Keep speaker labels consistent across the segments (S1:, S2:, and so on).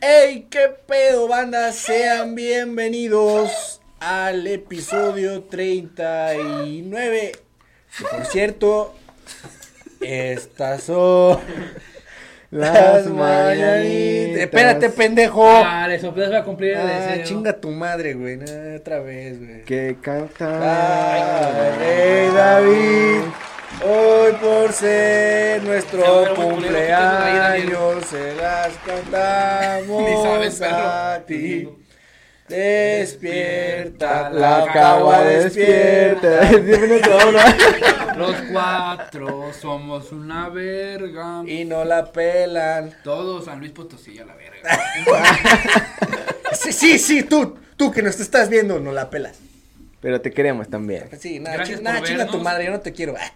S1: Hey, qué pedo, banda. Sean bienvenidos al episodio 39. Que, por cierto, estas son las mañanitas. Espérate, pendejo.
S2: Ah, les soplas va a cumplir el
S1: Ah,
S2: deseo.
S1: chinga tu madre, güey. Nah, otra vez, güey.
S3: Que
S1: Ah,
S3: canta.
S1: Rey David, hoy por ser
S2: Se va a ver
S1: nuestro
S2: muy culero, quítate
S1: cumpleaños, se las cantamos
S2: Ni sabes, perro.
S1: a ti. Despierta,
S3: La cagua despierta. Siempre te da una-
S2: Los cuatro somos una verga.
S1: y no la pelan.
S2: Todos San Luis Potosí a la verga.
S1: Sí, sí, sí, tú, tú que nos estás viendo, no la pelas.
S3: Pero te queremos también.
S1: Sí, nada,
S2: Gracias
S1: chi-
S2: por
S1: nada, chinga tu
S2: vernos.
S1: madre, yo no te quiero. Ah,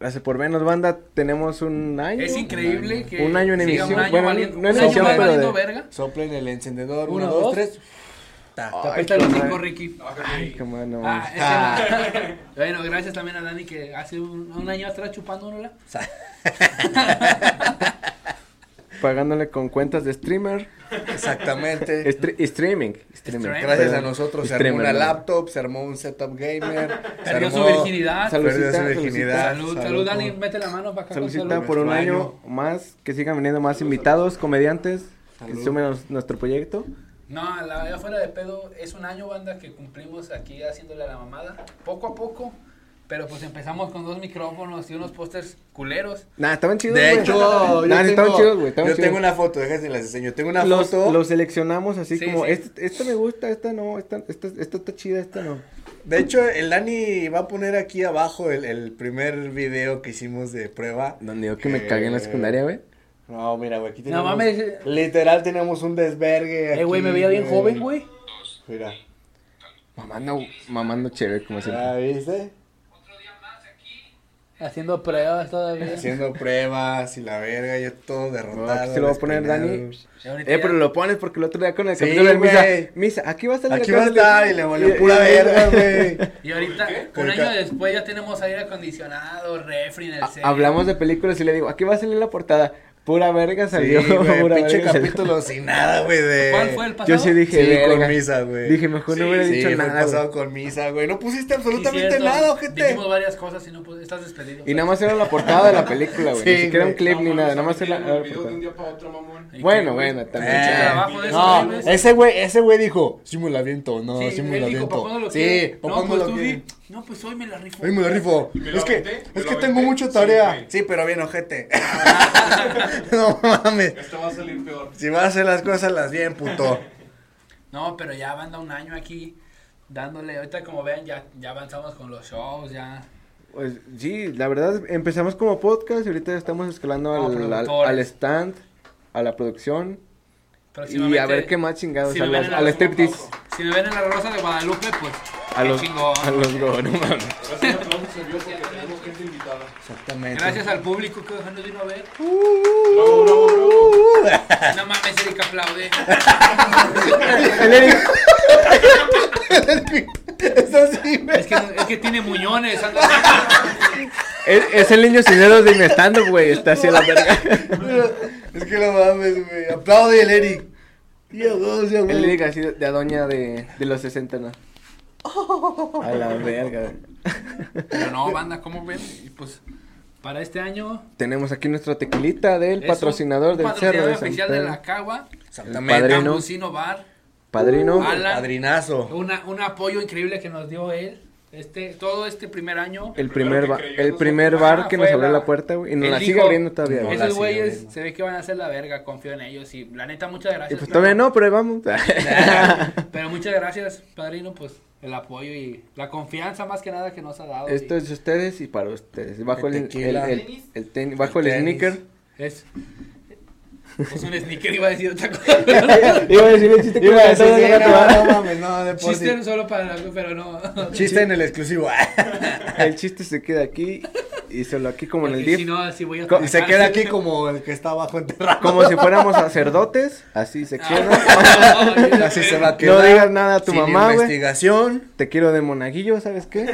S3: Hace por menos banda, tenemos un año.
S2: Es increíble que
S3: Un año en
S2: siga
S3: emisión.
S2: un año
S3: Bueno,
S2: valiendo-
S3: no en
S2: un año
S3: emisión,
S2: más
S3: pero
S2: valiendo
S3: de-
S2: verga.
S1: Soplen el encendedor,
S2: Uno,
S1: uno,
S2: dos.
S1: dos, tres. Ta, ta,
S2: Ahí está el
S3: Ay,
S2: hocico,
S3: cabrón.
S2: Ricky.
S3: Ay, qué mano.
S2: Ah, ese
S1: Ah.
S2: era. Bueno, gracias también a Dani que hace un, un año atrás chupándola.
S1: sa-
S3: Pagándole con cuentas de streamer.
S1: Exactamente.
S3: Estri- streaming. streaming.
S2: Stream.
S1: Gracias a
S3: Perdón.
S1: nosotros se
S3: Streamer,
S1: armó una
S3: ¿no?
S1: laptop, se armó un setup gamer. se
S2: Perdió su
S1: armó-
S2: virginidad.
S3: Salud.
S1: Perdió su
S3: Saludcita,
S1: virginidad.
S2: Salud, salud, Dani, mete la mano para acá. con
S3: Saludcita
S2: salud.
S3: por un
S1: Nuestro
S3: año más. Que sigan viniendo más invitados, comediantes. Que se sumen a nos- nuestro proyecto.
S2: No, la verdad fuera de pedo, es un año, banda, que cumplimos aquí haciéndole a la mamada, poco a poco, pero pues empezamos con dos micrófonos y unos pósters culeros.
S3: Nah, estaban chidos.
S1: De
S3: güey.
S1: hecho,
S3: Nah,
S1: yo,
S3: estaban
S1: tengo,
S3: chidos, güey, estaban
S1: yo
S3: chidos.
S1: tengo una foto, déjense las enseño. Tengo una
S3: los,
S1: foto.
S3: los seleccionamos así
S2: Sí,
S3: como,
S2: sí.
S3: este- esta me gusta, esta no, esta, esta, esta está chida, esta no.
S1: De hecho, el Dani va a poner aquí abajo el, el primer video que hicimos de prueba.
S3: Donde yo que me cagué en la
S1: Eh,
S3: secundaria, güey.
S1: No, mira, güey, aquí
S2: No
S1: tenemos.
S2: mames.
S1: Literal, tenemos un desvergue.
S2: Eh, güey,
S1: aquí,
S2: me veía bien joven, güey.
S1: Mira,
S3: Mamando, mamando chévere, como siempre.
S1: ¿ya viste?
S2: Haciendo pruebas todavía.
S1: Haciendo pruebas y la verga, yo todo derrotado.
S3: No, aquí se lo voy a poner
S1: despeinado.
S3: Dani. Eh, pero lo pones porque el otro día con el
S1: Sí,
S3: capítulo de misa.
S1: güey.
S3: Misa, aquí va a estar
S1: Aquí
S3: la
S1: va a
S3: cárcel.
S1: estar y le
S3: Y-
S1: valió
S3: y-
S1: pura
S3: y-
S1: verga, güey.
S2: Y ahorita,
S1: ¿Por
S2: un
S1: qué?
S2: año después ya tenemos aire acondicionado, refri en el
S3: Ah,
S2: set.
S3: Hablamos de películas y le digo, aquí va a salir la portada. Pura verga
S1: Sí,
S3: salió.
S1: güey,
S3: pura
S1: pinche
S3: verga salió.
S1: capítulo sin nada, güey, de...
S2: ¿Cuál fue el pasado?
S3: Yo sí dije,
S1: Sí,
S3: verga.
S1: con misa, güey.
S3: Dije, mejor no hubiera
S1: sí,
S3: dicho
S1: fue
S3: nada.
S1: pasado
S3: güey.
S1: con misa, güey. No pusiste
S2: Sí,
S1: absolutamente
S2: cierto.
S1: nada, ojete.
S2: Dijimos varias cosas y no pues, estás despedido.
S3: Y nada más era la portada de la película, güey.
S1: Sí,
S3: ni siquiera un
S1: güey.
S3: clip
S4: No,
S3: ni
S4: mames,
S3: nada, nada más
S4: se
S3: era
S4: me
S3: la
S4: olvidó de
S3: portada.
S4: un día para otro, mamón.
S2: Y
S3: Bueno,
S2: que-
S3: bueno, también.
S2: Pinche
S1: Eh,
S2: trabajo de esos
S1: no,
S2: güeyes.
S1: ese güey, ese güey dijo, sí me la viento, no, sí,
S2: Sí,
S1: me
S2: él
S1: la
S2: dijo,
S1: viento.
S2: "Papá, ¿cuándo lo
S1: sí,
S2: quieres?"
S1: papá,
S2: No,
S1: me
S2: pues
S1: la
S2: tú di,
S1: viento.
S2: no, pues hoy me la rifo.
S1: Ay, me la rifo.
S4: me lo
S1: Es que,
S4: aventé, me
S1: es
S4: lo
S1: que
S4: aventé.
S1: tengo mucha
S4: Sí,
S1: tarea.
S4: güey.
S1: Sí, pero bien, ojete. no mames.
S4: Esto va a salir peor.
S1: Si vas a hacer las cosas, las bien, puto.
S2: No, pero ya banda un año aquí dándole. Ahorita como ven ya, ya avanzamos con los shows, ya.
S3: Pues sí, la verdad empezamos como podcast y ahorita estamos escalando
S2: Como
S3: al, al,
S2: productores.
S3: al stand, a la producción y
S2: Próximamente,
S3: a ver qué más chingados,
S2: si
S3: a
S2: me
S3: las-
S2: ven en
S3: al
S2: la-
S3: striptease,
S2: Si me ven en la Rosa de Guadalupe, pues
S3: a
S2: qué
S3: los,
S2: chingón.
S3: a los go- no mames.
S4: Ahora sí me aplauso nervioso porque tenemos gente invitada.
S1: Exactamente. Uh,
S2: Gracias al público que nos vino a ver.
S4: Bravo, bravo, bravo.
S2: No mames, Erika aplaude.
S3: El Eric,
S1: Es así, güey.
S2: Es que, es que tiene muñones. anda-
S3: es, es el niño sin dedos de mi stand güey, está así a la verga.
S1: Es que no mames, güey. Aplaude el Eric. Dios, Dios, Dios.
S3: El Eric así de, de a doña de, de los 60, ¿no? A la verga.
S2: Pero no, banda, ¿cómo ven? Y pues para este año.
S3: Tenemos aquí nuestra tequilita del
S2: es un-
S3: patrocinador
S2: un
S3: del cerro
S2: patrocinador
S3: de San
S2: oficial de
S3: Pedro.
S2: la Cagua.
S1: Exactamente.
S3: Padrino.
S2: Campusino Bar.
S3: Padrino.
S2: Alan.
S1: Padrinazo.
S2: Una, un apoyo increíble que nos dio él. Este, todo este primer año.
S3: El primer,
S4: Primero que
S3: ba-
S4: creyó
S3: el
S4: nosotros.
S3: primer
S2: Ajá,
S3: bar que nos
S2: fue
S3: abrió
S2: la-
S3: la puerta, güey. Y nos
S2: Él
S3: la sigue
S2: digo,
S3: abriendo todavía.
S1: no
S3: güey.
S1: la
S2: Esos
S1: sigue
S2: güeyes
S1: abriendo.
S2: se ve que van a hacer la verga, confío en ellos y la neta muchas
S3: Y
S2: gracias.
S3: pues todavía no, pero ahí vamos.
S2: pero, pero muchas gracias, padrino, pues el apoyo y la confianza más que nada que nos ha dado.
S3: Esto
S2: y
S3: es de ustedes y para ustedes. Bajo el,
S1: El
S3: el,
S1: tequila.
S3: el- el tenis- bajo el,
S1: El tenis.
S3: sneaker.
S2: es pues un sneaker iba a decir otra cosa.
S3: Iba a decir el chiste que iba a decir,
S1: Sí,
S3: déjate, va.
S1: no, no mames, no, de por
S2: Chiste
S1: sí.
S2: solo para la- pero no.
S1: Chiste en el exclusivo.
S3: El chiste se queda aquí y solo aquí como en el
S2: Porque si
S3: DIF.
S2: no, así voy a
S1: Y
S2: trabajar.
S1: se queda aquí como el que está abajo enterrado.
S3: Como si fuéramos sacerdotes. Así se queda.
S2: Ah,
S1: Así se va a quedar.
S3: No digas nada a tu
S1: Sin
S3: mamá, güey.
S1: investigación.
S3: Te quiero de monaguillo, ¿sabes qué?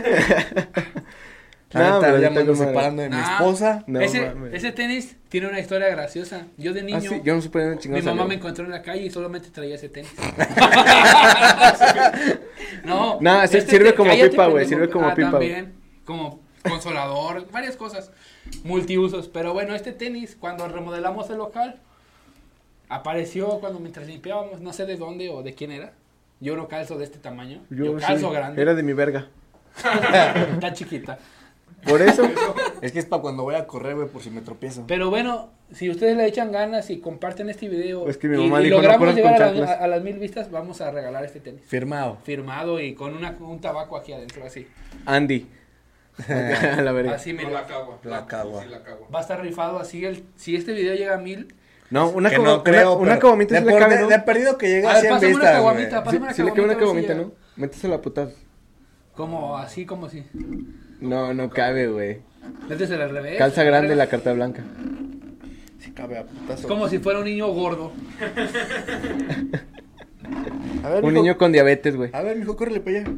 S1: La
S3: No,
S1: neta,
S3: hombre,
S1: ya
S3: está
S1: me ando
S3: con madre.
S1: separando de mi
S2: Nah,
S1: esposa.
S3: No
S2: Ah, ese,
S3: mames.
S2: ese tenis tiene una historia graciosa. Yo de niño,
S3: Ah, sí, yo no supe dónde
S2: mi
S3: chingados
S2: mamá
S3: salió.
S2: me encontró en la calle y solamente traía ese tenis. no, este
S3: Nah, sí, este sirve
S2: te-
S3: como
S2: cállate,
S3: pipa, güey,
S2: pendejo.
S3: sirve como
S2: Ah,
S3: pipa, güey.
S2: También, como consolador, varias cosas, multiusos. Pero bueno, este tenis, cuando remodelamos el local, apareció cuando mientras limpiábamos, no sé de dónde o de quién era. Yo no calzo de este tamaño. Yo,
S3: sí,
S2: calzo grande.
S3: Era de mi verga.
S2: Está chiquita.
S3: Por eso,
S1: Es que es para cuando voy a correr, güey, por si me tropiezo.
S2: Pero bueno, si ustedes le echan ganas y comparten este video
S3: Es que mi
S2: y-
S3: mamá
S2: y,
S3: dijo, no
S2: logramos
S3: corran con
S2: llegar a, la-
S3: chanclas.
S2: a las mil vistas, vamos a regalar este tenis.
S1: Firmado.
S2: Firmado y con una, un tabaco aquí adentro, así.
S3: Andy. A la verga.
S2: Así,
S4: No,
S2: mira.
S4: la cagua.
S1: La cagua.
S4: Sí, la cagua.
S2: Va a estar rifado así. El, si este video llega a mil,
S3: No, una
S1: que
S3: como,
S1: no creo,
S3: una, una
S1: pero
S3: caguamita
S1: de,
S3: sí le
S1: por-
S3: cabe,
S1: de-
S3: ¿no?
S1: de perdido que llega
S2: A
S1: a
S2: ver,
S1: 100
S2: pásame una
S1: vistas, güey.
S2: caguamita, pa-
S3: Sí,
S2: Pásame una
S3: sí le cabe una
S2: caguamita,
S3: caguamita,
S2: a ver si
S3: ¿no? Métese la putada.
S2: como así, como así.
S3: No, no cabe, güey.
S2: Métese al revés.
S3: Calza grande la carta blanca.
S1: Sí cabe a putazo.
S2: Como si fuera un niño gordo.
S1: A ver,
S3: Un
S1: mijo,
S3: niño con diabetes, güey.
S1: A ver, mijo, córrele para allá.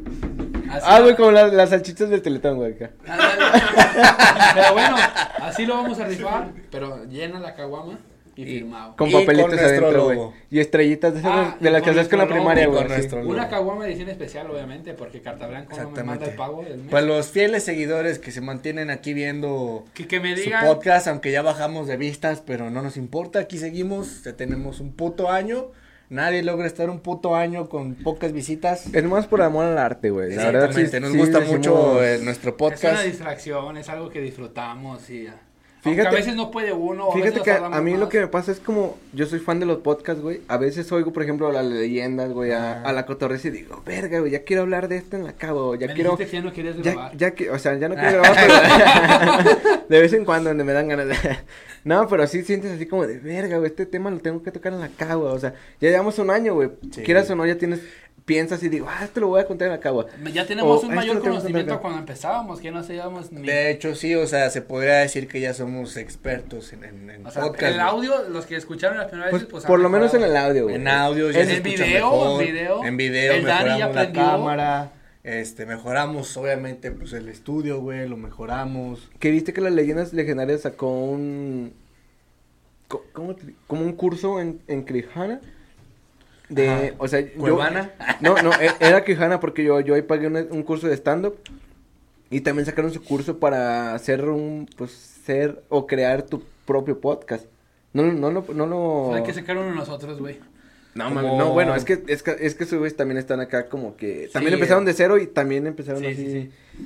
S2: Así
S3: Ah,
S2: lo-
S3: güey, como las, las salchichas del teletón, güey. acá.
S2: Ándale. Pero bueno, así lo vamos a rifar. Pero llena la caguama y firmado.
S3: Con
S1: Y
S3: papelitos
S1: con nuestro
S3: adentro, güey.
S1: logo.
S3: Y estrellitas de, esas
S2: Ah,
S3: de las
S2: y
S3: que
S2: con
S3: haces con la
S2: nuestro logo,
S3: primaria,
S1: y
S3: güey.
S1: con
S3: sí.
S1: nuestro-
S2: Una
S1: logo.
S2: caguama edición especial, obviamente, porque Carta Blanca no me manda
S1: Exactamente.
S2: el pago del mes.
S1: Para los fieles seguidores que se mantienen aquí viendo
S2: que, que me
S1: su
S2: digan.
S1: podcast, aunque ya bajamos de vistas, pero no nos importa, aquí seguimos, ya tenemos un puto año. Nadie logra estar un puto año con pocas visitas.
S3: Es más por amor al arte, güey. La verdad, sí.
S1: Exactamente, nos
S3: sí
S1: gusta
S3: decimos-
S1: mucho eh, nuestro
S2: Es una
S1: podcast.
S2: distracción, es algo que disfrutamos y ya.
S3: Fíjate-
S2: Aunque a veces no puede uno.
S3: Fíjate
S2: veces
S3: que
S2: nos
S3: a mí lo
S2: hablamos
S3: que me pasa es como, yo soy fan de los podcasts, güey. A veces oigo, por ejemplo, a las leyendas, güey, a, a la cotorreza y digo, verga, güey, ya quiero hablar de esto en la cabo,
S2: más.
S3: ya
S2: Me
S3: quiero...
S2: dijiste que ya no querías
S3: Ya,
S2: grabar.
S3: ya que, o sea, ya no quiero grabar, pero de vez en cuando donde me dan ganas de... No, pero sí sientes así como de, verga, güey, este tema lo tengo que tocar en la cagua, o sea, ya llevamos un año, güey,
S1: Sí.
S3: quieras o no, ya tienes, piensas y digo, ah, esto lo voy a contar en la cagua.
S2: Me- Ya tenemos
S3: O,
S2: un
S3: "Ah, esto
S2: mayor
S3: lo tengo que
S2: conocimiento
S3: contar".
S2: cuando empezábamos, que no sabíamos ni.
S1: De hecho, sí, o sea, se podría decir que ya somos expertos en, en- en
S2: o sea,
S1: podcast.
S2: el
S1: güey.
S2: audio, los que escucharon las primeras
S3: Pues,
S2: veces, pues.
S3: por
S2: han
S3: lo menos en el
S2: mejorado.
S3: audio, güey.
S1: En audio, ya
S2: En
S1: se
S2: el
S1: escucha
S2: video,
S1: mejor,
S2: en video.
S1: En video,
S2: El Dani ya
S1: mejoramos la
S2: aprendió.
S1: cámara. Este, mejoramos, obviamente, pues el estudio, güey, lo mejoramos.
S3: Que viste que las leyendas legendarias sacó un. co- ¿Cómo te di- Como un curso en, en Crijana. De.
S1: Ajá.
S3: O sea, yo-
S1: Cuevana.
S3: No, no, e- era Crijana porque yo, yo ahí pagué un, un curso de stand-up. Y también sacaron su curso para hacer un. Pues ser o crear tu propio podcast. No, lo- no, lo- no, lo.
S2: Pues, Hay que sacar uno de nosotros, güey.
S3: No,
S1: Como-
S3: mames, no, bueno, es que, es que, es que esos güeyes también están acá como que. También
S1: Sí.
S3: empezaron de cero y también empezaron
S2: eh. Sí,
S3: así.
S2: sí, sí.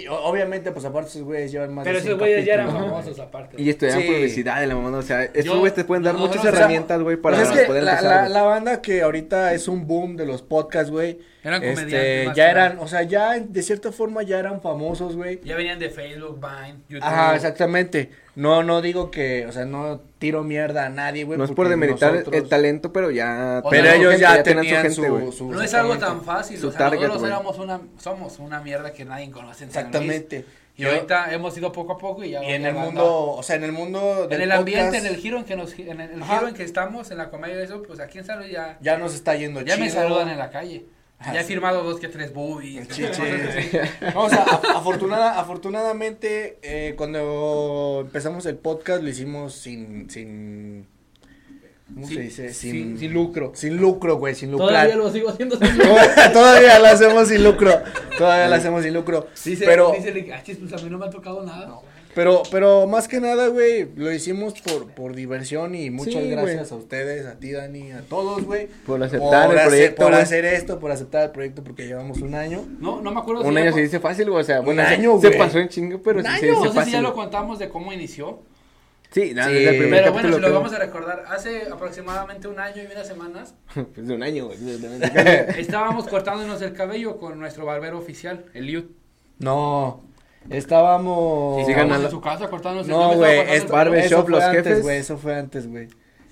S1: Sí, o- obviamente, pues aparte esos güeyes llevan más
S2: Pero
S1: de
S2: esos
S1: cien
S2: güeyes ya eran
S1: capítulos, ¿no?
S2: famosos, aparte.
S3: Y estudian
S1: Sí.
S3: publicidad de la mamá, o sea, estos
S2: Yo-
S3: güeyes te pueden dar
S2: no,
S3: muchas
S2: no, o sea,
S3: herramientas, güey, para
S1: Pues es que
S3: poder
S1: la,
S3: empezar.
S1: la-
S3: güey.
S1: la banda que ahorita es un boom de los podcasts, güey.
S2: Eran
S1: este,
S2: comediantes más que
S1: Ya
S2: nada.
S1: eran, o sea, ya en- de cierta forma ya eran famosos, güey.
S2: Ya venían de Facebook, Vine, YouTube.
S1: Ajá, exactamente. No, no digo que, o sea, no tiro mierda a nadie, güey.
S3: no es por
S1: pues porque
S3: demeritar
S1: nosotros-
S3: el talento, pero ya.
S2: O
S1: Pero
S2: sea,
S3: tenían
S1: ellos
S3: gente,
S1: ya
S3: tenían
S1: tenían
S3: gente, güey.
S1: su, su-
S2: No es algo tan
S1: exactamente.
S2: fácil.
S3: Su
S2: o sea,
S3: target,
S2: nosotros
S3: güey.
S2: éramos una, somos una mierda que nadie conoce en San Luis.
S1: Exactamente.
S2: Y
S1: Yo-
S2: ahorita hemos ido poco a poco y ya.
S1: Y en
S2: ya
S1: el
S2: banda.
S1: mundo, o sea, en el mundo
S2: En
S1: del
S2: el ambiente, en
S1: podcast,
S2: el giro en que nos, en el, el
S1: Ajá.
S2: giro en que estamos, en la comedia y eso, pues aquí en San Luis ya,
S1: Pues ya nos está yendo
S2: ya me
S1: chido.
S2: saludan en la calle.
S1: Ajá,
S2: ya he
S1: sí.
S2: firmado dos que tres boobies.
S1: Sí,
S2: cosas
S1: sí.
S2: así.
S1: No, o sea, af- afortunada- afortunadamente, eh, cuando empezamos el podcast lo hicimos sin, sin, ¿cómo
S2: Sin-
S1: se dice?
S2: sin- sin lucro.
S1: Sin lucro, güey, sin lucro.
S2: Todavía lo sigo haciendo. sin-
S1: Todavía lo hacemos sin lucro. Todavía lo hacemos sin lucro.
S2: Dice,
S1: pero,
S2: dice Rick, "Ah, chis, pues a mí no me ha tocado nada.
S1: pero, pero más que nada, güey, lo hicimos por, por diversión y muchas
S3: Sí,
S1: gracias a ustedes, a ti, Dani, a todos, güey.
S3: Por aceptar el
S1: hacer-
S3: proyecto,
S1: por
S3: güey.
S1: hacer esto, por aceptar el proyecto porque llevamos un año.
S2: No, no me acuerdo
S3: Un
S2: si
S3: año
S2: ya-
S3: se dice fácil, güey, o sea, bueno,
S1: Un
S3: se-
S1: año,
S3: se,
S1: güey.
S3: pasó en chingo, pero
S1: Un
S3: sí se
S1: año,
S3: dice
S2: No sé si
S3: fácil.
S2: ya lo contamos de cómo inició.
S3: Sí, nada,
S1: Sí.
S3: desde el primer
S2: Pero bueno,
S3: capítulo.
S2: si lo
S3: creo.
S2: vamos a recordar, hace aproximadamente un año y unas semanas
S3: Pues de un año, güey. exactamente.
S2: estábamos cortándonos el cabello con nuestro barbero oficial, el Liut.
S1: No, estábamos...
S3: Sí, sigan
S2: Estábamos
S3: a la-
S2: en su casa cortándonos el
S1: No,
S2: cabello.
S1: güey,
S2: estaba
S1: es
S2: cortando el
S3: barber-
S2: pelo.
S1: eso
S3: Barbershop,
S1: fue
S3: los
S1: antes,
S3: jefes.
S1: güey, eso fue antes, güey.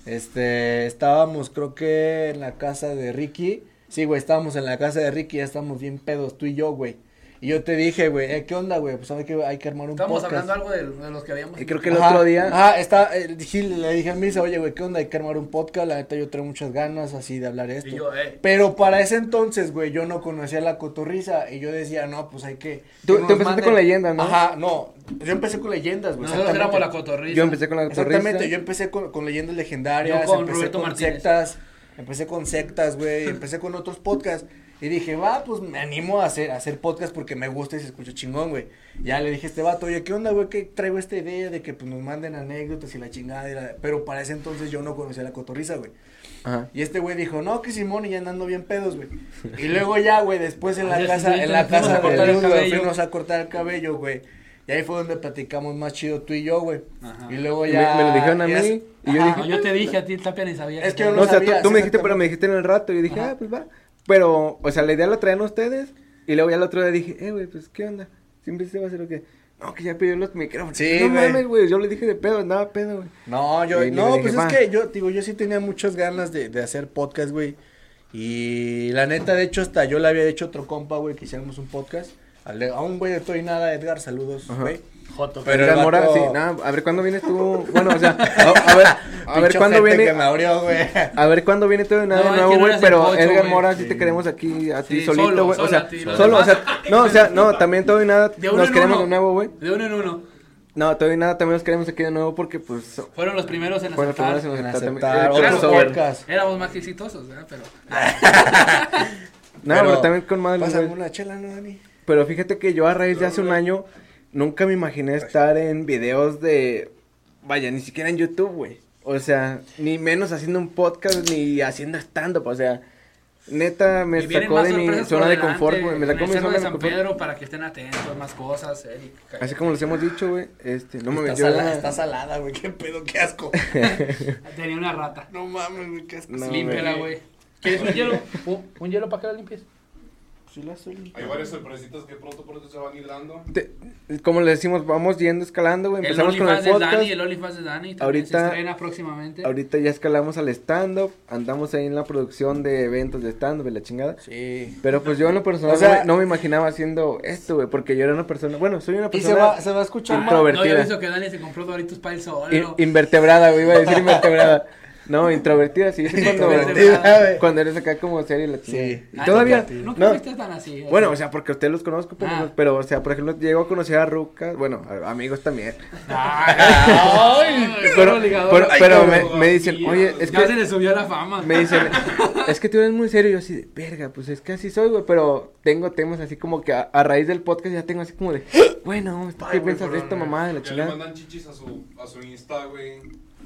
S1: Este, estábamos creo que en la casa de Ricky. Sí, güey, estábamos en la casa de Ricky, ya estábamos bien pedos tú y yo, güey. Y yo te dije, güey, eh, ¿qué onda, güey? Pues hay que, hay que armar un
S2: Estábamos
S1: podcast.
S2: hablando algo de, de los que habíamos.
S3: Y creo que el otro día.
S1: Ah, está, eh, Gil, le dije a Misa, oye, güey, ¿qué onda? Hay que armar un podcast, la neta yo traigo muchas ganas así de hablar esto.
S2: Y yo, eh.
S1: Pero para ese entonces, güey, yo no conocía la cotorriza y yo decía, no, pues hay que...
S3: Tú-
S1: que nos
S3: tú empezaste con leyendas, ¿no?
S1: Ajá, no, yo empecé con leyendas, güey.
S2: Nosotros
S1: exactamente.
S2: éramos la cotorriza.
S3: Yo empecé con la cotorrisa.
S1: Exactamente, yo empecé con, con leyendas legendarias,
S2: Yo con
S1: empecé
S2: Roberto
S1: con
S2: Martínez.
S1: sectas, empecé con sectas, güey, empecé con otros podcasts. Y dije, va, pues me animo a hacer, a hacer podcast porque me gusta y se escucha chingón, güey. Ya le dije a este vato, oye, ¿qué onda, güey? Que traigo esta idea de que pues, nos manden anécdotas y la chingada. y la-". Pero para ese entonces yo no conocía la cotorriza, güey.
S3: Ajá.
S1: Y este güey dijo, no, que Simón y ya andando bien pedos, güey. Y luego ya, güey, después en
S3: Ah,
S2: Al
S1: la
S2: día
S1: casa,
S2: siguiente
S1: en la
S2: nos fuimos
S1: casa
S2: a cortar
S1: de
S2: el
S1: Luz, güey,
S2: cabello.
S1: fuimos a cortar el cabello, güey. Y ahí fue donde platicamos más chido tú y yo, güey.
S2: Ajá.
S1: Y luego
S3: Y
S1: ya.
S3: me- me lo dijeron a
S1: ya-
S3: mí, y yo
S1: Ajá.
S2: No, yo te dije a ti, Tapia, ni sabía.
S1: Es que
S2: te-
S1: yo
S3: No, o sea, tú,
S1: sabías,
S3: tú me dijiste, pero
S1: exactamente.
S3: me dijiste en el rato. Yo dije,
S2: Ajá.
S3: ah, pues va. Pero, o sea, la idea la traían ustedes. Y luego ya el otro día dije, eh, güey, pues qué onda. Siempre se va a hacer lo que. No, que ya pidió los micrófonos.
S1: Sí,
S3: no
S1: güey.
S3: mames, güey. Yo le dije de pedo, andaba pedo, güey.
S1: No, yo,
S3: Y le
S1: no,
S3: dije,
S1: pues
S3: "Va".
S1: es que yo, digo, yo sí tenía muchas ganas de, de hacer podcast, güey. Y la neta, de hecho, hasta yo le había hecho otro compa, güey, que hiciéramos un podcast. Al de- a un güey de todo y nada, Edgar, saludos,
S3: Ajá.
S1: güey.
S2: Joto.
S1: Pero
S3: Edgar
S1: el
S3: Mora,
S1: vato-
S3: sí, nada, a ver cuándo vienes tú. Bueno, o sea, a, a ver, a ver
S1: Pinche
S3: cuándo
S1: ojete que
S3: viene.
S1: me abrió, güey.
S3: A ver cuándo viene todo de nada
S2: No, es
S3: de
S2: que
S3: nuevo,
S2: no
S3: güey.
S2: eres el
S3: pero
S2: pocho,
S3: Edgar
S2: güey.
S3: Mora, sí te queremos aquí a ti
S2: Sí,
S3: solito,
S2: solo,
S3: güey. O
S2: solo
S3: sea,
S2: a ti, los
S3: solo, o sea,
S2: demás.
S3: no, o sea, no, también todo y nada
S2: De uno
S3: nos
S2: en
S3: queremos
S2: uno.
S3: de nuevo, güey.
S2: De uno en uno.
S3: No, todo y nada también nos queremos aquí de nuevo porque, pues,
S2: Fueron los primeros en
S3: Fue la primera
S2: aceptar.
S3: semana
S1: En
S3: que también-
S1: aceptar
S2: Eh,
S3: el
S1: otro
S3: crossover.
S1: podcast.
S2: Éramos más exitosos, ¿verdad? Pero.
S3: No, pero, también con madre.
S1: Pásame
S3: güey.
S1: una chela, ¿no, Dani?
S3: Pero fíjate que yo a raíz de hace un año nunca me imaginé estar en videos de. Vaya, ni siquiera en YouTube, güey. O sea, ni menos haciendo un podcast ni haciendo stand-up. O sea, neta me
S2: Y vienen
S3: sacó
S2: más
S3: de mi
S2: sorpresas
S3: zona
S2: por
S3: de
S2: delante,
S3: confort, güey. Me
S2: en
S3: sacó
S2: el
S3: mi
S2: cerro
S3: zona
S2: de
S3: de
S2: San
S3: confort.
S2: Pedro para que estén atentos, más cosas. eh, y-
S3: Así como les hemos dicho, güey. Este, no me
S1: está,
S3: yo.
S1: salada, está salada, güey. Qué pedo, qué asco.
S2: Tenía una rata.
S1: No mames, güey, qué asco.
S3: No,
S2: Límpiala,
S1: güey.
S2: güey. ¿Quieres un hielo? ¿Un, un hielo para que la limpies?
S1: Sí, la estoy-
S4: Hay varias sorpresitas que pronto pronto se van hilando.
S3: Te- como le decimos, vamos yendo escalando, güey.
S2: El
S3: Empezamos con el
S2: OnlyFans de Dani,
S3: podcast.
S2: el OnlyFans de Dani. también
S3: Ahorita-
S2: Se estrena próximamente.
S3: Ahorita ya escalamos al stand-up. Andamos ahí en la producción de eventos de stand-up y la chingada.
S1: Sí.
S3: Pero pues yo en lo personal
S1: O sea-
S3: no, me, no me imaginaba haciendo esto, güey, porque yo era una persona, bueno, soy una
S1: Y se
S3: persona
S1: va, se va a escuchar más.
S2: No, yo
S3: introvertida,
S2: pienso que Dani se compró Doritos para el sol.
S3: in- invertebrada, güey, iba a decir invertebrada. No, introvertida, sí, es cuando,
S2: Introvertida,
S1: güey.
S3: cuando eres acá como serio la
S1: Sí.
S3: chingada. Y
S1: Ah,
S3: todavía,
S1: introvertida.
S2: No,
S3: no,
S2: fuiste tan así.
S3: bueno, o sea, porque ustedes los conozco, pero,
S2: Ah.
S3: no- pero, o sea, por ejemplo, llego a conocer a Rucas, bueno, a- amigos también,
S2: Ay,
S3: pero, pero-
S1: Ay,
S3: pero me,
S1: cabrón.
S3: me dicen, oye, es
S2: ya se
S3: que,
S2: le subió la fama.
S3: me dicen, es que tú eres muy serio, y yo así, de, verga, pues es que así soy, güey, pero tengo temas así como que a, a raíz del podcast ya tengo así como de, bueno,
S1: Ay,
S3: ¿qué
S1: güey,
S3: piensas
S1: perdón,
S3: de esta
S1: güey.
S3: mamá de la
S4: Ya le
S3: chingada?
S4: mandan chichis a su, a su Insta, güey.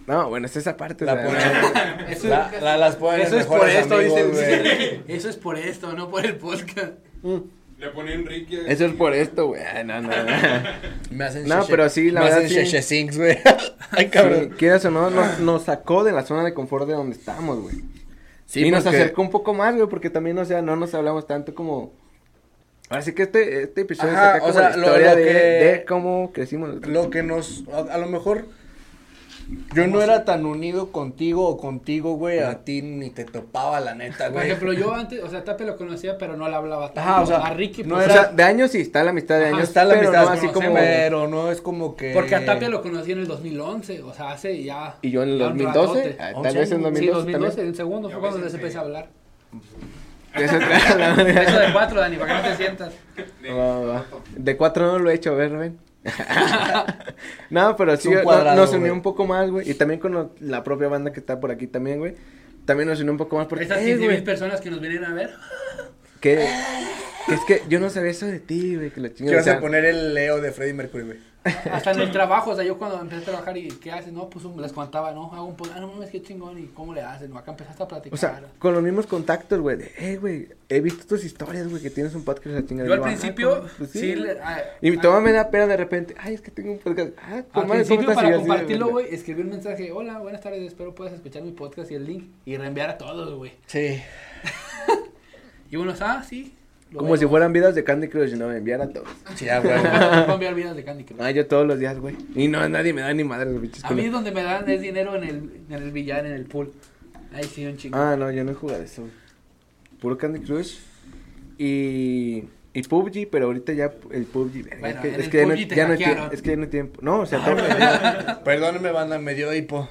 S3: No, bueno, es esa parte. o
S1: La
S3: sea,
S1: ponen-
S2: Eso
S1: la-
S2: es-
S1: la- las ponen en
S2: eso es por
S1: mejores
S2: esto,
S1: amigos,
S2: dicen.
S1: güey.
S2: Eso es por esto, no por el podcast.
S4: Le pone Enrique.
S3: Eso es por esto, güey. Ay, No, no, no.
S1: Me hacen
S3: No, pero sí, la
S1: me
S3: verdad,
S1: hacen
S3: sí.
S1: sheshe sinks, güey. Ay,
S3: Sí,
S1: cabrón.
S3: quieras o no, nos, nos sacó de la zona de confort de donde estamos, güey. y nos
S1: porque-
S3: acercó un poco más, güey, porque también, o sea, no nos hablamos tanto como... Ahora sí que este, este episodio
S1: Ajá,
S3: saca
S1: o
S3: como
S1: sea,
S3: la
S1: lo-
S3: historia
S1: lo
S3: de,
S1: que-
S3: de cómo crecimos. nosotros.
S1: Lo que nos, a, a lo mejor, yo no era tan unido contigo o contigo, güey, a ti ni te topaba, la neta,
S2: Por
S1: güey.
S2: ejemplo, yo antes, o sea, Tape lo conocía, pero no le hablaba tanto.
S1: Ajá, o sea,
S2: a Ricky,
S1: no
S2: pues,
S3: O
S1: era-
S3: sea, de años sí, está la amistad de
S2: Ajá,
S3: años,
S1: está la
S3: pero
S1: amistad,
S3: no así como...
S2: conocemos.
S1: pero no es como que...
S2: Porque a Tapia lo conocí en el 2011, o sea, hace ya.
S3: Y yo en el
S2: ya un
S3: 2012,
S2: ratote.
S3: ah,
S1: Once
S3: tal vez en
S1: años.
S2: Sí,
S3: 2012
S2: 2012, en segundo
S4: Ya
S2: fue
S4: ves,
S2: cuando les
S4: en
S2: empecé a hablar.
S3: también. Ya se trae la verga.
S2: Eso de cuatro, Dani, para que no te sientas.
S4: Le-
S3: Va, Ah, va, va. De cuatro no lo he hecho, a ver, ven. no, pero
S1: Es
S3: sí,
S1: un
S3: no-
S1: cuadrado,
S3: nos unió
S1: güey.
S3: un poco más, güey. Y también con lo- la propia banda que está por aquí también, güey. También nos unió un poco más porque,
S2: Esas
S3: eh,
S2: 15
S3: güey,
S2: mil personas que nos vinieron a ver.
S3: que, que es que yo no sabía eso de ti, güey, que la chingada.
S1: Quiero
S3: o sea,
S1: poner el Leo de Freddie Mercury, güey.
S2: Hasta en el trabajo, o sea, yo cuando empecé a trabajar y ¿qué haces? No, pues un- les contaba, no, hago un podcast, ah, no mames, qué chingón, y cómo le hacen, no, acá empezaste a platicar.
S3: o sea, con los mismos contactos, güey. de, Eh, güey, he visto tus historias, güey, que tienes un podcast de la chingada.
S2: yo al
S3: Digo, ah,
S2: principio,
S3: con- pues
S2: sí,
S3: sí.
S2: le- ah,
S3: y mi
S2: ah,
S3: toma me da pena de repente. Ay, es que tengo un podcast. Ah, con
S2: Al
S3: madre, ¿cómo
S2: principio
S3: estás?
S2: para
S3: Y yo así de
S2: compartirlo,
S3: verga.
S2: güey, escribí un mensaje, hola, buenas tardes, espero puedas escuchar mi podcast y el link, y reenviar a todos, güey.
S1: Sí.
S2: Y unos, ah, sí. lo
S3: Como
S2: veo".
S3: si fueran vidas de Candy Crush, no me enviar a todos.
S1: Sí, ah, güey.
S2: Voy a enviar vidas de Candy Crush.
S3: Ah, yo todos los días, güey. Y no, nadie me da ni madre los bichos.
S2: A mí donde me dan es dinero en el, en el billar, en el pool. Ahí sí, un chingo.
S3: Ah, no, yo no he jugado eso. güey. Puro Candy Crush. Y Y PUBG, pero ahorita ya el PUBG. verga,
S2: Bueno,
S3: es
S2: en
S3: que, es
S2: el
S3: que ya, no,
S2: PUBG te
S3: ya no hay
S2: hackearon. Ah,
S3: tiempo. Es que ya no hay tiempo. No, se acabó.
S1: Perdónenme, banda, me dio hipo.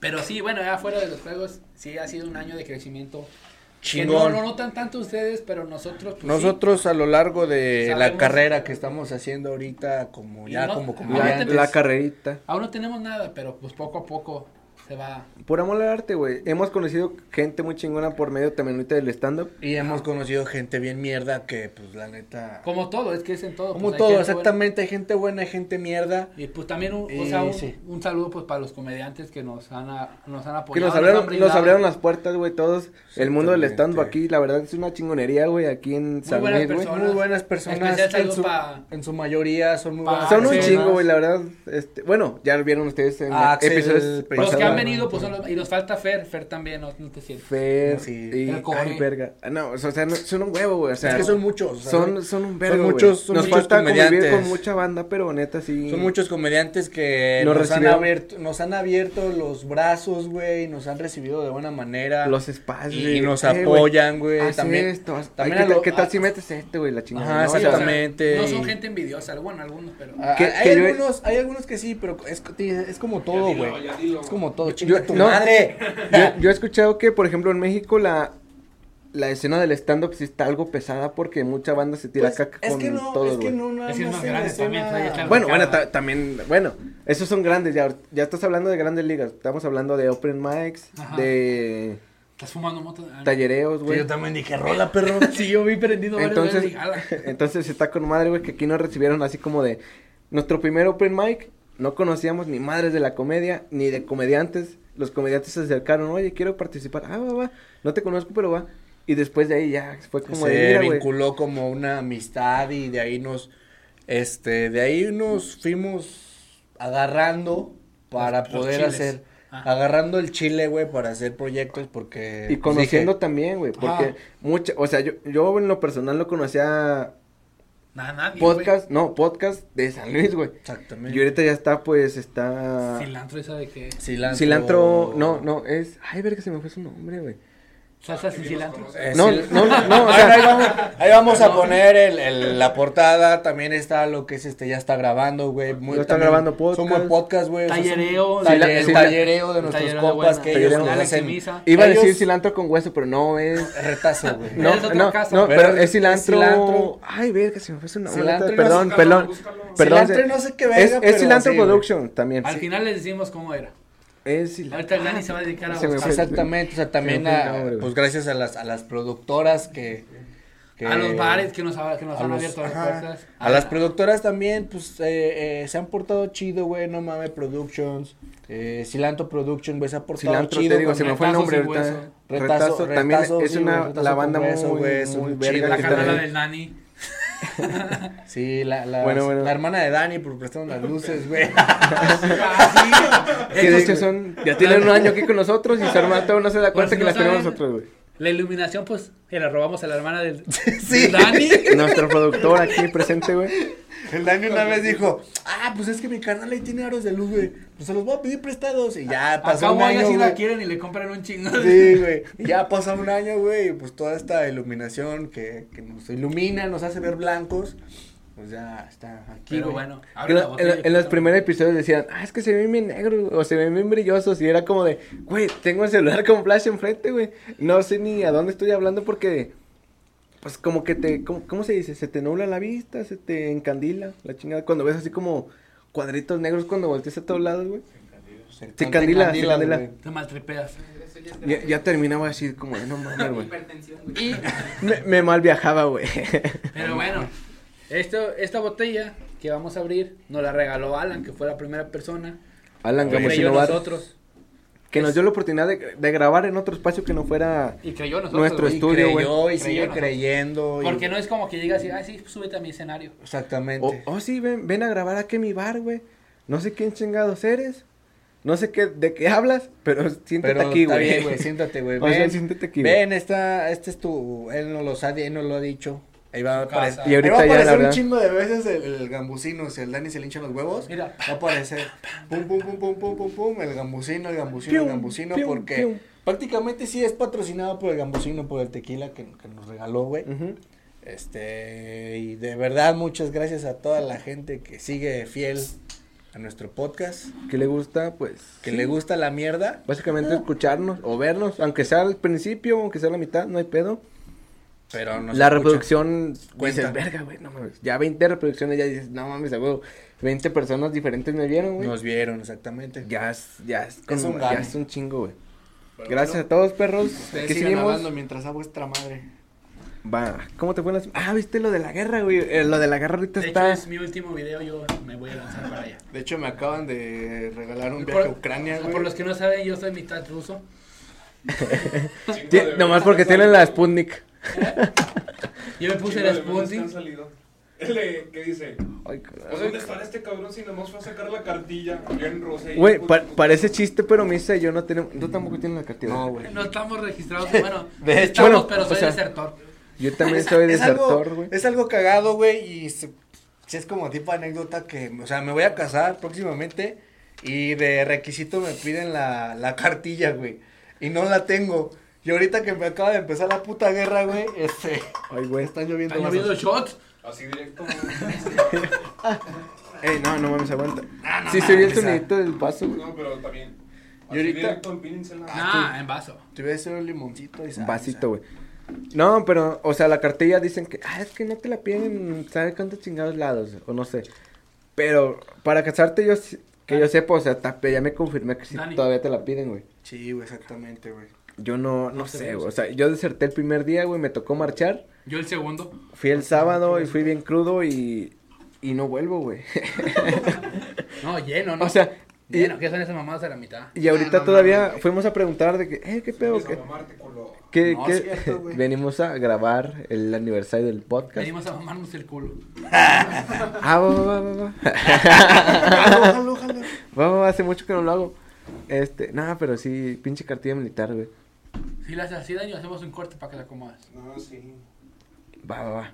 S2: Pero sí, bueno, ya fuera de los juegos, sí ha sido un año de crecimiento. Que no pues
S1: Chingón.
S2: lo notan tanto ustedes, pero nosotros. pues,
S1: Nosotros a lo largo de la
S2: Sabemos-
S1: carrera que estamos haciendo ahorita, como
S2: Y
S1: ya
S2: no-
S1: como
S3: la,
S2: la-
S1: comediantes.
S3: la carrerita.
S2: sí. Aún no tenemos nada, pero pues poco a poco se va.
S3: Por amor al arte, güey. Hemos conocido gente muy chingona por medio también ahorita del stand-up.
S1: Y hemos conocido gente bien mierda que, pues, la neta.
S2: Como todo, es que es en todo.
S1: Como
S2: pues, hay
S1: todo,
S2: gente
S1: exactamente. Hay gente buena, hay gente mierda.
S2: buena. Y pues también, un, o
S1: Y
S2: sea, un,
S1: sí.
S2: un saludo pues para los comediantes que nos han, a- nos han apoyado.
S3: que nos abrieron,
S2: han
S3: nos
S2: brindado
S3: abrieron las puertas, güey, todos. el mundo del
S1: Exactamente.
S3: stand-up aquí, la verdad, es una chingonería, güey, aquí en San
S2: buenas
S3: Luis, güey.
S2: personas.
S1: Muy buenas personas.
S2: Especial
S1: En
S2: saludo
S1: su,
S2: pa-
S1: en su mayoría son muy
S2: pa-
S1: buenas
S3: Son un
S2: Axel,
S1: personas.
S3: chingo, güey, la verdad. Este, bueno, ya lo vieron ustedes en
S1: Axel,
S3: episodios
S1: Pedro.
S2: Los que han
S3: pasados.
S2: venido, pues son los- Y nos falta Fer, Fer también, no, no te sientes.
S3: Fer
S1: Sí.
S3: y
S2: El Core.
S3: ay, verga. Ah, No, o sea, no- son un huevo, güey. O sea,
S1: Es que son muchos. o sea,
S3: son, son un vergo, güey.
S1: muchos, son
S3: Nos
S1: muchos
S3: falta convivir
S1: comediantes.
S3: con mucha banda, pero neta sí.
S1: Son muchos comediantes que
S3: Nos
S1: nos, han
S3: recibieron.
S1: abierto, nos han abierto los brazos, güey, nos han recibido de buena manera.
S3: los espacios.
S1: y
S3: güey.
S1: nos
S3: Eh, güey,
S1: apoyan, güey.
S3: haz
S1: También,
S3: esto, haz-
S1: también
S3: ay,
S1: a
S3: ¿qué,
S1: lo-
S3: tal- qué tal
S1: a-
S3: si metes este, güey, la chingada?
S1: Ajá,
S3: ¿no? O sea,
S1: exactamente.
S2: no son gente envidiosa, bueno, algunos, pero.
S1: Ah,
S3: Que-
S1: hay,
S3: que yo-
S1: algunos, hay algunos que sí, pero es, es como todo,
S4: dilo,
S1: güey.
S4: ya dilo.
S1: Es como todo,
S3: Yo-
S1: chinga tu
S3: no.
S1: madre. Pues,
S3: yo, yo he escuchado que, por ejemplo, en México la, la escena del stand-up sí está algo pesada porque mucha banda se tira
S1: Pues,
S3: caca
S1: es
S3: con
S1: que no,
S3: todo,
S1: es que
S3: güey.
S1: no nada Pues,
S2: Es que es más
S1: en la
S2: grande también,
S1: escena-
S2: ahí está el
S3: Bueno, bueno,
S2: Cada-
S3: ta- también, bueno, esos son grandes, ya, ya estás hablando de grandes ligas, estamos hablando de open mics,
S2: Ajá.
S3: de
S2: Estás fumando moto. Ah, no.
S3: tallereos,
S1: Que
S3: güey.
S1: yo también dije, rola, perro.
S2: Sí, yo vi prendido varias
S3: Entonces,
S2: veces, dije, "Ala".
S3: entonces está con madre, güey, que aquí nos recibieron así como de nuestro primer open mic, no conocíamos ni madres de la comedia, ni de comediantes, los comediantes se acercaron, oye, quiero participar, ah, va, va, no te conozco, pero va, y después de ahí ya fue como de,
S1: se
S3: mira, güey,
S1: vinculó como una amistad y de ahí nos, este, de ahí nos fuimos agarrando para
S2: Los- los
S1: poder
S2: chiles.
S1: hacer,
S2: Ajá.
S1: agarrando el chile, güey, para hacer proyectos porque.
S3: Y
S1: pues,
S3: conociendo
S1: dije,
S3: también, güey, porque
S2: Ajá.
S3: mucha, o sea, yo, yo en lo personal lo conocía
S2: Nada, nadie.
S3: podcast, no, podcast de San Luis, güey. Y
S1: exactamente.
S3: ahorita ya está, pues,
S2: güey.
S3: está...
S2: Cilantro esa de que.
S1: Cilantro.
S3: Cilantro, no, no, es... Ay, verga, se me fue su nombre, güey. ah,
S2: Salsa
S4: que
S2: sin
S4: nos
S2: cilantro.
S4: conoce.
S1: Eh,
S3: No,
S1: cil-
S3: no, no, no, o
S1: Bueno,
S3: sea,
S1: ahí vamos, ahí vamos a poner el, el- la portada. También está lo que es este, ya está grabando, güey. Muy-
S3: Ya está
S1: también
S3: grabando podcast.
S1: Somos podcast, güey. o sea,
S2: Tallereo,
S1: son- talle-
S3: Cila-
S1: el
S3: cila-
S1: tallereo de
S2: el
S1: nuestros
S2: tallereo de
S1: compas
S2: buena.
S1: que
S3: Tallereo
S1: ellos nos
S3: de buena
S1: hacen.
S2: Ximisa.
S3: Iba a decir
S1: ellos-
S3: cilantro con hueso, pero no es...
S1: Retazo, güey.
S3: No,
S2: Es otra
S3: no,
S2: casa.
S3: no,
S1: Pero
S3: pero es
S1: es
S3: cilantro...
S1: cilantro.
S3: Ay, verga, se me fue su nombre.
S1: Cilantro y
S3: perdón,
S4: no-
S3: perdón,
S4: Búscalo.
S3: perdón.
S1: Cilantro y no sé qué verga,
S3: es,
S1: pero
S3: es Cilantro
S1: sí, güey.
S3: Productions también.
S2: Al
S3: sí.
S2: final les decimos cómo era.
S3: Es cilantro.
S2: Ahorita el Dani se va a dedicar a
S3: Se me
S2: buscar.
S3: fue.
S1: Exactamente, o sea,
S3: Se
S1: también
S3: me fue el
S1: a-
S3: nombre, güey.
S1: pues gracias a las, a las productoras que, que-
S2: A los bares que nos, ha- que nos
S1: a
S2: han
S1: los-
S2: abierto las
S1: ajá,
S2: puertas. Ah,
S1: A las productoras también, pues, eh, eh, se han portado chido, güey, no mames, Productions, eh, Cilantro Productions, güey, se ha portado
S3: Cilantro,
S1: chido.
S3: te digo,
S1: güey.
S3: se me fue el
S2: Retazo
S3: nombre
S2: sin
S3: ahorita.
S2: hueso.
S3: Retazo,
S1: Retazo,
S3: también
S1: retazo,
S3: es
S1: sí,
S3: una,
S1: güey, retazo
S3: la
S1: con
S3: banda
S1: hueso,
S3: muy,
S1: güey, es
S3: muy
S1: un chido,
S3: verga
S2: La
S3: que
S1: carnala
S2: carrera
S3: también-
S2: del Dani.
S1: Sí, la, la,
S3: Bueno, bueno.
S1: la hermana de Dani por prestarnos las luces, güey.
S2: Ah, sí.
S3: Que de
S2: Entonces,
S3: hecho son, ya tienen un año aquí con nosotros y su hermano todavía no se da
S2: Pues,
S3: cuenta que
S2: no
S3: las tenemos
S2: saben.
S3: nosotros, güey.
S2: La iluminación, pues, se la robamos a la hermana del,
S1: Sí.
S2: del Dani.
S3: Nuestro productor aquí presente, güey.
S1: El Dani una vez dijo, ah, pues es que mi canal ahí tiene aros de luz, güey, pues se los voy a pedir prestados. Y ya pasó
S2: Acá
S1: un año,
S2: vaya si la
S1: güey.
S2: quieren y le compran un chingo.
S1: Sí, güey. Y Ya pasa un año, güey, y pues toda esta iluminación que, que nos ilumina, nos hace ver blancos, pues ya está aquí,
S2: Pero
S1: güey.
S2: bueno,
S3: En,
S2: abre la
S3: lo- en,
S2: botella,
S3: lo- en los
S2: puta.
S3: primeros episodios decían, ah, es que se ven bien negros o se ven bien brillosos. Y era como de, güey, tengo el celular con flash enfrente, güey. No sé ni a dónde estoy hablando porque, pues como que te, ¿cómo, cómo se dice? Se te nubla la vista, se te encandila la chingada. Cuando ves así como cuadritos negros cuando volteas a todos lados, güey.
S1: Te
S3: candila, te candila.
S1: güey.
S2: Te maltripeas.
S3: Ya, ya terminaba así como de, no mames, güey.
S5: Hipertensión, güey.
S2: Y,
S3: Me, me mal viajaba, güey.
S2: pero bueno, esto, esta botella que vamos a abrir nos la regaló Alan, que fue la primera persona.
S3: Alan
S2: Que
S3: Gamosino
S2: creyó en
S3: Bar,
S2: nosotros.
S3: que nos dio la oportunidad de, de grabar en otro espacio que no fuera...
S2: Y creyó en nosotros.
S3: Nuestro
S2: güey.
S1: Y
S3: estudio, güey.
S1: creyó y
S2: Creyó
S1: sigue
S2: nosotros.
S1: creyendo. y-
S2: Porque no es como que llegas y, ay, sí, súbete a mi escenario.
S1: Este Exactamente.
S3: Oh, oh, sí, ven, ven a grabar aquí a mi bar, güey. No sé quién chingados eres. No sé qué, de qué hablas, pero siéntate
S1: Pero
S3: aquí,
S1: está
S3: güey.
S1: bien, güey, siéntate, güey.
S3: O sea,
S1: Ven,
S3: siéntate aquí, güey.
S1: Ven, esta, este es tu, él no los ha, él no lo ha dicho. Ahí va a
S2: Su casa.
S1: aparecer.
S2: Y
S3: ahorita
S1: ahí va a
S3: ya, la
S1: aparecer un
S3: verdad.
S1: chingo de veces el, el gambusino, si el Dani se le hincha los huevos,
S2: Mira.
S1: va a aparecer pum pum pum pum pum pum pum el gambusino, el gambusino, el
S3: Pium,
S1: gambusino,
S3: pium,
S1: porque
S3: pium. Mm.
S1: prácticamente sí es patrocinado por el gambusino, por el tequila que, que nos regaló, güey.
S3: Ujú.
S1: Este, y de verdad, muchas gracias a toda la gente que sigue fiel a nuestro podcast,
S3: Que le gusta, pues.
S1: que le gusta la mierda.
S3: Básicamente escucharnos o vernos, aunque sea al principio, aunque sea a la mitad, no hay pedo.
S1: Pero nos
S3: la
S1: escucha.
S3: reproducción,
S1: Cuenta.
S3: dices, verga, güey, no mames. Ya 20 reproducciones, ya dices, no mames, a huevo. 20 personas diferentes me vieron, güey.
S1: Nos vieron, exactamente.
S3: Ya es, ya es,
S1: Es un
S3: como- ya
S1: gane.
S3: es un chingo, güey.
S2: Pero
S3: Gracias
S2: bueno,
S3: a todos, perros.
S2: ustedes
S3: Que
S2: sigan
S3: seguimos.
S1: Hablando mientras a vuestra madre.
S3: Va, ¿cómo te fue en la sem- Ah, viste lo de la guerra, güey. Eh, lo de la guerra ahorita
S2: De hecho,
S3: está.
S2: es mi último video, yo me voy a lanzar para allá.
S1: De hecho, me acaban de regalar un viaje a Ucrania, güey.
S2: Por los que no saben, yo soy mitad ruso.
S4: Chingo
S3: Ti-
S4: de
S3: nomás
S4: veces
S3: porque
S4: han
S3: tienen la
S4: salido.
S3: Sputnik.
S2: Yo me puse
S4: Chingo
S2: el
S4: de memes que
S2: Spunting.
S4: han salido. El que dice,
S3: Ay,
S4: pues dónde estará este cabrón si nomás fue a sacar la cartilla. Yo en Rosa y-
S3: Güey, pa- parece chiste, pero Misa y yo no tenemos. Tú tampoco tienes la cartilla.
S1: No, güey.
S2: No estamos registrados, bueno,
S1: De
S2: sí
S1: hecho,
S2: estamos,
S3: bueno,
S2: pero
S3: o
S2: soy
S3: sea-
S2: desertor.
S3: Yo también soy
S1: es algo,
S3: desertor, güey.
S1: es algo cagado, güey, y se- sí es como tipo anécdota que, o sea, me voy a casar próximamente y de requisito me piden la, la cartilla, güey, y no la tengo. Y ahorita que me acaba de empezar la puta guerra, güey, este,
S3: Ay, güey.
S1: están lloviendo
S2: Está
S1: más.
S2: lloviendo shots.
S4: Así directo.
S3: Ey, no, no mames, aguanta.
S1: Ah, no
S3: sí, se oye el
S1: mames,
S3: sonidito del vaso, güey.
S4: No, pero también.
S1: Y ahorita-
S2: Ah, en vaso.
S1: Te voy a hacer un limoncito y sal,
S3: Un vasito, güey. No, pero, o sea, la cartilla dicen que, ah, es que no te la piden, ¿sabes cuántos chingados lados? O no sé. Pero, para casarte, yo, sí- que yo sepa, o sea, tape, ya me confirmé que sí,
S2: Dani.
S3: todavía te la piden, güey.
S1: o sea. Sí, güey, exactamente, güey.
S3: Yo no, no
S2: No
S3: sé,
S2: sabemos.
S3: güey. O sea, yo deserté el primer día, güey, me tocó marchar.
S2: Yo el segundo.
S3: Fui el sábado y fui bien crudo y, y no vuelvo, güey.
S2: No, lleno, ¿no?
S3: o sea, y,
S2: lleno, que son esas mamadas a la mitad.
S3: y ahorita
S1: Ah, no
S3: todavía
S1: mames, güey.
S3: fuimos a preguntar de que, eh, ¿qué pedo? ¿Qué, qué,
S1: No,
S3: qué-
S1: es cierto, güey.
S3: Venimos a grabar el aniversario del podcast.
S2: Venimos a mamarnos el culo.
S3: Ah, va, va, va, va, va.
S1: Ojalá, ojalá.
S3: Va, va, va, hace mucho que no lo hago. Este, nada, pero sí, pinche cartilla militar, güey.
S2: Si las así daño, hacemos un corte para que la acomodes.
S4: No, sí.
S3: Va, va, va.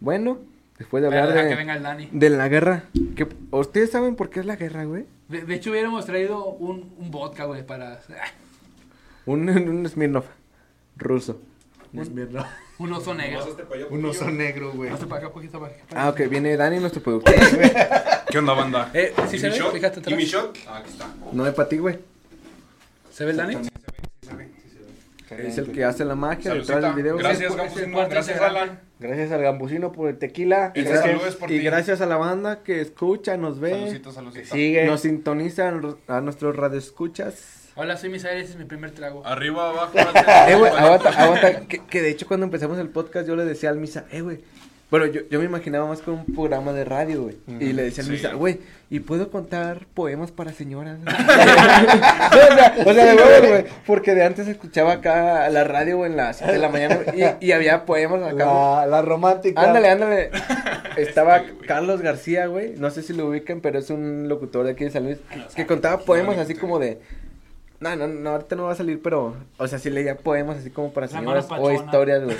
S3: Bueno, después de
S2: Pero
S3: hablar
S2: deja que
S3: de,
S2: venga el Dani.
S3: de la guerra. que ¿Ustedes saben por qué es la guerra, güey?
S2: De, de hecho, hubiéramos traído un, un vodka, güey, para...
S3: Un, un Smirnov ruso.
S2: Un oso
S4: Nomás
S2: negro.
S4: este payo-
S1: Un oso negro, güey.
S2: Hazte para acá, poquito para acá.
S3: Ah, ok, viene Dani, nuestro productor.
S4: ¿Qué onda, banda?
S2: Eh, ¿sí
S4: ¿Y
S2: se
S4: mi
S2: ve?
S4: shot?
S2: Fíjate atrás.
S4: ¿Y mi shot? Ah, aquí está.
S3: No es para ti, güey.
S2: ¿Se ve el Dani?
S4: Sí se ve, sí se ve.
S3: Es el que hace la magia detrás
S4: Saludcita.
S3: del video.
S2: Es
S4: Gracias,
S2: el
S4: Gambusino.
S2: cuarto
S4: Gracias,
S2: integrante.
S4: Alan.
S1: Gracias al gambusino por el tequila.
S4: Y te
S1: Gracias-
S4: saludes por
S3: Y
S4: ti.
S3: gracias a la banda que escucha, nos ve,
S4: Saludcita, saludcita.
S1: Sigue.
S3: nos sintoniza a nuestros radioescuchas.
S2: Hola, soy Misael, ese es mi primer trago.
S4: Arriba, abajo.
S3: Eh, güey, aguanta, aguanta. Que, que de hecho, cuando empezamos el podcast, yo le decía al Misa, eh, güey. Bueno, yo, yo me imaginaba más con un programa de radio, güey. Y le decía al
S4: Sí.
S3: Misa, güey, ¿y puedo contar poemas para señoras? No, o sea, o sea, de huevos, güey. Porque de antes escuchaba acá a la radio güey, en las 7 de la mañana güey, y, y había poemas acá. güey.
S1: La, la romántica.
S3: Ándale, ándale. Estaba
S4: Este, güey.
S3: Carlos García, güey. No sé si lo ubican, pero es un locutor de aquí de San Luis. Que contaba poemas así como de. No, no, no, ahorita no va a salir, pero. O sea, sí leía poemas así como para
S2: La
S3: señoras
S2: mano
S3: o
S2: pachona.
S3: historias, güey.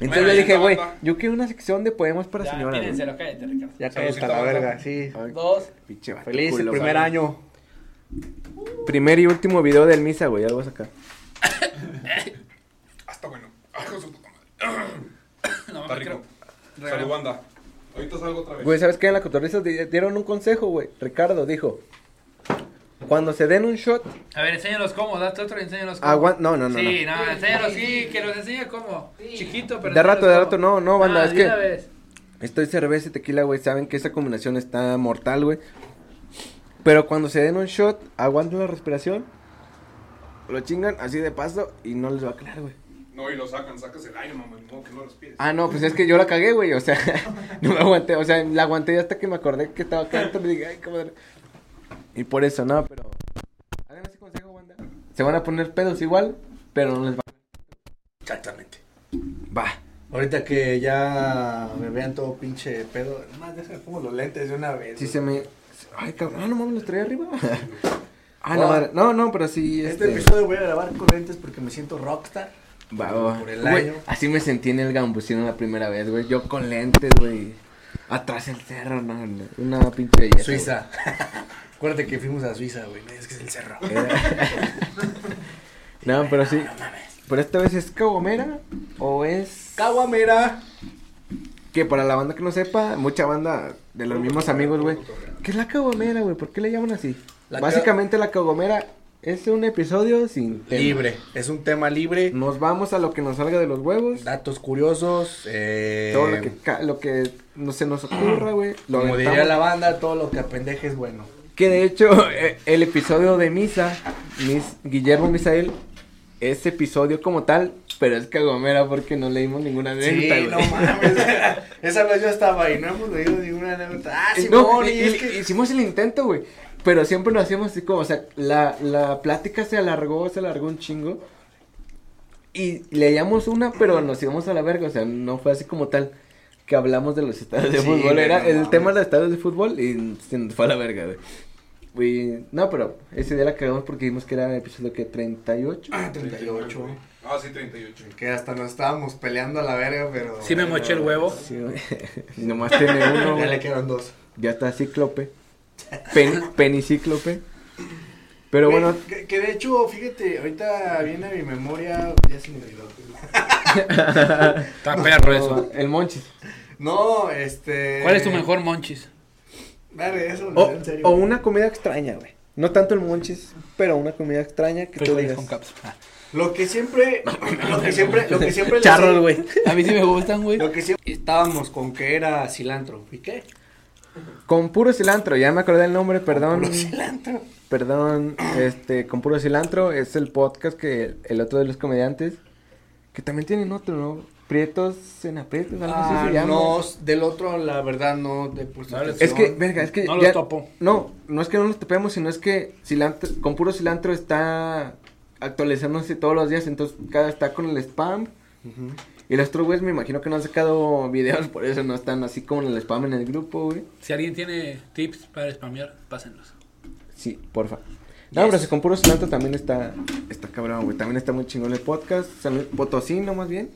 S3: Entonces yo
S4: Bueno, ya
S3: dije,
S4: está,
S3: güey,
S4: banda.
S3: yo quiero una sección de poemas para
S2: Ya,
S3: señoras. güey.
S2: tírenselo, cállate, Ricardo.
S1: Ya
S4: Saludcita,
S1: cállate a la
S4: banda.
S1: verga, sí.
S3: Ay,
S2: Dos.
S3: pinche vato
S1: Feliz el
S3: culo,
S1: primer
S3: güey.
S1: año.
S3: Primer y último video del misa, güey. Algo acá.
S4: Hasta bueno. Ah, hijo de su puta madre.
S2: No,
S4: Está
S2: me
S4: rico.
S2: creo-
S4: Salud, banda. Ahorita salgo otra vez.
S3: Güey, ¿sabes qué? En la cotorriza di- dieron un consejo, güey. Ricardo dijo: Cuando se den un shot,
S2: A ver, enséñalos cómo, date otro y enséñalos cómo.
S3: aguanta. No, no, no. no.
S2: Sí, no, enséñalos, sí, que los enseñe cómo. Chiquito, pero.
S3: De rato, de
S2: enséñalos
S3: rato, no,
S2: cómo.
S3: no, banda,
S2: Ah,
S3: es
S2: de
S3: que-
S2: una vez.
S3: Estoy cerveza y tequila, güey. Saben que esa combinación está mortal, güey. Pero cuando se den un shot, aguanten la respiración. Lo chingan así de paso y no les va a calar, güey.
S4: No, y lo sacan, sacas el aire, mamá. No, que no respires.
S3: Ah, no, pues es que yo la cagué, güey. O sea, no me aguanté. O sea, la aguanté hasta que me acordé que estaba acá adentro. Y dije, ay, comadre. Y por eso, no, pero. Hagan ese consejo, banda. Se van a poner pedos igual, pero no les va.
S1: Exactamente.
S3: Va.
S1: Ahorita que ya me vean todo pinche pedo, más déjame pongo los lentes de una vez.
S3: Si
S1: güey.
S3: se me. Ay, cabrón, ah, no mames, los traía arriba. Ah,
S1: Wow.
S3: no, madre. No, no, pero sí.
S1: Este episodio voy a grabar con lentes porque me siento rockstar.
S3: Va, va, va.
S1: Por el
S3: Güey,
S1: año.
S3: así me sentí en el gambusino la primera vez, güey. Yo con lentes, güey. Atrás el cerro, no, no, una pinche belleza.
S1: Suiza. Acuérdate que fuimos a Suiza, güey. No, es que es el cerro.
S3: güey. Era- no, pero sí. Pero esta vez es Caguamera o es.
S1: Caguamera.
S3: Que para la banda que no sepa, mucha banda de los mismos amigos, güey. ¿Qué es la caguamera, güey? ¿Por qué le llaman así?
S1: La
S3: Básicamente la caguamera es un episodio sin tema.
S1: Libre. Es un tema libre.
S3: Nos vamos a lo que nos salga de los huevos.
S1: Datos curiosos. eh,
S3: Todo lo que, ca- lo que no se nos ocurra, güey. Lo
S1: como diría
S3: aventamos.
S1: la banda, todo lo que apendeje es bueno.
S3: Que de hecho, eh, el episodio de Misa, Mis- Guillermo Misael, ese episodio como tal, pero es cagomera porque no leímos ninguna
S1: Sí, no
S3: anécdota, güey.
S1: mames. Esa vez yo estaba ahí, no hemos leído ninguna anécdota. Ah,
S3: Eh,
S1: sí,
S3: no,
S1: no,
S3: y- y- hicimos el intento, güey. Pero siempre lo hacíamos así como, o sea, la, la plática se alargó, se alargó un chingo. Y leíamos una, pero nos íbamos a la verga, o sea, no fue así como tal que hablamos de los estadios de
S1: Sí,
S3: fútbol.
S1: güey,
S3: Era
S1: no
S3: el
S1: mames.
S3: tema de los estadios de fútbol y se nos fue a la verga, güey. Güey, no, pero ese día la cagamos porque vimos que era el episodio que 38.
S1: Ah, 38.
S4: Ah, sí, 38.
S1: Que hasta nos estábamos peleando a la verga, pero.
S2: Sí me moché el huevo.
S3: Sí, güey. Nomás tiene uno,
S1: Ya
S3: güey.
S1: le quedan dos.
S3: Ya está cíclope. Pen, penicíclope. Pero
S1: Güey,
S3: bueno,
S1: Que, que de hecho, fíjate, ahorita viene a mi memoria. Ya se me olvidó.
S2: Está perro
S3: no,
S2: eso.
S3: el Monchis.
S1: No, este.
S2: ¿Cuál es tu mejor monchis?
S1: Dale, eso,
S3: O,
S1: en
S2: Oh.
S1: serio.
S3: o una comida extraña, güey. No tanto el Monchis, pero una comida extraña que tú
S2: Frijoles
S3: digas.
S2: con caps. Ah.
S1: Lo que siempre. lo que siempre. Lo que siempre. les-
S3: Charros, güey.
S2: A mí sí me gustan, güey.
S1: Lo que siempre. Estábamos con que era cilantro. ¿Y qué?
S3: Con puro cilantro, ya me acordé el nombre, perdón.
S1: Puro cilantro.
S3: Perdón, este, con puro cilantro es el podcast que el, otro de los comediantes, que también tienen otro, ¿no? Prietos en aprietos, algo así
S1: Ah,
S3: se llama.
S1: no, del otro, la verdad, no. De prostitución.
S3: Es que, verga, es que.
S2: No los topo.
S3: No, no es que no los topemos, sino es que cilantro, con puro cilantro está actualizándose todos los días, entonces cada está con el spam.
S1: Ujú.
S3: Y los otros güeyes me imagino que no han sacado videos, por eso no están así como en el spam en el grupo, güey.
S2: Si alguien tiene tips para spamear, pásenlos.
S3: Sí, porfa. No, pero si con puro cilantro también está, está cabrón, güey. También está muy chingón el podcast. San Luis Potosino, más bien.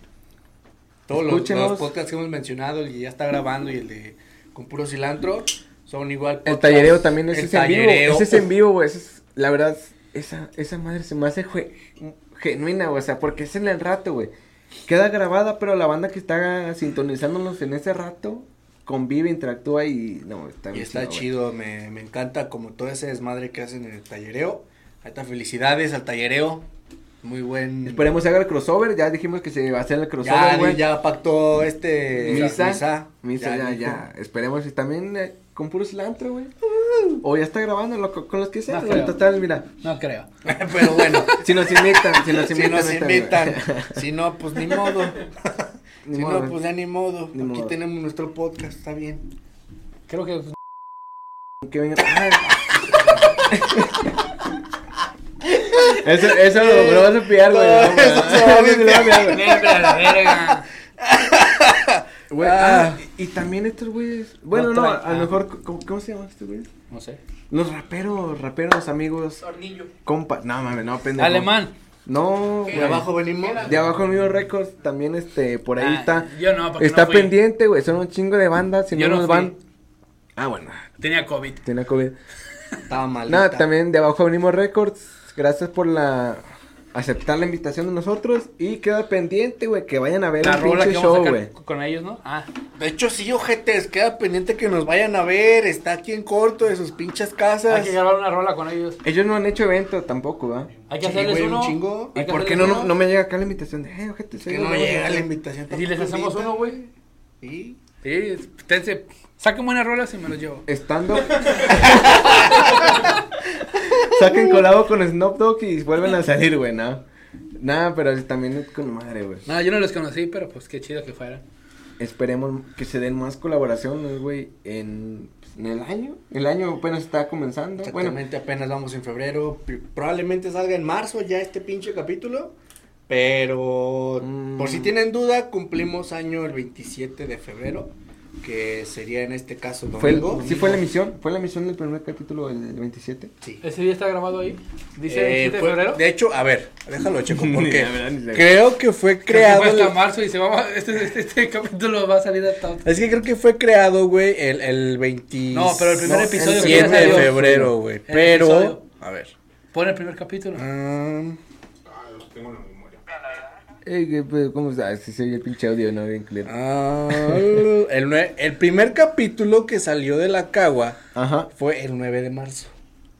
S1: Todos los,
S3: Escúchenos.
S1: los podcasts que hemos mencionado, el que ya está grabando y el de con puro cilantro, son igual.
S3: El
S1: podcasts.
S3: tallereo también, ese
S1: El
S3: es en vivo.
S1: tallereo,
S3: Ese es
S1: uf.
S3: en vivo, güey. ese es- la verdad, esa, esa madre se me hace jue- genuina, güey. O sea, porque es en el rato, güey. Queda grabada, pero la banda que está sintonizándonos en ese rato convive, interactúa y. No, está
S1: Y
S3: bien
S1: está
S3: güey.
S1: chido, me, me encanta como todo ese desmadre que hacen en el tallereo. Ahí está, felicidades al tallereo. Muy buen.
S3: Esperemos se haga el crossover. Ya dijimos que se va a hacer el
S1: ya,
S3: crossover,
S1: di-
S3: güey.
S1: ya pactó este.
S3: Misa, misa, ya, ya,
S1: dijo.
S3: Esperemos y también eh, con puro cilantro, güey. O ya está grabando lo- con los que sea.
S2: No
S3: güey.
S2: creo.
S3: total, mira.
S2: No creo.
S1: Pero bueno,
S3: Si nos invitan, si nos
S1: si
S3: invitan.
S1: nos
S3: ahí está, güey.
S1: invitan. si no, pues ni modo.
S3: Ni
S1: si
S3: modo.
S1: no, pues ya ni modo.
S3: Ni
S1: Aquí
S3: modo.
S1: tenemos nuestro podcast, está bien.
S2: Creo que
S3: Que vengan. Ay. Eso, eso lo vas a pillar, güey.
S1: Todo
S3: no, güey.
S1: eso se va a
S3: Eso se lo vas a pillar, güey.
S2: Verga, la verga.
S3: Güey,
S1: Ah.
S3: ah, y también estos güeyes. Bueno,
S2: No
S3: no,
S2: trae-
S3: a
S2: ah.
S3: lo mejor. ¿cómo, cómo se llaman estos güeyes?
S2: No sé.
S3: Los raperos, raperos, amigos,
S5: Tornillo.
S3: compas. No, mames, no, pendejo.
S2: Alemán.
S3: No,
S5: De
S3: güey.
S1: De abajo venimos.
S3: De abajo mío récords también este por ahí
S2: Ah,
S3: está.
S2: yo no, porque
S3: está
S2: no fui.
S3: pendiente, güey, son un chingo de bandas, si
S2: Yo
S3: no
S2: no
S3: nos
S2: fui.
S3: van. Ah, bueno,
S2: Tenía COVID.
S3: tiene COVID.
S1: Estaba mal.
S3: Nada, también de abajo venimos récords. Gracias por la aceptar la invitación de nosotros y queda pendiente, güey, que vayan a ver
S2: La
S3: el
S2: rola
S3: pinche
S2: que vamos
S3: show,
S2: a
S3: güey.
S2: sacar con ellos, ¿no? Ah,
S1: De hecho, sí, ojetes, queda pendiente que nos vayan a ver. Está aquí en corto de sus pinches
S2: hay
S1: casas.
S2: que grabar una rola con ellos.
S3: Ellos no han hecho evento tampoco, ¿va?
S2: Hay que
S1: Sí,
S2: hacerles
S1: güey, un
S2: uno.
S1: chingo.
S2: Hay
S3: ¿Y
S2: que
S3: por qué no,
S2: hacerles
S3: no,
S2: uno.
S3: no me llega acá la invitación? De, eh, ojete,
S1: Que
S3: sí,
S1: no
S3: vamos a
S1: llega la
S3: hacer".
S1: invitación.
S2: ¿Y si les hacemos uno, güey?
S1: Sí.
S2: Sí, tense. Saquen buenas rolas y me los llevo.
S3: Estando. Saquen colado con Snoop Dogg y vuelven a salir, güey, ¿no? Nada, pero también es con madre, güey.
S2: No, yo no los conocí, pero pues qué chido que fueran.
S3: Esperemos que se den más colaboraciones, güey, en, pues, en el año. El año apenas está comenzando. Bueno,
S1: Exactamente, apenas vamos en febrero. P- Probablemente salga en marzo ya este pinche capítulo. Pero
S3: Mm.
S1: por si tienen duda, cumplimos año el 27 de febrero. Que sería en este caso domingo.
S3: fue el- sí
S1: Domingo.
S3: fue la emisión. Fue la emisión del primer capítulo, el, el 27.
S1: Sí.
S2: ¿Ese día está grabado ahí? Dice
S1: Eh,
S2: 7 de
S1: fue-
S2: febrero.
S1: De hecho, a ver, déjalo checo
S3: Ni
S1: porque
S3: la verdad, ni la-
S1: creo que fue
S2: Creo que
S1: creado.
S2: fue hasta marzo y se va a- este, este, este capítulo va a salir hasta
S1: Es que creo que fue creado, güey, el, el 20...
S2: No, pero el primer episodio
S3: que ya
S1: 7 de
S3: salió.
S1: febrero, güey. Pero...
S2: episodio.
S1: A ver.
S2: Ah, Pon el primer capítulo.
S1: mm,
S4: Ah, los tengo en la memoria.
S3: Ey, que, pues, ¿Cómo está? Sí, se oye el pinche audio, ¿no? Bien clear.
S5: Ah, el, nue- el primer capítulo que salió de la cagua
S3: Ajá.
S5: fue el 9 de marzo.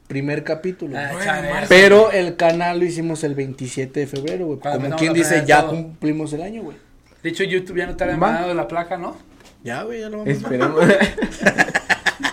S5: Primer capítulo.
S2: Ah,
S4: Nueve
S2: chale.
S4: de marzo.
S5: Pero el canal lo hicimos el 27 de febrero, güey.
S2: Cuando
S5: Como
S2: empezamos
S5: quien
S2: a
S5: dice,
S2: planear
S5: ya
S2: todo.
S5: cumplimos el año, güey.
S2: De hecho, YouTube ya no está
S3: Va.
S2: demandado de la placa, ¿no?
S5: Ya, güey, ya lo vamos a
S3: Esperemos.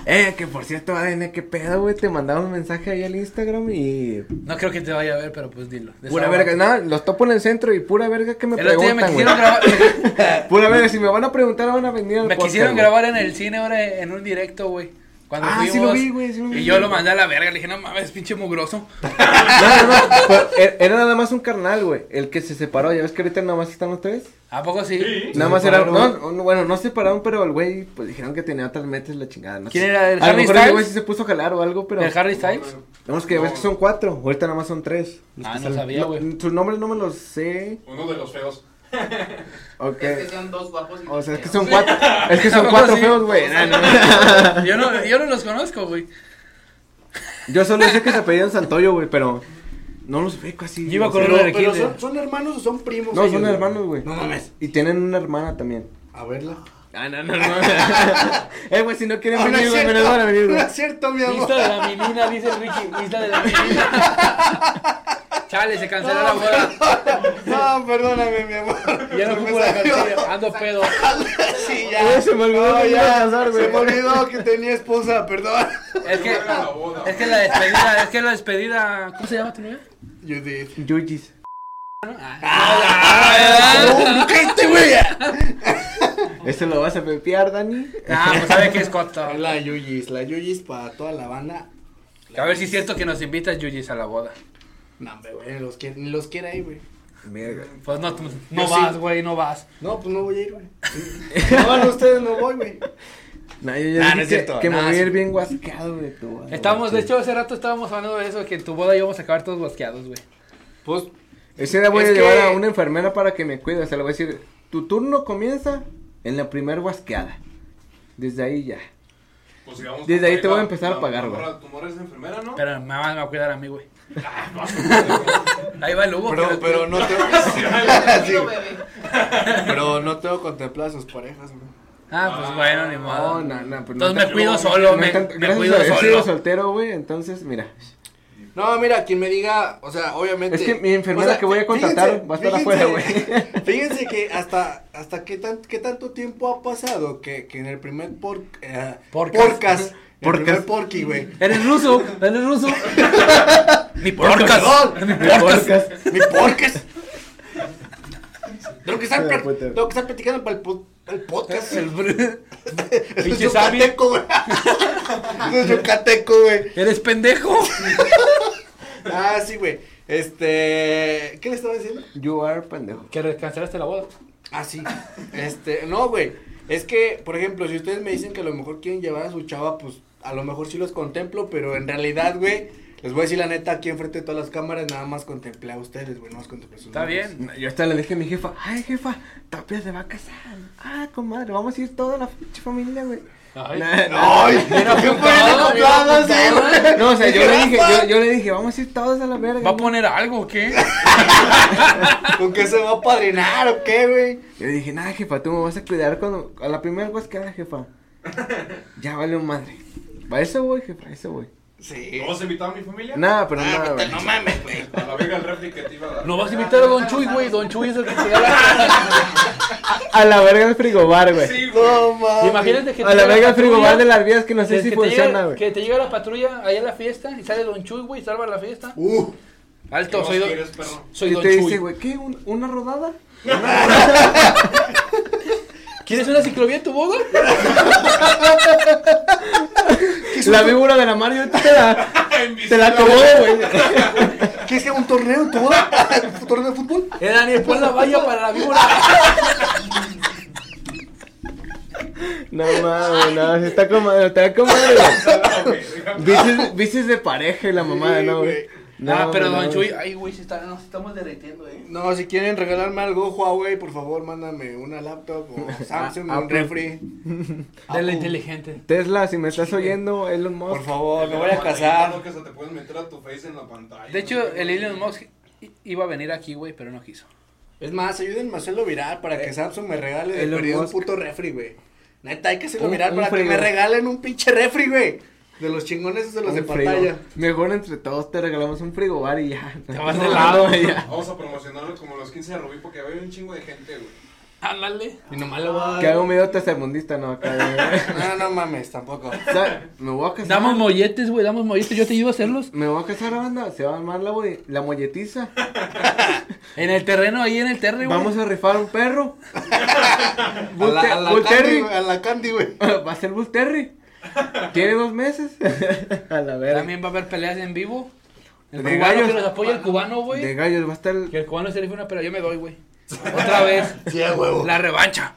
S3: eh, que por cierto, ADN, qué pedo, güey. Te mandaba un mensaje ahí al Instagram y.
S2: No creo que te vaya a ver, pero pues dilo.
S3: Pura
S2: Desahoga.
S3: verga, nada, los topo en el centro y pura verga que me
S2: El otro día me
S3: preguntan, güey.
S2: quisieron grabar.
S3: Pura verga, si me van a preguntar, van a venir al
S2: Me
S3: podcast,
S2: quisieron
S3: güey.
S2: grabar en el cine ahora en un directo, güey. Cuando
S3: Ah,
S2: fuimos,
S3: sí lo vi, güey, sí lo vi.
S2: Y yo lo mandé a la verga, le dije, no mames, pinche mugroso.
S3: No, no, no, pero er- era nada más un carnal, güey, el que se separó, ya ves que ahorita nada más están los tres.
S2: ¿A poco sí?
S4: Sí.
S3: Nada
S5: Se
S3: más era,
S5: separaron.
S3: no, no, bueno, no se separaron, pero el güey, pues dijeron que tenía otras metas la chingada, no
S2: ¿Quién
S3: sé.
S2: era, el
S3: A lo
S2: Harry
S3: mejor
S2: Styles?
S3: el güey sí se puso a jalar o algo, pero.
S2: ¿El Harry Styles?
S3: Vamos que ya ves que son cuatro, ahorita nada más son tres. los
S2: Ah,
S3: que
S2: no
S3: salen.
S2: sabía, güey.
S3: Sus nombres no me los sé,
S4: Uno de los feos.
S3: ok.
S6: Es que sean dos guapos y
S3: O sea, es que
S6: feos.
S3: son cuatro, es que son
S2: Tampoco
S3: cuatro
S2: sí.
S3: feos, güey. Ah, no.
S2: Yo no, yo no los conozco, güey.
S3: Yo solo sé que se apellían Santoyo, güey, pero no los veo casi.
S2: Yo iba
S3: o
S2: con
S3: sea,
S5: Pero,
S2: uno de
S5: pero
S2: kinder.
S5: son, son hermanos o son primos.
S3: No,
S5: ellos,
S3: son hermanos, güey.
S5: No mames.
S3: Y tienen una hermana también.
S5: A verla.
S3: Ah, no, no, no. eh, güey, si no quieren
S5: Ah, no
S3: venir,
S5: es
S3: güey, me
S5: cierto,
S3: les van a venir,
S5: no
S3: güey.
S5: es cierto, mi amor.
S2: Isla de la menina, dice Ricky. Isla de la menina. Chale, se canceló la boda.
S5: No, perdóname, mi amor.
S2: Ya no ocupo la cantina. Ando pedo.
S5: Sí,
S3: Güey,
S5: ya.
S3: se me olvidó
S5: No,
S3: que iba a
S5: Oh, ya.
S3: pasar,
S5: Se
S3: güey.
S5: me olvidó que tenía esposa, perdón.
S2: Es que,
S4: Era la boda.
S2: Ah, es que la despedida, es que la despedida. ¿Cómo se llama tu novia?
S5: Yo dije.
S3: Yuyis.
S5: ¡Oh, este, güey!
S3: Este lo vas a pepear, Dani.
S2: Ah, pues sabe que es Coto.
S5: La Yuyis, la Yuyis para toda la banda.
S2: A ver si es cierto que nos invitas, Yuyis, a la boda.
S5: No, hombre, güey, los quiere, ni los quiere ahí, güey.
S3: Verga.
S2: Pues no, tú- no
S5: Yo
S2: vas,
S5: sí.
S2: güey, no vas.
S5: No, pues no voy a ir, güey. No van ustedes, no voy, güey.
S3: No, yo ya
S5: Ah,
S3: dije
S5: no es
S3: que,
S5: cierto.
S3: que me
S5: Ah,
S3: voy a
S5: sí.
S3: ir bien guasqueado, güey. tú, güey.
S2: Estamos, de hecho, hace rato estábamos hablando de eso, que en tu boda íbamos a acabar todos guasqueados, güey.
S5: Pues,
S3: Ese día voy
S5: Es
S3: a llevar
S5: que-
S3: a una enfermera para que me cuide. O sea, le voy a decir, tu turno comienza en la primer guasqueada. Desde ahí ya.
S4: Pues digamos.
S3: Desde ahí
S4: tu
S3: te voy a
S4: morra-
S3: empezar a
S4: tu
S3: pagar,
S4: morra-
S3: güey.
S4: Tu morra es enfermera, ¿no?
S2: Pero pues, me van a cuidar a mí, güey. Ahí va el Hugo. que
S5: pero,
S2: lo-
S5: pero no tengo. Sí,
S6: Tranquilo,
S5: güey.
S6: bebé.
S5: pero no tengo contemplado a sus parejas, güey.
S2: Ah, pues bueno, ni modo.
S3: No, no, no. pues no
S2: Entonces me
S3: tan-
S2: cuido
S3: no,
S2: solo,
S3: no
S2: me,
S3: tan-
S2: me
S3: gracias
S2: cuido
S3: a Dios, sigo
S2: solo.
S3: soltero, güey. Entonces, mira.
S5: No, mira, quien me diga, o sea, obviamente.
S3: Es que mi enfermera que voy a contratar va a estar afuera, güey.
S5: Fíjense que hasta, hasta qué, tan, qué tanto tiempo ha pasado que, que en el primer por, eh,
S2: Podcast.
S5: podcast, en el primer
S3: Podcast.
S5: porky, güey.
S2: Eres ruso, eres ruso. Mi porcas.
S5: Perdón,
S2: Mi porcas.
S5: Mi podcast. Lo que están,
S3: Hijo de
S5: plat-
S3: puta.
S5: lo que están platicando para el, po- para el podcast.
S2: El br-
S5: Es
S2: pinche
S5: yucateco, güey. Es yucateco, güey.
S2: Eres pendejo.
S5: Ah, sí, güey. Este. ¿Qué le estaba diciendo?
S3: You are pendejo.
S2: Que descansaraste la boda.
S5: Ah, sí. Este. No, güey. Es que, por ejemplo, si ustedes me dicen que a lo mejor quieren llevar a su chava, pues a lo mejor sí los contemplo, pero en realidad, güey. Les voy a decir la neta aquí enfrente de todas las cámaras, nada más contemplé a ustedes, güey, no más contemplé a sus
S2: Está
S5: novios.
S2: bien.
S3: No, Yo hasta le dije a mi jefa, ay jefa, Tapia se va a casar. Ah, comadre, vamos a ir toda la pinche familia, güey.
S2: Ay.
S3: Nah, nah.
S5: ¡Ay! ¡Pero qué
S2: bien
S5: bueno!
S2: acoplado,
S5: sí, güey!
S3: No, o sea, yo le dije, yo, yo le dije, vamos a ir todos a la verga.
S2: ¿Va a poner algo o qué?
S5: ¿Con qué se va a padrinar o qué, güey?
S3: Yo le dije, nada, jefa, tú me vas a cuidar cuando, a la primera guascada, jefa. ya vale un madre. Va eso voy, jefa, a eso voy.
S5: Sí.
S2: pues,
S4: ¿No vas a invitar a mi familia?
S3: Nada, pero
S5: Ah,
S3: nada,
S5: vete,
S3: güey.
S5: no mames, güey.
S4: A la verga el refri que te iba a dar.
S2: Lo vas a invitar a Don Chuy, güey. Don Chuy es el que te da la...
S3: A la verga el frigobar, güey.
S4: Sí, güey.
S5: No mames.
S2: Imagínate que
S3: A la
S2: llega
S3: verga el frigobar
S2: patrulla,
S3: de las vías que no sé
S2: que-
S3: si
S2: que te
S3: funciona,
S2: llega-
S3: güey.
S2: Que te llega la patrulla allá a la fiesta y sale Don Chuy, güey, y salva la fiesta.
S5: Uh,
S4: ¿Qué
S2: Alto,
S4: más
S2: soy Don,
S4: quieres, pues? perro?
S2: soy
S3: Y
S2: don
S3: te dice,
S2: Chuy.
S3: güey, ¿qué? ¿Un- ¿Una rodada?
S2: ¿Quieres una ciclovía en tu boda?
S3: La víbora de la Mario te la, te la acomodo, güey.
S5: ¿qué es que un torneo, tú? ¿Un torneo de fútbol?
S2: Era Daniel, Eh, pon la valla para la víbora.
S3: No mames, no, se está comadre, está comadre, güey. Vices, vices de pareja y la mamada,
S5: Sí,
S3: ¿no,
S5: güey.
S3: güey? No,
S2: ah, pero
S3: no,
S2: Don
S3: güey.
S2: Chuy, ay, güey, se está- nos estamos derritiendo, eh.
S5: No, si quieren regalarme algo, Huawei, por favor, mándame una laptop o Samsung,
S3: Ah,
S5: un
S3: Apple.
S5: refri.
S2: De la
S5: Apple.
S2: inteligente.
S3: Tesla, si me estás oyendo, Elon Musk.
S5: Por favor, me voy a
S4: Lo
S5: casar.
S4: que se te pueden meter a tu face en la pantalla.
S2: De hecho, el Elon Musk i- iba a venir aquí, güey, pero no quiso.
S1: Es más, ayúdenme a hacerlo viral para que Samsung me regale de
S3: Eh, Elon
S1: perdido un
S3: Musk.
S1: puto refri, güey. Neta, hay que hacerlo
S3: Un-
S1: viral
S3: un
S1: para que me
S3: frigo.
S1: regalen un pinche refri, güey. De los chingones esos de los de
S3: Un frigo.
S1: pantalla.
S3: Mejor entre todos te regalamos un frigobar y ya.
S2: Te vas de lado, güey. ya.
S4: Vamos a promocionarlo como los 15 de Rubí porque va a haber un chingo de gente, güey.
S2: Ándale. Y nomás le voy a
S3: Que
S2: dar.
S3: haga un video tercermundista, no, acá. güey.
S1: No, no mames, tampoco.
S3: O sea, me voy a casar.
S2: Damos molletes, güey, damos molletes. Yo te ayudo a hacerlos.
S3: Me voy a casar, banda. Se va a armar la, boy- la molletiza.
S2: En el terreno, ahí en el terreno, güey.
S3: Vamos a rifar un perro.
S1: A la, a la
S3: Bull
S1: Candy,
S3: Terry.
S1: güey, a la Candy, güey.
S3: Va a ser Bull Terry. Tiene dos meses. a la verga.
S2: También va a haber peleas en vivo. El
S3: De
S2: cubano
S3: gallos.
S2: que nos apoya el cubano,
S3: De
S2: güey.
S3: gallos va a estar.
S2: Que el cubano se le fue una, pero yo me doy, güey. Otra vez.
S1: Sí, a huevo.
S2: La revancha.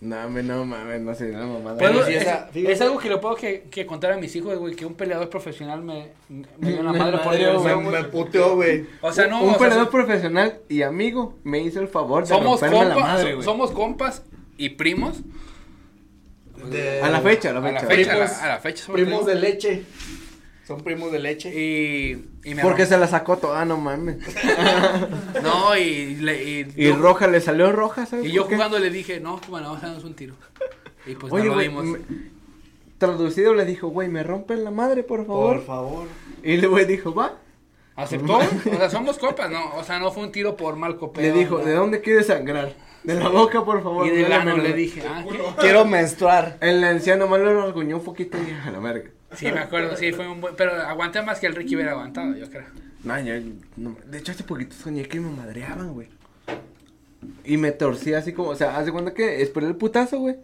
S3: No, me no mames, no sé, no mamada.
S2: Pero
S1: sí
S2: es,
S1: está, fíjate.
S2: es algo que le puedo que, que contar a mis hijos, güey, que un peleador profesional me, me dio la
S3: Me
S2: madre por
S3: madreó,
S2: diversión,
S1: Me,
S3: güey.
S2: güey.
S1: me puteó, güey.
S2: O sea, no,
S3: un
S2: o sea,
S3: perdedor profesional y amigo me hizo el favor de
S2: somos
S3: romperme
S2: compas,
S3: la madre,
S2: so-
S3: güey.
S2: somos compas y primos.
S1: De-
S3: A la fecha, a la
S2: A
S3: fecha.
S2: la fecha, a la,
S1: Primos-
S2: a la fecha somos
S1: Primos de leche. Son primos de leche.
S2: Y, y me
S3: Porque
S2: romp-
S3: se la sacó toda, no mames.
S2: No, y, le- y,
S3: Y
S2: yo,
S3: roja, le salió roja, ¿sabes?
S2: y yo
S3: por qué?
S2: jugando le dije, no, bueno, vamos a darnos un tiro. Y pues
S3: Oye,
S2: no lo
S3: güey,
S2: dimos.
S3: me- traducido le dijo, güey, me rompen la madre, por favor.
S1: Por favor.
S3: Y el güey dijo, va.
S2: ¿Aceptó? O sea, somos compas, no. O sea, no fue un tiro por mal copeo.
S3: le dijo,
S2: ¿no?
S3: ¿de dónde quieres sangrar? De la boca, por favor.
S2: Y de
S3: duélemelo".
S2: lano le dije, ah,
S1: Quiero menstruar.
S3: El anciano malo lo orguñó un poquito y a la verga.
S2: sí, me acuerdo, sí, fue un buen. Pero aguanté más que el Ricky hubiera aguantado, yo creo.
S3: No, yo, no, de hecho hace poquito soñé que me madreaban, güey. Y me torcí así como, o sea, haz de cuenta que esperé el putazo, güey.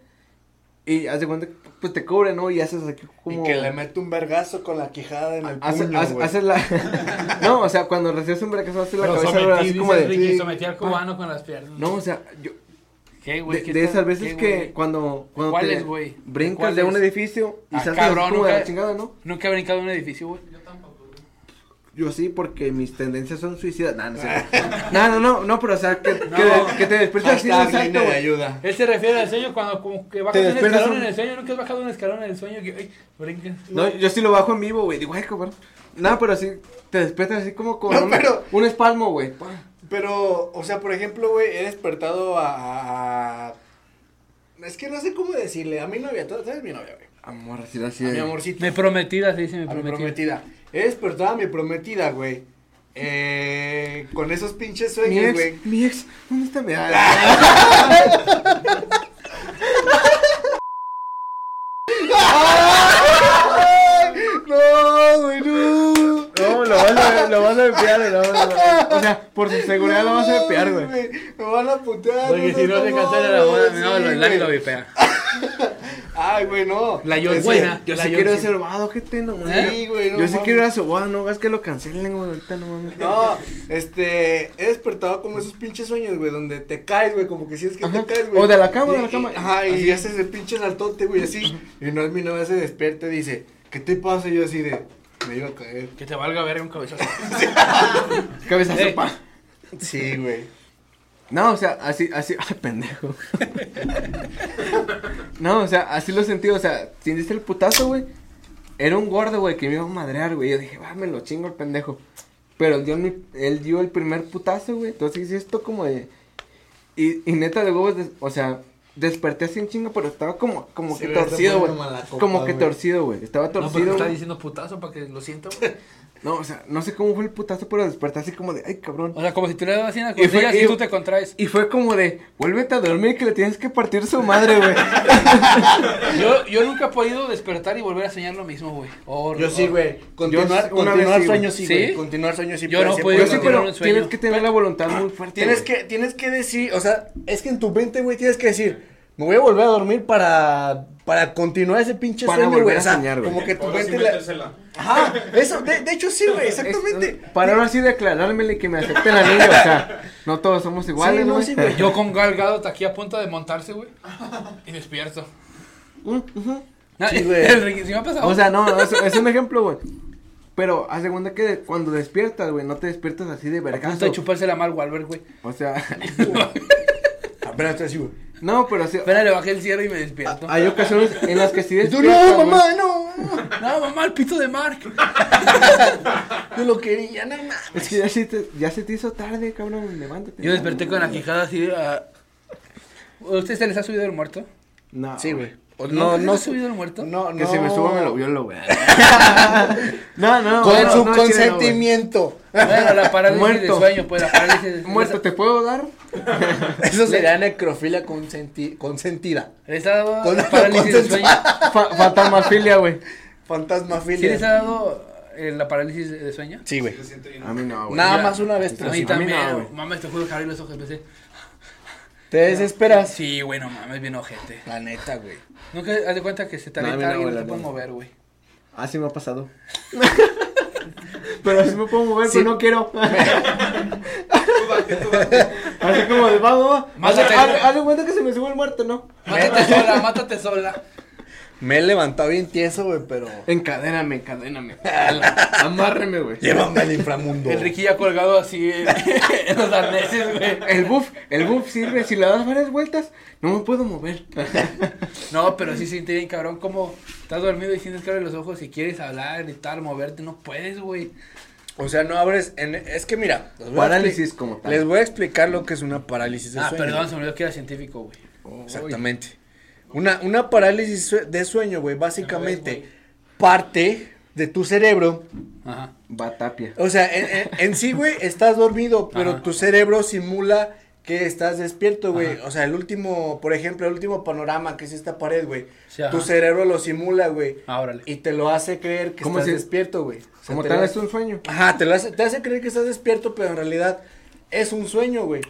S3: Y haz de cuenta que pues te cubre, ¿no? Y haces aquí como...
S1: Y que le mete un vergazo con la quijada en el
S3: Hace-
S1: puño,
S3: hace-
S1: güey.
S3: haces la... no, o sea, cuando recibes un bracazo haces la cabeza güey, así como de...
S2: Ricky,
S1: sí,
S2: sometí al cubano con las piernas.
S3: No, o sea, yo...
S2: Ah. ¿Qué, güey?
S3: De,
S2: ¿Qué
S3: de
S2: tal?
S3: esas veces
S2: ¿Qué,
S3: que
S2: güey?
S3: cuando, cuando
S2: ¿Cuáles,
S3: te
S2: güey?
S3: brincas
S2: ¿Cuáles?
S3: de un edificio y
S2: Ah,
S3: saltas
S2: cabrón,
S3: como de
S2: nunca-
S3: la chingada, ¿no?
S2: Nunca he brincado en un edificio, güey.
S3: Yo sí, porque mis tendencias son suicidas. Nah, no, es cierto. no, no, no, no, pero o sea, que, que, que te despiertas así de
S1: Hashtag
S3: salto,
S1: línea de
S3: güey.
S1: ayuda.
S2: Él se refiere al sueño cuando como que bajas
S3: Te
S2: un
S3: despiertas
S2: escalón
S3: un-
S2: en el sueño. Nunca has bajado un escalón en el sueño que, ay, brincas.
S3: No, yo sí lo bajo en vivo, güey. Digo, ay, cabrón. No, pero sí, te despiertas así como con
S1: No,
S3: un,
S1: pero-
S3: un espalmo, güey.
S1: Pero, o sea, por ejemplo, güey, he despertado a, a- a- Es que no sé cómo decirle. A mi novia, ¿tú ¿sabes mi novia, güey?
S3: Amor, así, así.
S1: A mi
S3: de-
S1: amorcito.
S2: Me prometida, se dice me
S1: a mi
S2: prometida.
S1: prometida. He despertado a mi prometida, güey. Eh, con esos pinches
S3: Mi
S1: sueños, güey.
S3: ex, mi ex, ¿dónde está mi Ah,
S1: No, güey, no.
S3: No, lo vas a, lo vas a empear, lo vas a- O sea, por su seguridad lo vas a empear, güey.
S1: Me van a
S3: Ah,
S1: putear.
S2: Porque si no se cancela la boda, no, lo- la
S1: la
S2: lo vipea.
S1: Ay, güey, no.
S2: La
S1: Es que-
S2: buena.
S3: Yo
S2: La
S3: sí
S2: yo
S3: quiero
S2: sí.
S3: hacer vado, gente, no mames.
S1: Sí, güey, no
S3: Yo sí
S1: mames.
S3: quiero ir a su boda, no, es que lo cancelen, güey, ahorita no mames.
S1: No, este, he despertado como esos pinches sueños, güey, donde te caes, güey, como que si es que
S3: Ajá.
S1: te caes, güey.
S3: O de la cama,
S1: Y-
S3: de la cama.
S1: y- Ajá, y
S3: Así.
S1: haces el pinche saltote, güey, así. Y no es mi novia se despierta y dice, ¿qué te pasa? Y yo así de, me iba a caer.
S2: Que te valga ver un cabezazo.
S3: Cabezazo,
S2: Eh.
S3: pa.
S1: Sí, güey.
S3: No, o sea, así, así, ay, pendejo. no, o sea, así lo sentí, o sea, sentiste el putazo, güey. Era un gordo, güey, que me iba a madrear, güey. Yo dije, va, me lo chingo el pendejo. Pero dio mi- él dio el primer putazo, güey. Entonces hice esto como de. Y, y neta de huevos, des- o sea, desperté así en chingo, pero estaba como, como
S1: Sí,
S3: que
S1: güey,
S3: torcido,
S1: está
S3: güey.
S1: poniendo mala copa,
S3: Como que
S1: güey.
S3: torcido, güey. Estaba
S2: No, porque
S3: torcido.
S2: está
S3: güey.
S2: diciendo putazo para que lo sienta, güey.
S3: No, o sea, no sé cómo fue el putazo, pero desperté así como de, ay, cabrón.
S2: O sea, como si tú le das así en la
S1: Pues
S3: Y fue-
S2: costilla y
S3: y-
S2: tú te contraes.
S3: Y fue como de, vuélvete a dormir que le tienes que partir su madre, güey.
S2: Yo, yo nunca he podido despertar y volver a soñar lo mismo, güey. O-
S1: Yo sí,
S2: o-
S1: güey. Continuar,
S3: sí, una
S1: continuar
S3: vez sí,
S1: sueños sí,
S2: güey.
S1: güey.
S2: ¿Sí?
S1: Continuar sueños sí.
S2: Yo
S1: pero
S2: no
S1: sí
S2: puedo
S1: puedo
S3: Yo sí,
S1: continuar.
S2: pero
S3: pero
S2: un sueño.
S3: tienes que tener la voluntad muy fuerte.
S1: Tienes
S3: güey.
S1: que, tienes que decir, o sea, es que en tu mente, güey, tienes que decir, me voy a volver a dormir para, para continuar ese pinche
S3: Para
S1: sueño,
S3: volver
S1: güey.
S3: a
S1: O sea,
S3: soñar, güey.
S1: Como que tu
S4: Ahora sí
S1: mente la-
S4: metérsela.
S1: Ajá, eso, de, de hecho sí, güey, exactamente.
S3: Es- Para ahora sí declarármele que me acepten la niña, o sea, no todos somos iguales,
S1: Sí, no,
S3: güey.
S1: sí, güey.
S2: Yo con galgado hasta aquí a punto de montarse, güey. Y despierto.
S3: Mm, ujú.
S2: No,
S1: Sí, güey.
S2: el Ricky, sí me ha pasado.
S3: O sea, no, no, es, es un ejemplo, güey. Pero haz de cuenta que cuando despiertas, güey, no te despiertas así de
S2: a punto de
S3: vergazo.
S2: chupársela mal, Walbert, güey.
S3: O sea,
S1: Apenas Ah, estoy así, güey.
S3: no, pero sí.
S2: Espera, le bajé el cierre y me despierto.
S3: Hay ocasiones en las que sí
S1: Y tú,
S3: despiertas.
S1: no,
S3: güey.
S1: mamá, no.
S2: No, mamá, el pito de Mark.
S1: Yo lo quería, nada más.
S3: Es que ya se, te, ya se te hizo tarde, cabrón, levántate.
S2: Yo desperté con la quijada así de. ah. ¿A ¿Usted se les ha subido el muerto?
S3: No.
S1: Sí, güey.
S2: ¿Nunca se te ha subido el muerto?
S1: No, no.
S3: Que si me subo me lo violo, güey. No, no,
S1: Con
S3: no,
S1: su
S3: no, chile, no, güey.
S1: consentimiento.
S2: Bueno, la parálisis de
S3: Muerto.
S2: sueño, pues la parálisis de
S3: Muerto, ¿te puedo dar?
S1: Eso sería necrofilia consenti- consentida.
S2: ¿Les ha dado
S1: Con-
S2: la parálisis de sueño?
S1: consensuada.
S3: Fa- fantasmafilia, güey.
S2: ¿Sí les ha
S1: Fantasmafilia.
S2: dado eh, la parálisis de sueño?
S1: Sí, güey.
S4: Se siente bien.
S3: A mí no, güey.
S1: Nada
S2: Ya.
S1: más una vez.
S2: A
S1: Pero
S2: mí
S1: sí.
S2: también,
S3: no, güey.
S2: mames, te juro que abrí los ojos, pensé.
S1: Te desesperas.
S2: Sí, güey, no mames, bien ojete.
S1: La neta, güey.
S2: Nunca haz de cuenta que se te
S3: No, a mí
S2: avienta
S3: no,
S2: alguien y
S3: güey,
S2: no
S3: la
S2: te puedes
S3: neta.
S2: mover, güey.
S3: Ah, sí me ha pasado. pero así me puedo mover,
S1: Sí.
S3: pero no quiero.
S4: Tú date, tú date.
S3: Así como de vamos. Haz
S2: Mátate.
S3: haz- haz de cuenta que se me sube el muerto, ¿no?
S2: Mátate sola, mátate sola.
S1: Me he levantado bien tieso, güey, pero.
S3: Encadéname, encadéname. Amárreme, güey.
S1: Llévame al inframundo.
S2: El Ricky ya colgado así en, en los arneses, güey.
S3: El buff, el buff sirve. Si le das varias vueltas, no me puedo mover.
S2: No, pero sí se siente bien, cabrón. Como estás dormido y sientes que abres los ojos y quieres hablar, gritar, moverte, no puedes, güey.
S1: O sea, no abres. en- Es que mira. los voy a
S3: Parálisis
S1: expli-
S3: como tal.
S1: Les voy a explicar lo que es una parálisis de
S2: Ah,
S1: sueño.
S2: perdón, se me olvidó que era científico, güey.
S1: Exactamente. Una, una parálisis sue- de sueño, güey, básicamente
S2: güey.
S1: parte de tu cerebro.
S2: Ajá.
S3: Batapia.
S1: O sea, en, en- en sí, güey, estás dormido, pero
S2: Ajá.
S1: tu cerebro simula que estás despierto, güey. O sea, el último, por ejemplo, el último panorama que es esta pared, güey.
S2: Sí, ajá.
S1: tu cerebro lo simula, güey.
S2: Ah, órale.
S1: Y te lo hace creer que
S3: ¿Cómo
S1: estás
S3: si-
S1: despierto, güey. O sea,
S3: Como
S1: te
S3: tal,
S1: lo-
S3: es un sueño.
S1: Ajá, te, lo hace, te hace creer que estás despierto, pero en realidad es un sueño, güey.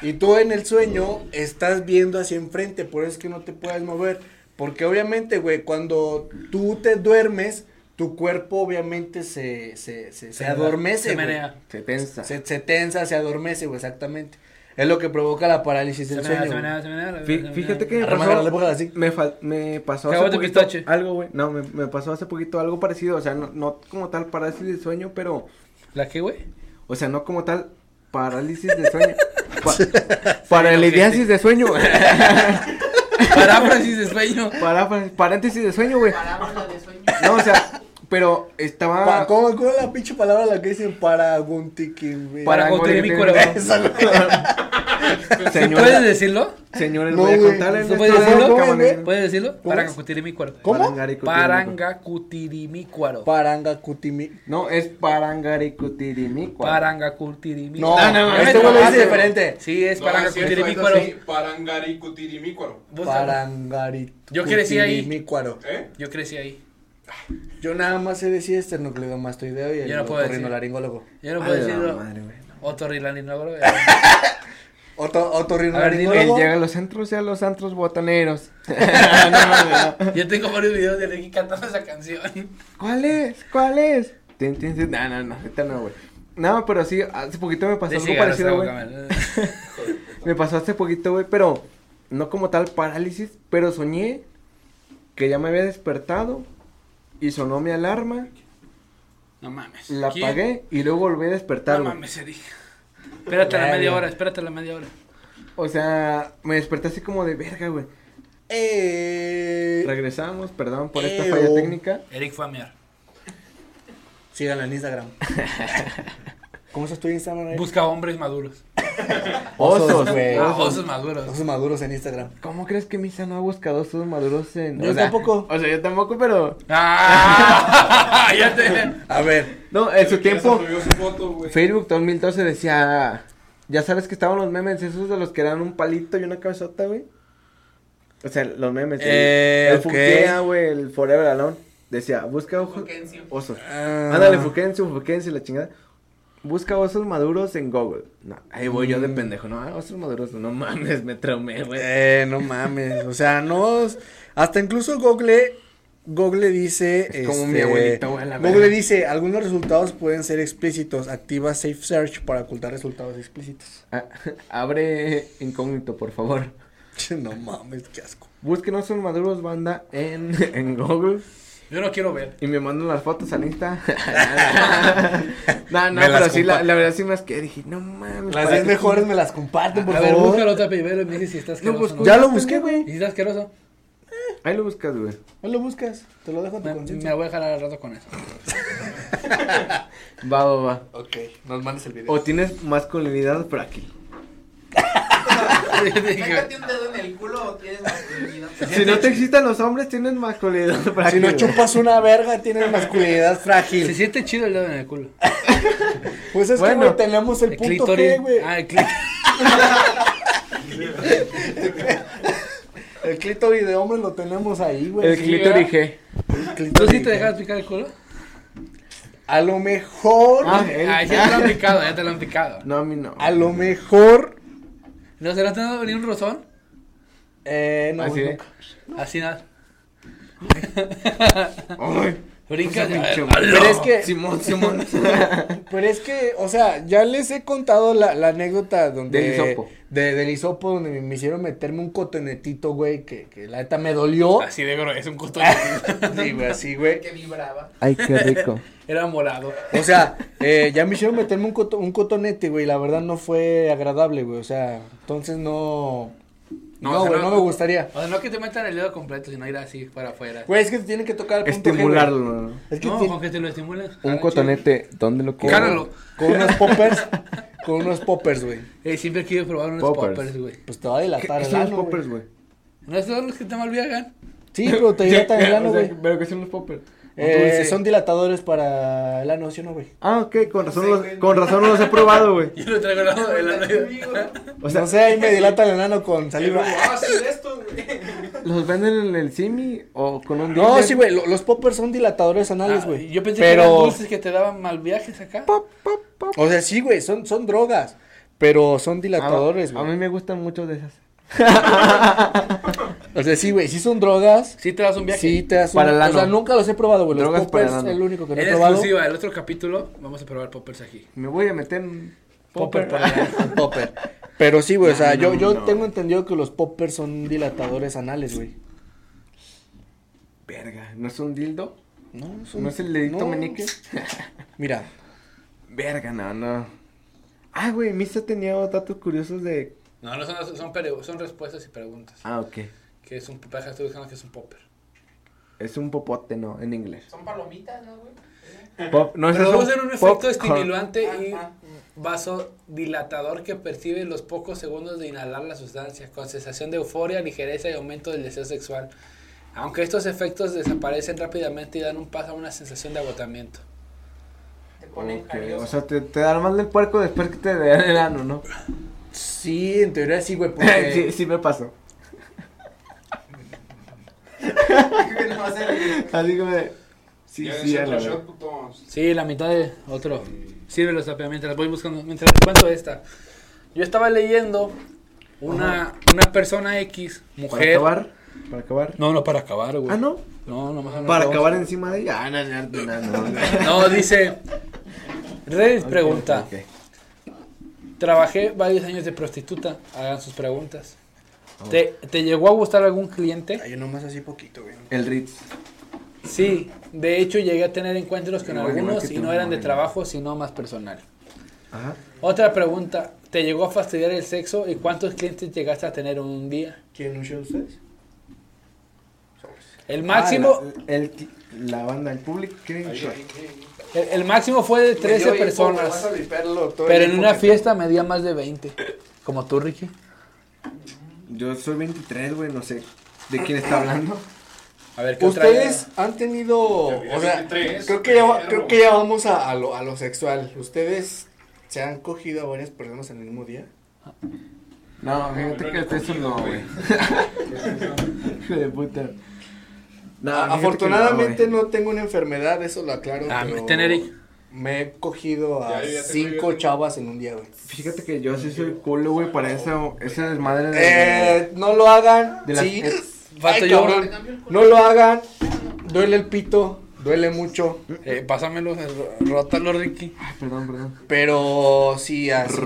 S1: Y tú en el sueño estás viendo hacia enfrente, por eso es que no te puedes mover. Porque obviamente, güey, cuando tú te duermes, tu cuerpo obviamente se, se, se, se adormece,
S2: Se
S1: güey.
S2: menea.
S3: Se tensa.
S1: Se, se tensa, se adormece, güey, exactamente. Es lo que provoca la parálisis
S2: Se
S1: del
S2: menea,
S1: sueño.
S2: se
S1: güey.
S2: menea, se menea. la-
S3: Fí-
S2: la-
S3: Fíjate
S2: la-
S3: que me
S1: Arremanga
S3: pasó,
S1: la boca así.
S3: me, fa- me pasó
S2: Caguas
S3: hace
S2: de
S3: poquito
S2: pistache.
S3: algo, güey. No, me, me pasó hace poquito algo parecido, o sea, no, no como tal parálisis de sueño, pero,
S2: ¿La qué, güey?
S3: o sea, no como tal parálisis de sueño. Pa- paralidiasis de sueño.
S2: Paráfrasis de sueño.
S3: Para, paréntesis de sueño, güey. No, o sea, pero
S2: Ah.
S3: estaba...
S1: Pa- ¿Cómo, cómo es la pinche palabra la que dicen para tiki, güey?
S2: Para
S3: Parangón,
S2: contener mi
S3: que-
S2: corazón.
S1: Esa, güey.
S2: ¿Sí
S3: Señora-
S2: puedes decirlo?
S3: Señores,
S1: No,
S3: voy a
S1: güey.
S3: contarles.
S2: ¿No
S3: esto
S2: puedes
S3: de
S2: decirlo?
S3: boca,
S1: ¿Cómo,
S3: manera.
S2: ¿Puedes decirlo?
S1: ¿Cómo
S2: Para
S1: es?
S2: mi cuerpo.
S1: ¿Cómo?
S3: Parangarico,
S2: Parangacutirimicuaro.
S1: Parangacutimí.
S3: No, es parangaricutirimicua.
S2: Parangacutirimicuaro.
S1: No,
S3: No, no, no,
S1: este
S3: no,
S1: güey lo
S3: no,
S1: dice
S3: no.
S1: diferente.
S2: Sí, es
S4: No, es cierto, es
S2: parangacutirimicuaro.
S4: así, Parangaricutirimícuaro.
S2: Vos-
S1: Parangarito.
S2: Pues, Yo crecí ahí.
S1: Cutimícuaro.
S4: ¿Eh?
S2: Yo crecí ahí.
S1: Yo nada más sé decir esternocleidomastoideo y
S2: Yo
S1: el
S2: no puedo decir.
S1: otorrinolaringólogo.
S2: Yo no
S3: Ay,
S2: puedo
S3: la
S2: decirlo.
S3: madre, güey.
S2: Otorrinolaringólogo.
S1: Oto,
S3: Él
S1: otorrinolaringólogo.
S3: llega a los antros y a los antros botaneros. No, no, no.
S2: Yo tengo varios videos de Ricky cantando esa canción.
S3: ¿Cuál es? ¿Cuál es? Tin, tin, tin. No, no, no, ahorita no, güey. No, pero sí, hace poquito me pasó
S2: De
S3: algo
S2: cigarros,
S3: parecido, güey.
S2: Gargamel.
S3: Me pasó hace poquito, güey, pero no como tal parálisis, pero soñé que ya me había despertado y sonó mi alarma,
S2: No mames.
S3: la
S2: ¿Quién?
S3: apagué y luego volví a despertar,
S2: No
S3: güey.
S2: mames, Eric. Espérate la
S1: Verga.
S2: media hora, espérate la media hora.
S3: O sea, me desperté así como de verga, güey.
S1: Eh,
S3: Regresamos, perdón por esta
S1: Eo.
S3: falla técnica.
S2: Eric fue a mear.
S1: síganla en Instagram. ¿Cómo estás tú en Instagram? eh?
S2: Busca hombres maduros.
S1: Osos,
S3: Osos,
S1: güey.
S3: Eh,
S2: Ah,
S1: Osos
S2: osos maduros.
S1: maduros en Instagram.
S3: ¿Cómo crees que Misa no ha buscado sus maduros en.?
S1: Yo
S3: o sea,
S1: tampoco.
S3: O sea, yo tampoco, pero.
S2: Ah, ya te.
S1: A ver,
S3: No, en su
S4: Pero que ya se
S3: tiempo,
S4: subió su foto, güey.
S3: Facebook 2012 decía. Ya sabes que estaban los memes esos de los que eran un palito y una cabezota, güey. O sea, los memes. el-
S1: Eh,
S3: el
S1: ok.
S3: Fuquea, güey, el Forever Alone. Decía, busca ojos.
S5: Fuquencio.
S3: Osos.
S1: Ah.
S3: Ándale, Fuquencio, Fuquencio, la chingada. Busca osos maduros en Google. No, ahí voy yo de
S1: Mm.
S3: pendejo, no, ah, osos maduros, no mames, me traumé, güey.
S1: eh, no mames. O sea, no. Hasta incluso Google. Google dice. este,
S3: Es como mi abuelito, güey, la
S1: Google
S3: verga.
S1: dice: algunos resultados pueden ser explícitos. Activa Safe Search para ocultar resultados explícitos.
S3: Ah, abre incógnito, por favor.
S1: No mames, qué asco.
S3: Busquen osos maduros banda en, en Google
S2: Yo no quiero ver.
S3: y me mandan las fotos al Insta. no, no,
S1: Me las
S3: pero sí, la,
S1: compa-
S3: la verdad sí me que dije, no mames.
S1: Las
S3: ¿para
S1: 10
S3: qué
S1: mejores me las comparten, por
S2: a ver,
S1: favor.
S2: búscalo otra primero y me dices si estás
S3: No,
S2: asqueroso.
S3: pues,
S2: o
S1: ya
S2: no.
S1: lo busqué,
S2: ¿Y
S1: güey.
S2: si estás asqueroso?
S3: Ahí lo buscas, güey.
S1: No lo buscas, te lo dejo en tu
S2: Me,
S1: conciencia.
S2: me voy a jalar al rato con eso.
S3: Va, va, va.
S1: Ok, nos mandas el video.
S3: O tienes masculinidad frágil.
S5: Métete un dedo en el culo o tienes masculinidad.
S3: Si no te excitan los hombres, tienes masculinidad
S1: si
S3: frágil.
S1: no
S3: güey.
S1: chupas una verga, tienes masculinidad frágil.
S2: Se siente chido el dedo en el culo.
S1: Pues es
S3: Bueno,
S1: que güey, tenemos el,
S2: El
S1: punto G,
S2: clítoris.
S1: güey.
S2: Ah, el clítoris.
S1: El clítoris de hombre lo tenemos ahí, güey.
S3: El
S1: Sí,
S3: clítoris G.
S1: el clítoris.
S2: ¿Tú sí te
S1: güey.
S2: dejas picar el culo?
S1: A lo mejor,
S3: Ah, él.
S2: Ah, ya te lo han picado, ya te lo han picado.
S3: No, a mí no.
S1: a lo mejor,
S2: ¿No se le has dado ni un rozón?
S1: eh, no,
S3: Así
S1: güey,
S3: de-
S1: no.
S2: Así nada.
S3: Ay,
S2: Brinca.
S3: esa pinche-
S1: Pero es que-
S3: Simón, Simón.
S1: Pero es que, o sea, ya les he contado la, la anécdota donde.
S3: Del hisopo.
S1: de- del hisopo, donde me, me hicieron meterme un cotonetito, güey, que, que la neta me dolió.
S2: Así de grueso, es un costón.
S1: Sí, güey, así, güey.
S5: Que vibraba.
S3: Ay, qué rico.
S2: Era morado.
S1: O sea, eh, ya me hicieron meterme un, coto- un cotonete, güey, la verdad no fue agradable, güey, o sea, entonces no. No,
S2: No, o sea,
S1: güey,
S2: no-
S1: no, me gustaría.
S2: O sea, no que te metan el dedo completo, sino ir así para afuera.
S1: Güey, es que te tienen que tocar el punto G, güey.
S3: Estimularlo.
S1: Es que
S2: no,
S1: te-
S2: con que te lo estimulas.
S3: Un
S2: Jala
S3: cotonete, ¿dónde lo
S2: chido.
S3: quieres?
S2: Cáralo.
S1: con unos poppers, con unos poppers, güey.
S2: Eh, siempre he querido probar unos
S3: Poppers.
S2: poppers, güey.
S1: Pues te va a
S3: ¿Qué,
S1: delatar
S3: qué
S1: el
S3: son los
S1: ano,
S3: poppers,
S1: güey.
S3: güey?
S2: No son los que te malviagan.
S1: Sí, pero te dilatan el ano, güey.
S3: Pero que son los poppers.
S1: Eh,
S2: dulce.
S1: son dilatadores para el ano, ¿sí o no, güey?
S3: Ah, ok, con razón,
S4: Sí,
S3: los-
S4: güey.
S3: con razón no los he probado, güey.
S2: Yo lo traigo al lado de la
S5: Conmigo.
S3: O sea,
S1: no sé, ahí me dilata el enano con saliva.
S4: Ah, sí, de estos, güey.
S3: ¿los venden en el Simi o con un
S1: No,
S3: dealer?
S1: sí, güey, lo- los poppers son dilatadores anales,
S2: Ah,
S1: güey.
S2: Yo pensé
S1: Pero-
S2: que eran dulces que te daban mal viajes acá.
S3: Pop, pop, pop.
S1: O sea, sí, güey, son, son drogas, pero son dilatadores,
S3: Ah, A
S1: güey.
S3: mí me gustan mucho de esas.
S1: O sea, sí, güey, sí son drogas.
S2: Sí te das un viaje.
S1: Sí, te das un-
S3: Para el ano.
S1: O sea, nunca los he probado, güey. Los
S3: Drogas para el
S1: poppers es
S3: ano.
S1: el único que no he
S2: en
S1: probado.
S2: exclusiva, el otro capítulo, vamos a probar poppers aquí.
S3: Me voy a meter en
S1: Popper para el ano, popper. Pero sí, güey, o sea,
S3: No,
S1: yo, yo
S3: no.
S1: tengo entendido que los poppers son dilatadores anales, güey.
S3: Verga, ¿no es un dildo?
S1: No, son-
S3: ¿No es el dedito
S1: no.
S3: meñique?
S1: Mira,
S3: Verga, no, no. Ah, güey, Misa tenía datos curiosos de...
S2: No, no son, son, pere- son respuestas y preguntas.
S3: Ah, ok.
S2: Que es un popper, estoy buscando que es un popper.
S3: Es un popote, ¿no? En inglés.
S5: Son palomitas, ¿no, güey?
S3: Pop, no, esos son
S2: Producen un efecto
S3: popcorn.
S2: estimulante y
S5: Ajá.
S2: vasodilatador que percibe los pocos segundos de inhalar la sustancia, con sensación de euforia, ligereza y aumento del deseo sexual. Aunque estos efectos desaparecen rápidamente y dan un paso a una sensación de agotamiento.
S5: Te ponen
S3: Ok,
S5: jarioso.
S3: O sea, te, te dan más del puerco después que te dan el ano, ¿no?
S1: sí, en teoría sí, güey, porque...
S3: sí, sí me pasó.
S5: Que no va a ser-
S3: Así como de... Sí,
S4: Ya
S3: sí,
S4: ves
S3: a la
S4: otro
S3: verga.
S4: shot, putos.
S2: Sí, la mitad de otro. Sirve los mientras voy buscando, mientras les cuento esta. Yo estaba leyendo una, una persona X,
S3: Para
S2: mujer.
S3: acabar, para acabar.
S2: No, no para acabar, güey.
S3: Ah, ¿no?
S2: No, nomás no
S3: Para
S2: acabamos.
S3: acabar encima de ella. Ah, no, no, no, no, no.
S2: No, dice. Reddit
S3: Ok,
S2: pregunta.
S3: ok.
S2: Trabajé varios años de prostituta. Hagan sus preguntas. ¿Te, te llegó a gustar algún cliente?
S1: Ay, yo nomás así poquito, güey.
S3: El Ritz.
S2: Sí, de hecho llegué a tener encuentros con
S3: Igual, igual
S2: algunos
S3: que
S2: y
S3: tú,
S2: no eran de
S3: güey.
S2: trabajo, sino más personal.
S3: Ajá.
S2: Otra pregunta, ¿te llegó a fastidiar el sexo y cuántos clientes llegaste a tener en un día?
S1: ¿Quién lucha de ustedes?
S2: El máximo,
S3: Ah, la, el- la banda, el público. ¿qué?
S4: Ahí, ahí,
S2: el, el máximo fue de 13 personas, pero en una fiesta me medía más de 20, como tú, Ricky.
S3: Yo soy 23, güey, no sé de quién está hablando.
S2: A ver, ¿qué otra
S1: Ustedes han tenido, o sea,
S4: 23,
S1: creo que ya, va-
S4: perro.
S1: creo que ya vamos a, a lo, a lo sexual. ¿Ustedes se han cogido a varias personas en el mismo día?
S3: No,
S4: fíjate que estoy solo, güey.
S3: Hijo de puta. No,
S1: A-
S3: fíjate que
S1: afortunadamente
S3: no,
S1: no, tengo una enfermedad, eso lo aclaro.
S2: Ah,
S1: pero
S2: ten, Eric.
S1: Me he cogido a
S4: Ya, ya tengo, ya
S1: cinco
S4: tengo.
S1: chavas en un día, güey.
S3: güey. Fíjate que yo sí soy culo, güey, para esa, esa desmadre de.
S1: Eh, no lo hagan.
S3: de las
S1: sí.
S3: ex.
S2: Falto
S1: Ay,
S2: yo.
S1: cabrón. No lo hagan. Duele el pito, duele mucho.
S2: Eh, pásamelo, eh, ro- rótalo, Ricky.
S3: Ay, perdón, perdón.
S1: Pero sí, así.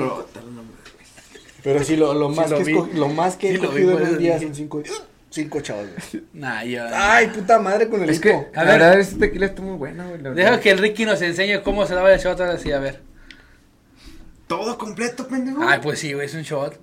S1: Pero sí, lo, lo
S2: Sí
S1: más
S2: lo
S1: que
S2: vi.
S1: esco- lo más que
S2: Sí
S1: he
S2: lo vi,
S1: cogido
S2: por
S1: en
S2: eso
S1: un día
S2: dije.
S1: son cinco, cinco chavos. güey.
S2: Nah, yo.
S1: Ay, puta madre con el
S3: Es que,
S1: hipo.
S3: la
S2: A ver.
S3: verdad, ese tequila está muy bueno, güey. la
S2: Deja
S3: verdad.
S2: que el Ricky nos enseñe cómo se daba el shot ahora sí, a ver.
S3: Todo completo, pendejo.
S2: Ah, Ay, pues sí, güey, es un shot.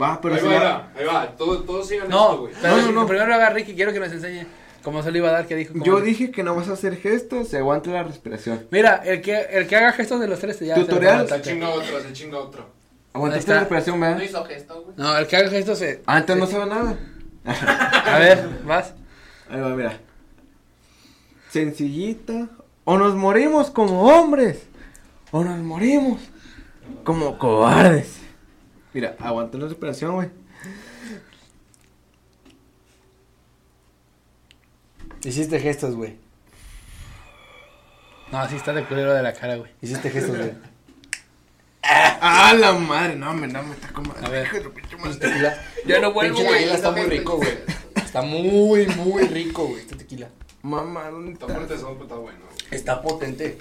S3: Va, pero
S7: ahí
S3: si
S7: va,
S3: la-
S7: mira, ahí va. Todos, todos sigan esto,
S2: No,
S7: güey.
S2: no, no,
S3: No, no, no.
S2: Primero lo haga Ricky, quiero que nos enseñe cómo se lo iba a dar, que dijo. cómo-
S3: Yo dije que no vas a hacer gestos, se aguanta la respiración.
S2: Mira, el que, el que haga gestos de los tres ya. se le
S3: Tutorial.
S2: fue el
S7: Se
S2: ataque.
S7: chinga otro, se chinga otro.
S3: Aguantaste
S2: está.
S3: la respiración,
S5: No
S3: ¿verdad?
S5: hizo gesto, güey.
S2: No, el que haga gestos se.
S3: Ah, entonces no sabe nada.
S2: A ver, vas.
S3: Ahí va, mira. Sencillita. O nos morimos como hombres. O nos morimos como cobardes. Mira, aguanta la respiración, güey.
S1: Hiciste gestos, güey.
S2: No, así está de culero de la cara, güey.
S1: Hiciste gestos, güey.
S3: Ah, la madre, no, me, no, me está como.
S2: A ver.
S1: Yo no
S5: vuelvo,
S1: Pinche
S5: güey.
S1: tequila está muy rico, güey. Está muy, muy rico, güey, este tequila.
S3: Mamá, ¿dónde
S7: Está
S3: está?
S7: fuerte, son, pero está bueno. güey.
S1: Está potente.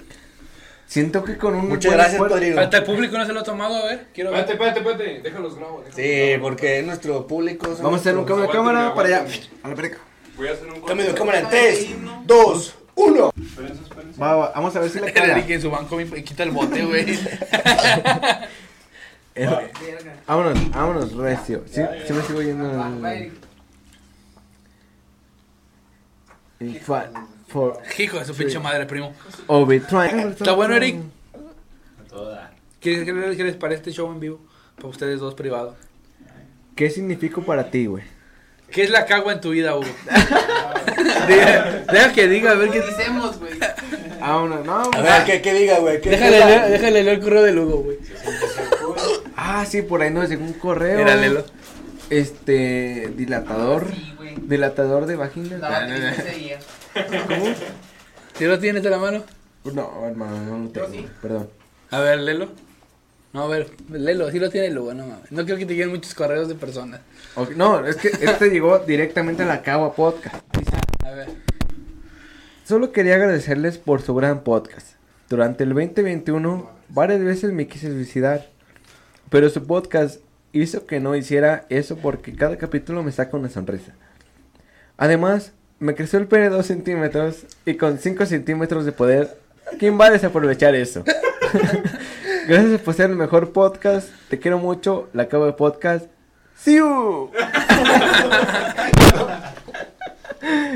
S3: Siento que con un.
S1: Muchas
S3: buen
S1: gracias,
S3: esfuerzo-
S1: Rodrigo.
S2: Hasta el público no se lo ha tomado, a ver. Quiero
S7: Espérate,
S2: ver.
S7: espérate, espérate. Déjalos grabo. déjalos
S1: Sí,
S7: grabo.
S1: porque es nuestro público. son
S3: Vamos a hacer un
S1: nuestros-
S3: cambio de cámara para allá.
S7: Aguántame.
S3: A la perca.
S7: Voy a hacer un
S1: cambio de
S7: corte.
S1: cámara. en Tres, dos, uno.
S7: Espérense, espérense.
S3: Va, va, vamos a ver si la
S2: Le
S3: cara.
S2: dije en su banco y quita el bote, güey.
S5: Verga.
S3: Vámonos, vámonos, recio. Sí, sí me sigo yendo.
S5: Va,
S3: al-
S5: va, Eric.
S3: In fact, for
S2: Hijo de su pinche madre, primo.
S3: Obi Triangle.
S2: Está bueno, Eric. ¿Qué, qué- qué les parece este show en vivo? Para ustedes dos privado.
S3: ¿Qué significa para ti, güey?
S2: ¿Qué es la cagua en tu vida, Hugo? Diga- deja que diga, a ver qué.
S5: Politicemos, güey.
S3: Ah, una, no.
S1: A ver, ¿qué, qué diga, güey? ¿Qué
S2: Déjale
S1: diga?
S2: leer, déjale leer el correo del Hugo, güey.
S3: Ah, sí, por ahí nos llegó un correo.
S2: Mira, léelo.
S3: Este, dilatador.
S5: Sí, güey.
S3: Dilatador de vagina.
S5: Estaba triste ese día.
S2: ¿Sí lo tienes de la mano?
S3: No, hermano, no lo tengo.
S5: sí.
S3: Perdón.
S2: A ver, léelo. No, a ver, léelo, sí lo tiene el Hugo, no mames. No creo que te lleguen muchos correos de personas.
S3: Ok, no, es que este llegó directamente a la Cagua Podcast.
S2: A ver.
S3: Solo quería agradecerles por su gran podcast. Durante el 2021 varias veces me quise suicidar, pero su podcast hizo que no hiciera eso porque cada capítulo me saca una sonrisa. Además, me creció el pene 2 centímetros y con 5 centímetros de poder, ¿quién va a desaprovechar eso? Gracias por ser el mejor podcast, te quiero mucho, la acabo de podcast. ¡Siu!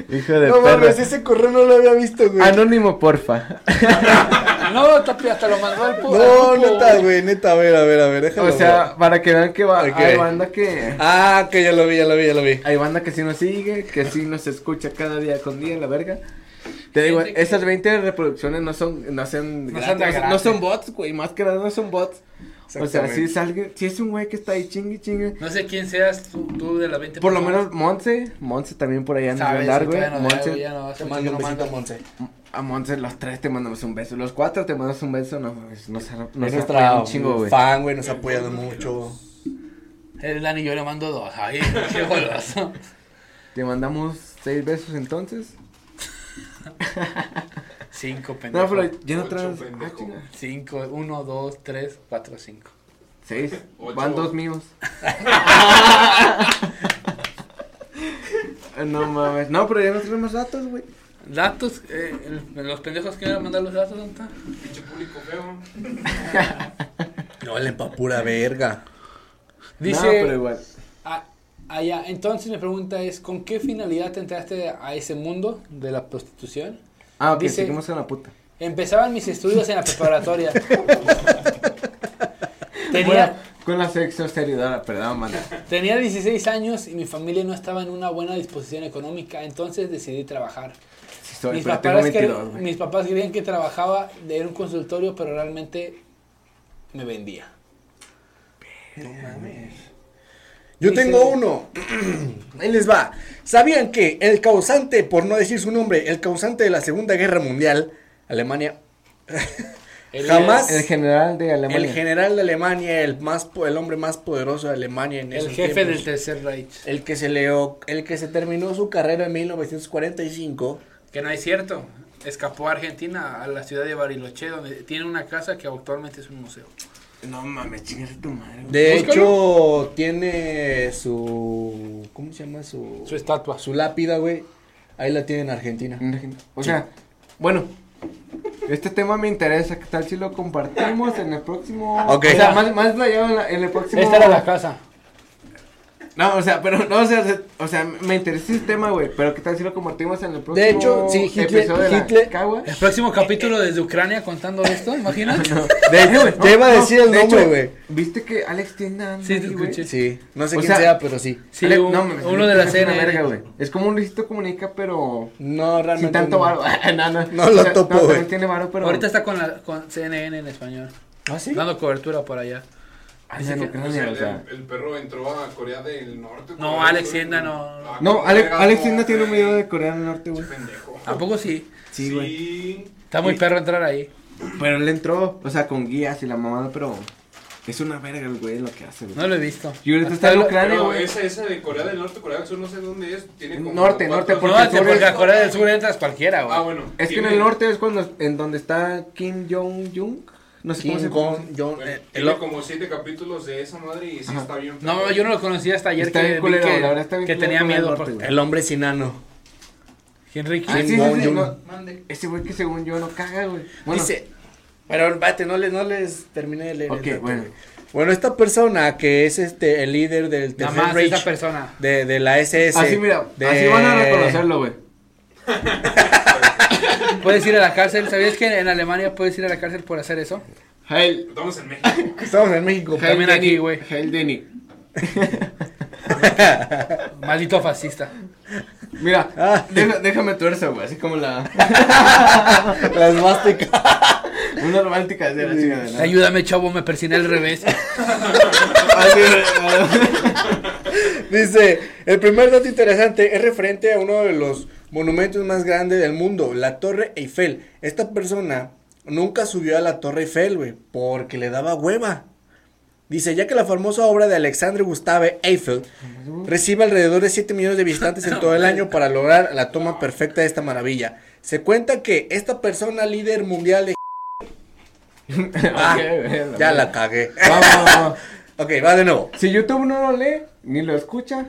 S3: Hijo de Ah,
S1: No
S3: perra.
S1: mames, ese correo no lo había visto, güey.
S3: Anónimo, porfa.
S2: No, Tapi, hasta lo mandó al pu-
S1: No,
S2: al grupo,
S1: neta, güey, neta, a ver, a ver, a ver, déjalo.
S3: O sea,
S1: güey.
S3: para que vean que va,
S1: Ok.
S3: hay banda que
S1: Ah, que ya lo vi, ya lo vi, ya lo vi.
S3: hay banda que sí nos sigue, que sí nos escucha cada día con día, la verga. Te digo,
S2: Gente que-
S3: esas 20 reproducciones no son no sean
S2: No
S3: gratis,
S2: son
S3: no,
S2: tan
S3: son,
S2: gratis.
S3: bots, güey, más que nada no son bots. O sea, si es alguien, si es un güey que está ahí chingue chingue.
S2: No sé quién seas tú, tú de las 20
S3: Por lo
S2: personas.
S3: menos Monse, Monse también por allá anda a
S2: Sabes,
S3: andar,
S2: que
S3: güey.
S2: todavía no veo, güey,
S3: Monse,
S2: ya no,
S1: Te
S2: se
S1: mando
S2: manda,
S1: un
S2: no
S1: besito,
S2: manda.
S1: Monse.
S3: a Monse los tres te mandamos un beso, los cuatro te mandamos un beso, no mames, nos,
S1: Es
S3: nos, apoya
S1: nuestra
S3: un chingo, güey.
S1: fan, güey, nos ha apoyado mucho.
S2: El Dani yo le mando dos. Ay, qué goloso.
S3: Te mandamos seis besos entonces.
S2: Cinco, pendejo.
S3: No, pero ya no
S7: Ocho,
S3: traes. Ah,
S7: pendejo.
S3: chinga.
S2: Cinco, uno, dos, tres, cuatro, cinco.
S3: Seis.
S7: Ocho.
S3: Van dos míos. no mames. No, pero ya no tenemos datos, güey.
S2: Datos, eh, el- los pendejos que iban a mandar los datos, ¿dónde está?
S7: Pinche público feo.
S1: No, le pa' pura verga.
S2: Dice,
S3: No, pero igual.
S2: Ah, ah, ya. Entonces mi pregunta es, ¿con qué finalidad te entraste a ese mundo de la prostitución?
S3: Ah, ok,
S2: dice-
S3: seguimos con la puta.
S2: Empezaban mis estudios en la preparatoria.
S3: Bueno,
S2: tenía,
S3: con la sexo seriedad, perdón, manda.
S2: tenía 16 años y mi familia no estaba en una buena disposición económica, entonces decidí trabajar.
S3: Sí, soy,
S2: mis,
S3: pero tengo
S2: papás cre-
S3: 22, güey.
S2: mis papás creían que trabajaba de un consultorio, pero realmente me vendía.
S1: Yo
S2: Dice-
S1: tengo uno. Ahí les va. ¿Sabían que el causante, por no decir su nombre, el causante de la Segunda Guerra Mundial, Alemania,
S2: Él
S1: Jamás-
S3: El general de Alemania.
S1: el general de Alemania, el más po- el hombre más poderoso de Alemania en
S2: es El
S1: esos
S2: jefe
S1: tiempos,
S2: del Tercer Reich.
S1: el que se leo, el que se terminó su carrera en 1945,
S2: Que no es cierto. Escapó a Argentina, a la ciudad de Bariloche, donde tiene una casa que actualmente es un museo.
S3: No mames, chingas a tu madre. güey.
S1: de
S2: Búscalo.
S1: hecho tiene su ¿cómo se llama su
S2: Su estatua.
S1: su lápida, güey? Ahí la tiene en Argentina.
S3: O sea, bueno. Este tema me interesa. ¿Qué tal si lo compartimos en el próximo?
S1: Ok.
S3: O sea, más, más allá en, la- en el próximo.
S2: Esta era la casa.
S3: No, o sea, pero no, o sea, se- o sea, me interesa el tema, güey. Pero qué tal si lo convertimos en el próximo
S1: De hecho, sí, Hitler-
S3: episodio de la
S1: Hitler-
S3: cagua?
S2: El próximo capítulo desde Ucrania contando esto, imaginas?
S1: De hecho, te iba a decir el
S3: de
S1: nombre,
S3: hecho,
S1: güey.
S3: ¿Viste que Alex tienda anda
S2: Sí,
S3: ahí,
S2: te
S3: güey?
S2: escuché.
S1: Sí, no sé
S3: O
S1: quién
S3: sea-
S1: sea, pero sí.
S2: Sí,
S3: Alex-
S2: un-
S3: no, mames,
S2: uno de la
S3: es una verga,
S2: CNN.
S3: güey. Es como un Luisito Comunica, pero
S1: No,
S2: Ah,
S1: realmente.
S3: sin tanto
S1: no.
S3: varo. Ah, no, no.
S1: No lo topo,
S3: no,
S1: güey.
S3: también tiene varo, pero...
S2: Ahorita está con la con CNN en español,
S1: ¿Ah, sí?
S2: dando cobertura por allá.
S3: Ah, no, no,
S7: O
S3: creo,
S7: sea,
S3: o sea.
S7: el, el perro entró a Corea del Norte.
S2: No,
S7: Corea del
S2: Alex
S7: Sur,
S2: Tienda
S7: y-
S2: no.
S7: Ah,
S3: No,
S7: Corea,
S3: Alex, Alex
S7: no,
S3: Tienda tiene un
S7: güey.
S3: video de Corea del Norte, güey.
S7: Pendejo.
S2: ¿A poco sí?
S3: Sí, güey.
S2: Está muy
S3: Sí.
S2: perro entrar ahí.
S3: Pero él entró, o sea, con guías y la mamada, pero es una verga el güey lo que hace, güey.
S2: No lo he visto.
S3: Y ahorita
S2: Hasta
S3: está en
S2: lo-
S3: Ucrania,
S7: Pero
S3: güey.
S7: esa, esa de Corea del Norte, Corea del Sur, no sé dónde es. Tiene como
S3: Norte, norte,
S2: No,
S3: porque
S2: porque,
S3: tú eres-
S2: a Corea del Sur entras cualquiera, güey.
S7: Ah, bueno.
S3: Es que en
S7: tiene-
S3: el norte es cuando, en donde está Kim Jong-un. No sé cómo se
S1: King
S3: pronuncia.
S1: Kong, John,
S7: Bueno,
S1: eh, el
S7: tiene
S1: o-
S7: como siete capítulos de esa madre y sí
S3: Ajá.
S7: está bien.
S2: No, yo no lo conocí hasta ayer
S3: Está
S2: que,
S3: bien
S2: vi
S3: culero,
S2: que,
S3: la verdad está bien
S2: que
S3: culero
S2: tenía
S3: con el
S2: miedo
S3: norte,
S2: por
S3: güey.
S1: el hombre sin ano.
S2: Henry
S3: Ah, sí,
S2: King.
S1: Kim
S3: sí, sí,
S1: Jong-un.
S3: no.
S5: Mande.
S3: Ese güey que según yo no caga, güey. Bueno,
S1: Dice, pero espérate, no les, no les terminé de leer. el
S3: Ok,
S1: dato,
S3: bueno.
S1: güey. Bueno, esta persona que es este el líder del
S2: Nada
S1: Tercer
S2: más esa
S1: Reich
S2: persona.
S1: de, de la SS.
S3: así mira,
S1: de-
S3: así van a reconocerlo, güey.
S2: Puedes ir a la cárcel. ¿Sabías que en Alemania puedes ir a la cárcel por hacer eso?
S3: Hail,
S7: Estamos en México.
S1: Estamos en México.
S2: Jaime. También
S3: Denny,
S2: aquí, güey.
S3: Hail Denny.
S2: Maldito fascista.
S3: Mira,
S1: Ah.
S3: deja- déjame tuerzo, güey, así como la
S1: Las másticas.
S3: una romántica de la chica de la-
S2: Ayúdame, chavo, me persiné al revés.
S3: Así, güey.
S1: Dice, el primer dato interesante es referente a uno de los monumentos más grandes del mundo, la Torre Eiffel. Esta persona nunca subió a la Torre Eiffel, güey, porque le daba hueva. Dice, ya que la famosa obra de Alexandre Gustave Eiffel recibe alrededor de 7 millones de visitantes en todo el año para lograr la toma perfecta de esta maravilla. Se cuenta que esta persona líder mundial de... Ah,
S3: Ok, güey,
S1: ya la cagué.
S3: Vamos, vamos, vamos.
S1: Ok, va de nuevo.
S3: Si YouTube no lo lee ni lo escucha,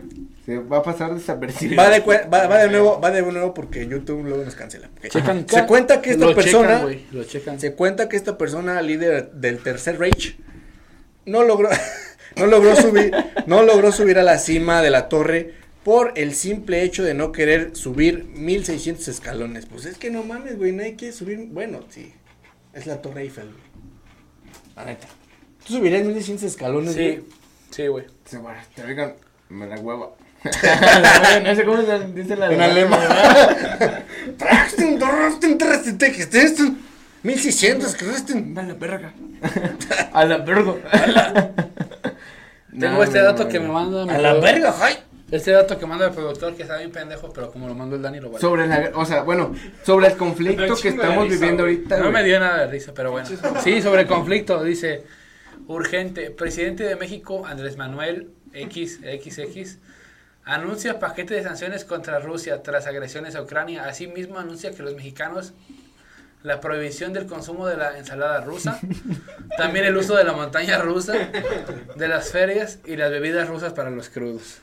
S3: se va a pasar desapercibido.
S1: Va de, cue- va, va de nuevo, va de nuevo porque YouTube luego nos cancela. Ok.
S2: Checan
S1: se
S2: ca-
S1: cuenta que esta
S2: lo checan,
S1: persona,
S2: güey, lo checan.
S1: se cuenta que esta persona líder del tercer Reich no logró, no logró subir, no logró subir a la cima de la torre por el simple hecho de no querer subir 1600 escalones. Pues es que no mames, güey, nadie quiere subir. Bueno, sí, es la torre Eiffel. güey. La neta. ¿Tú subirías 1600 escalones? güey?
S2: Sí, sí, güey.
S3: Se va, te oigan, me la hueva. no sé cómo se dice la
S1: En
S3: la-
S1: alemán. 1600, que
S3: A la verga. a la verga.
S2: Tengo este dato que me manda. mi
S1: A la
S2: produ-
S1: verga, ay.
S2: Este dato que manda el productor que está bien pendejo, pero como lo mandó el Dani, lo vale.
S3: Sobre la, o sea, bueno, sobre el conflicto que estamos viviendo ahorita.
S2: No me
S3: güey.
S2: dio nada de risa, pero bueno. Sí, sobre el conflicto, dice. Urgente, presidente de México, Andrés Manuel XXX, anuncia paquete de sanciones contra Rusia tras agresiones a Ucrania. Asimismo, anuncia que los mexicanos la prohibición del consumo de la ensalada rusa, también el uso de la montaña rusa, de las ferias y las bebidas rusas para los crudos.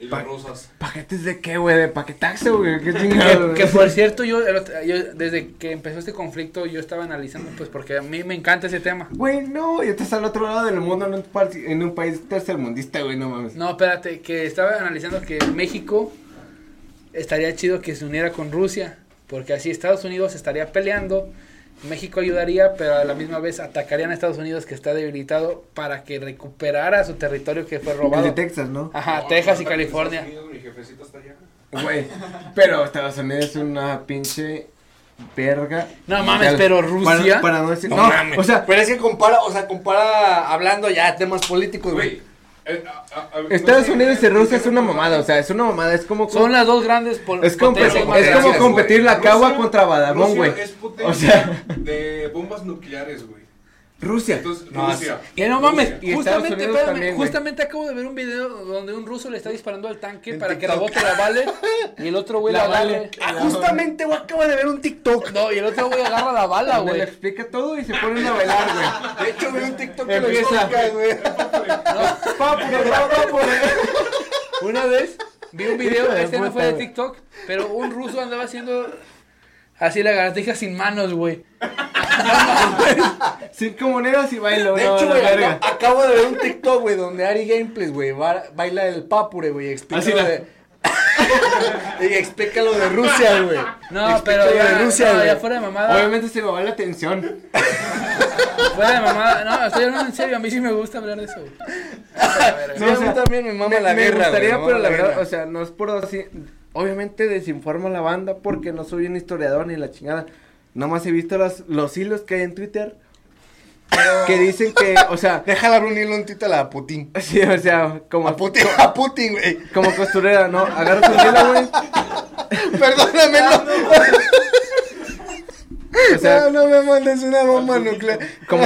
S7: Y las rosas.
S3: ¿Paquetes de qué, güey? ¿De paquetaxo, güey? ¿Qué
S2: Que,
S3: chingado?
S2: que, por cierto, yo, el otro- yo desde que empezó este conflicto, yo estaba analizando, pues porque a mí me encanta ese tema.
S3: Güey, no, y estás al otro lado del mundo en un, par- en un país tercermundista, güey, no mames.
S2: No, espérate, que estaba analizando que México estaría chido que se uniera con Rusia, porque así Estados Unidos estaría peleando, México ayudaría, pero a la misma vez atacarían a Estados Unidos que está debilitado para que recuperara su territorio que fue
S3: El de
S2: robado.
S3: Texas, ¿no?
S2: Ajá,
S7: No,
S2: Ah, Texas y
S7: no,
S2: California.
S7: Estados Unidos, Mi jefecita está allá.
S3: Güey, pero Estados Unidos es una pinche verga.
S2: No mames,
S3: Para-
S2: pero Rusia-
S3: Para, para no decir.
S1: No,
S3: No,
S1: mames.
S3: o sea,
S1: pero es que compara, o sea, compara hablando ya temas políticos,
S7: Güey.
S1: güey.
S7: eh, a- a- a- no
S3: Estados
S7: sé,
S3: Unidos y
S7: eh,
S3: Rusia
S7: ¿por
S3: es
S7: qué
S3: una
S7: no-
S3: mamada, o sea, es una mamada, es como.
S2: Son las dos grandes pol-
S3: Es como-
S2: potencias
S3: pero-
S2: más
S3: es como
S2: grandes, güey.
S3: competir la
S7: Rusia-
S3: cagua contra
S7: Rusia
S3: Badabón, güey.
S7: Es
S3: O
S7: o
S3: sea-
S7: sea, de bombas nucleares, güey.
S3: Rusia.
S7: Entonces,
S1: No,
S7: Rusia.
S2: Que no mames,
S7: Rusia.
S3: Y Estados
S2: justamente,
S3: Unidos
S2: espérame,
S3: también, güey.
S2: justamente acabo de ver un video donde un ruso le está disparando al tanque
S3: En
S2: para que la
S3: TikTok.
S2: bota la vale y el otro güey
S3: La
S2: la,
S3: vale.
S2: vale.
S1: Ah, justamente, güey, acabo de ver un TikTok.
S2: No, y el otro güey agarra la bala,
S3: Donde le
S2: güey.
S3: explica todo y se ponen a bailar, güey.
S1: De hecho, vi un TikTok
S3: que lo explica,
S1: güey.
S3: Papu, papu, papu.
S2: Una vez vi un video,
S3: Hijo de
S2: este no
S3: puta,
S2: fue de
S3: güey.
S2: TikTok, pero un ruso andaba haciendo así la garantija sin manos, güey.
S3: Cinco monedas y bailo,
S1: De
S3: no,
S1: hecho,
S3: la
S1: güey,
S3: verga.
S1: ac- acabo de ver un TikTok, güey, donde Ari Gameplays, güey, va- baila el papure, güey, y explica
S2: Así
S1: lo
S2: la-
S1: de... y explica lo de Rusia, güey.
S2: No,
S1: Explica
S2: pero
S1: lo
S2: ya,
S1: de Rusia,
S2: no,
S1: güey.
S2: ya fuera de mamada.
S3: Obviamente se me va la atención.
S2: Fuera de mamada. No, estoy hablando en serio. A mí sí me gusta hablar de eso. güey.
S1: Sí,
S3: No,
S1: a
S3: o
S1: mí
S3: sea,
S1: también me mama
S3: me,
S1: la
S3: me
S1: guerra,
S3: gustaría,
S1: güey, me
S3: pero
S1: mama
S3: la verdad,
S1: guerra.
S3: o sea, no es por así. Obviamente desinforma a la banda porque no soy un historiador ni la chingada. Nomás he visto los, los hilos que hay en Twitter que dicen que, o sea,
S1: Déjala reunirle un tito a la Putin.
S3: sí, o sea, como,
S1: A Putin, a Putin, güey.
S3: como costurera, ¿no? Agarras un hilo, güey.
S1: Perdóname, no.
S3: O Ah, sea,
S1: no, no me mandes una bomba nuclear.
S3: como,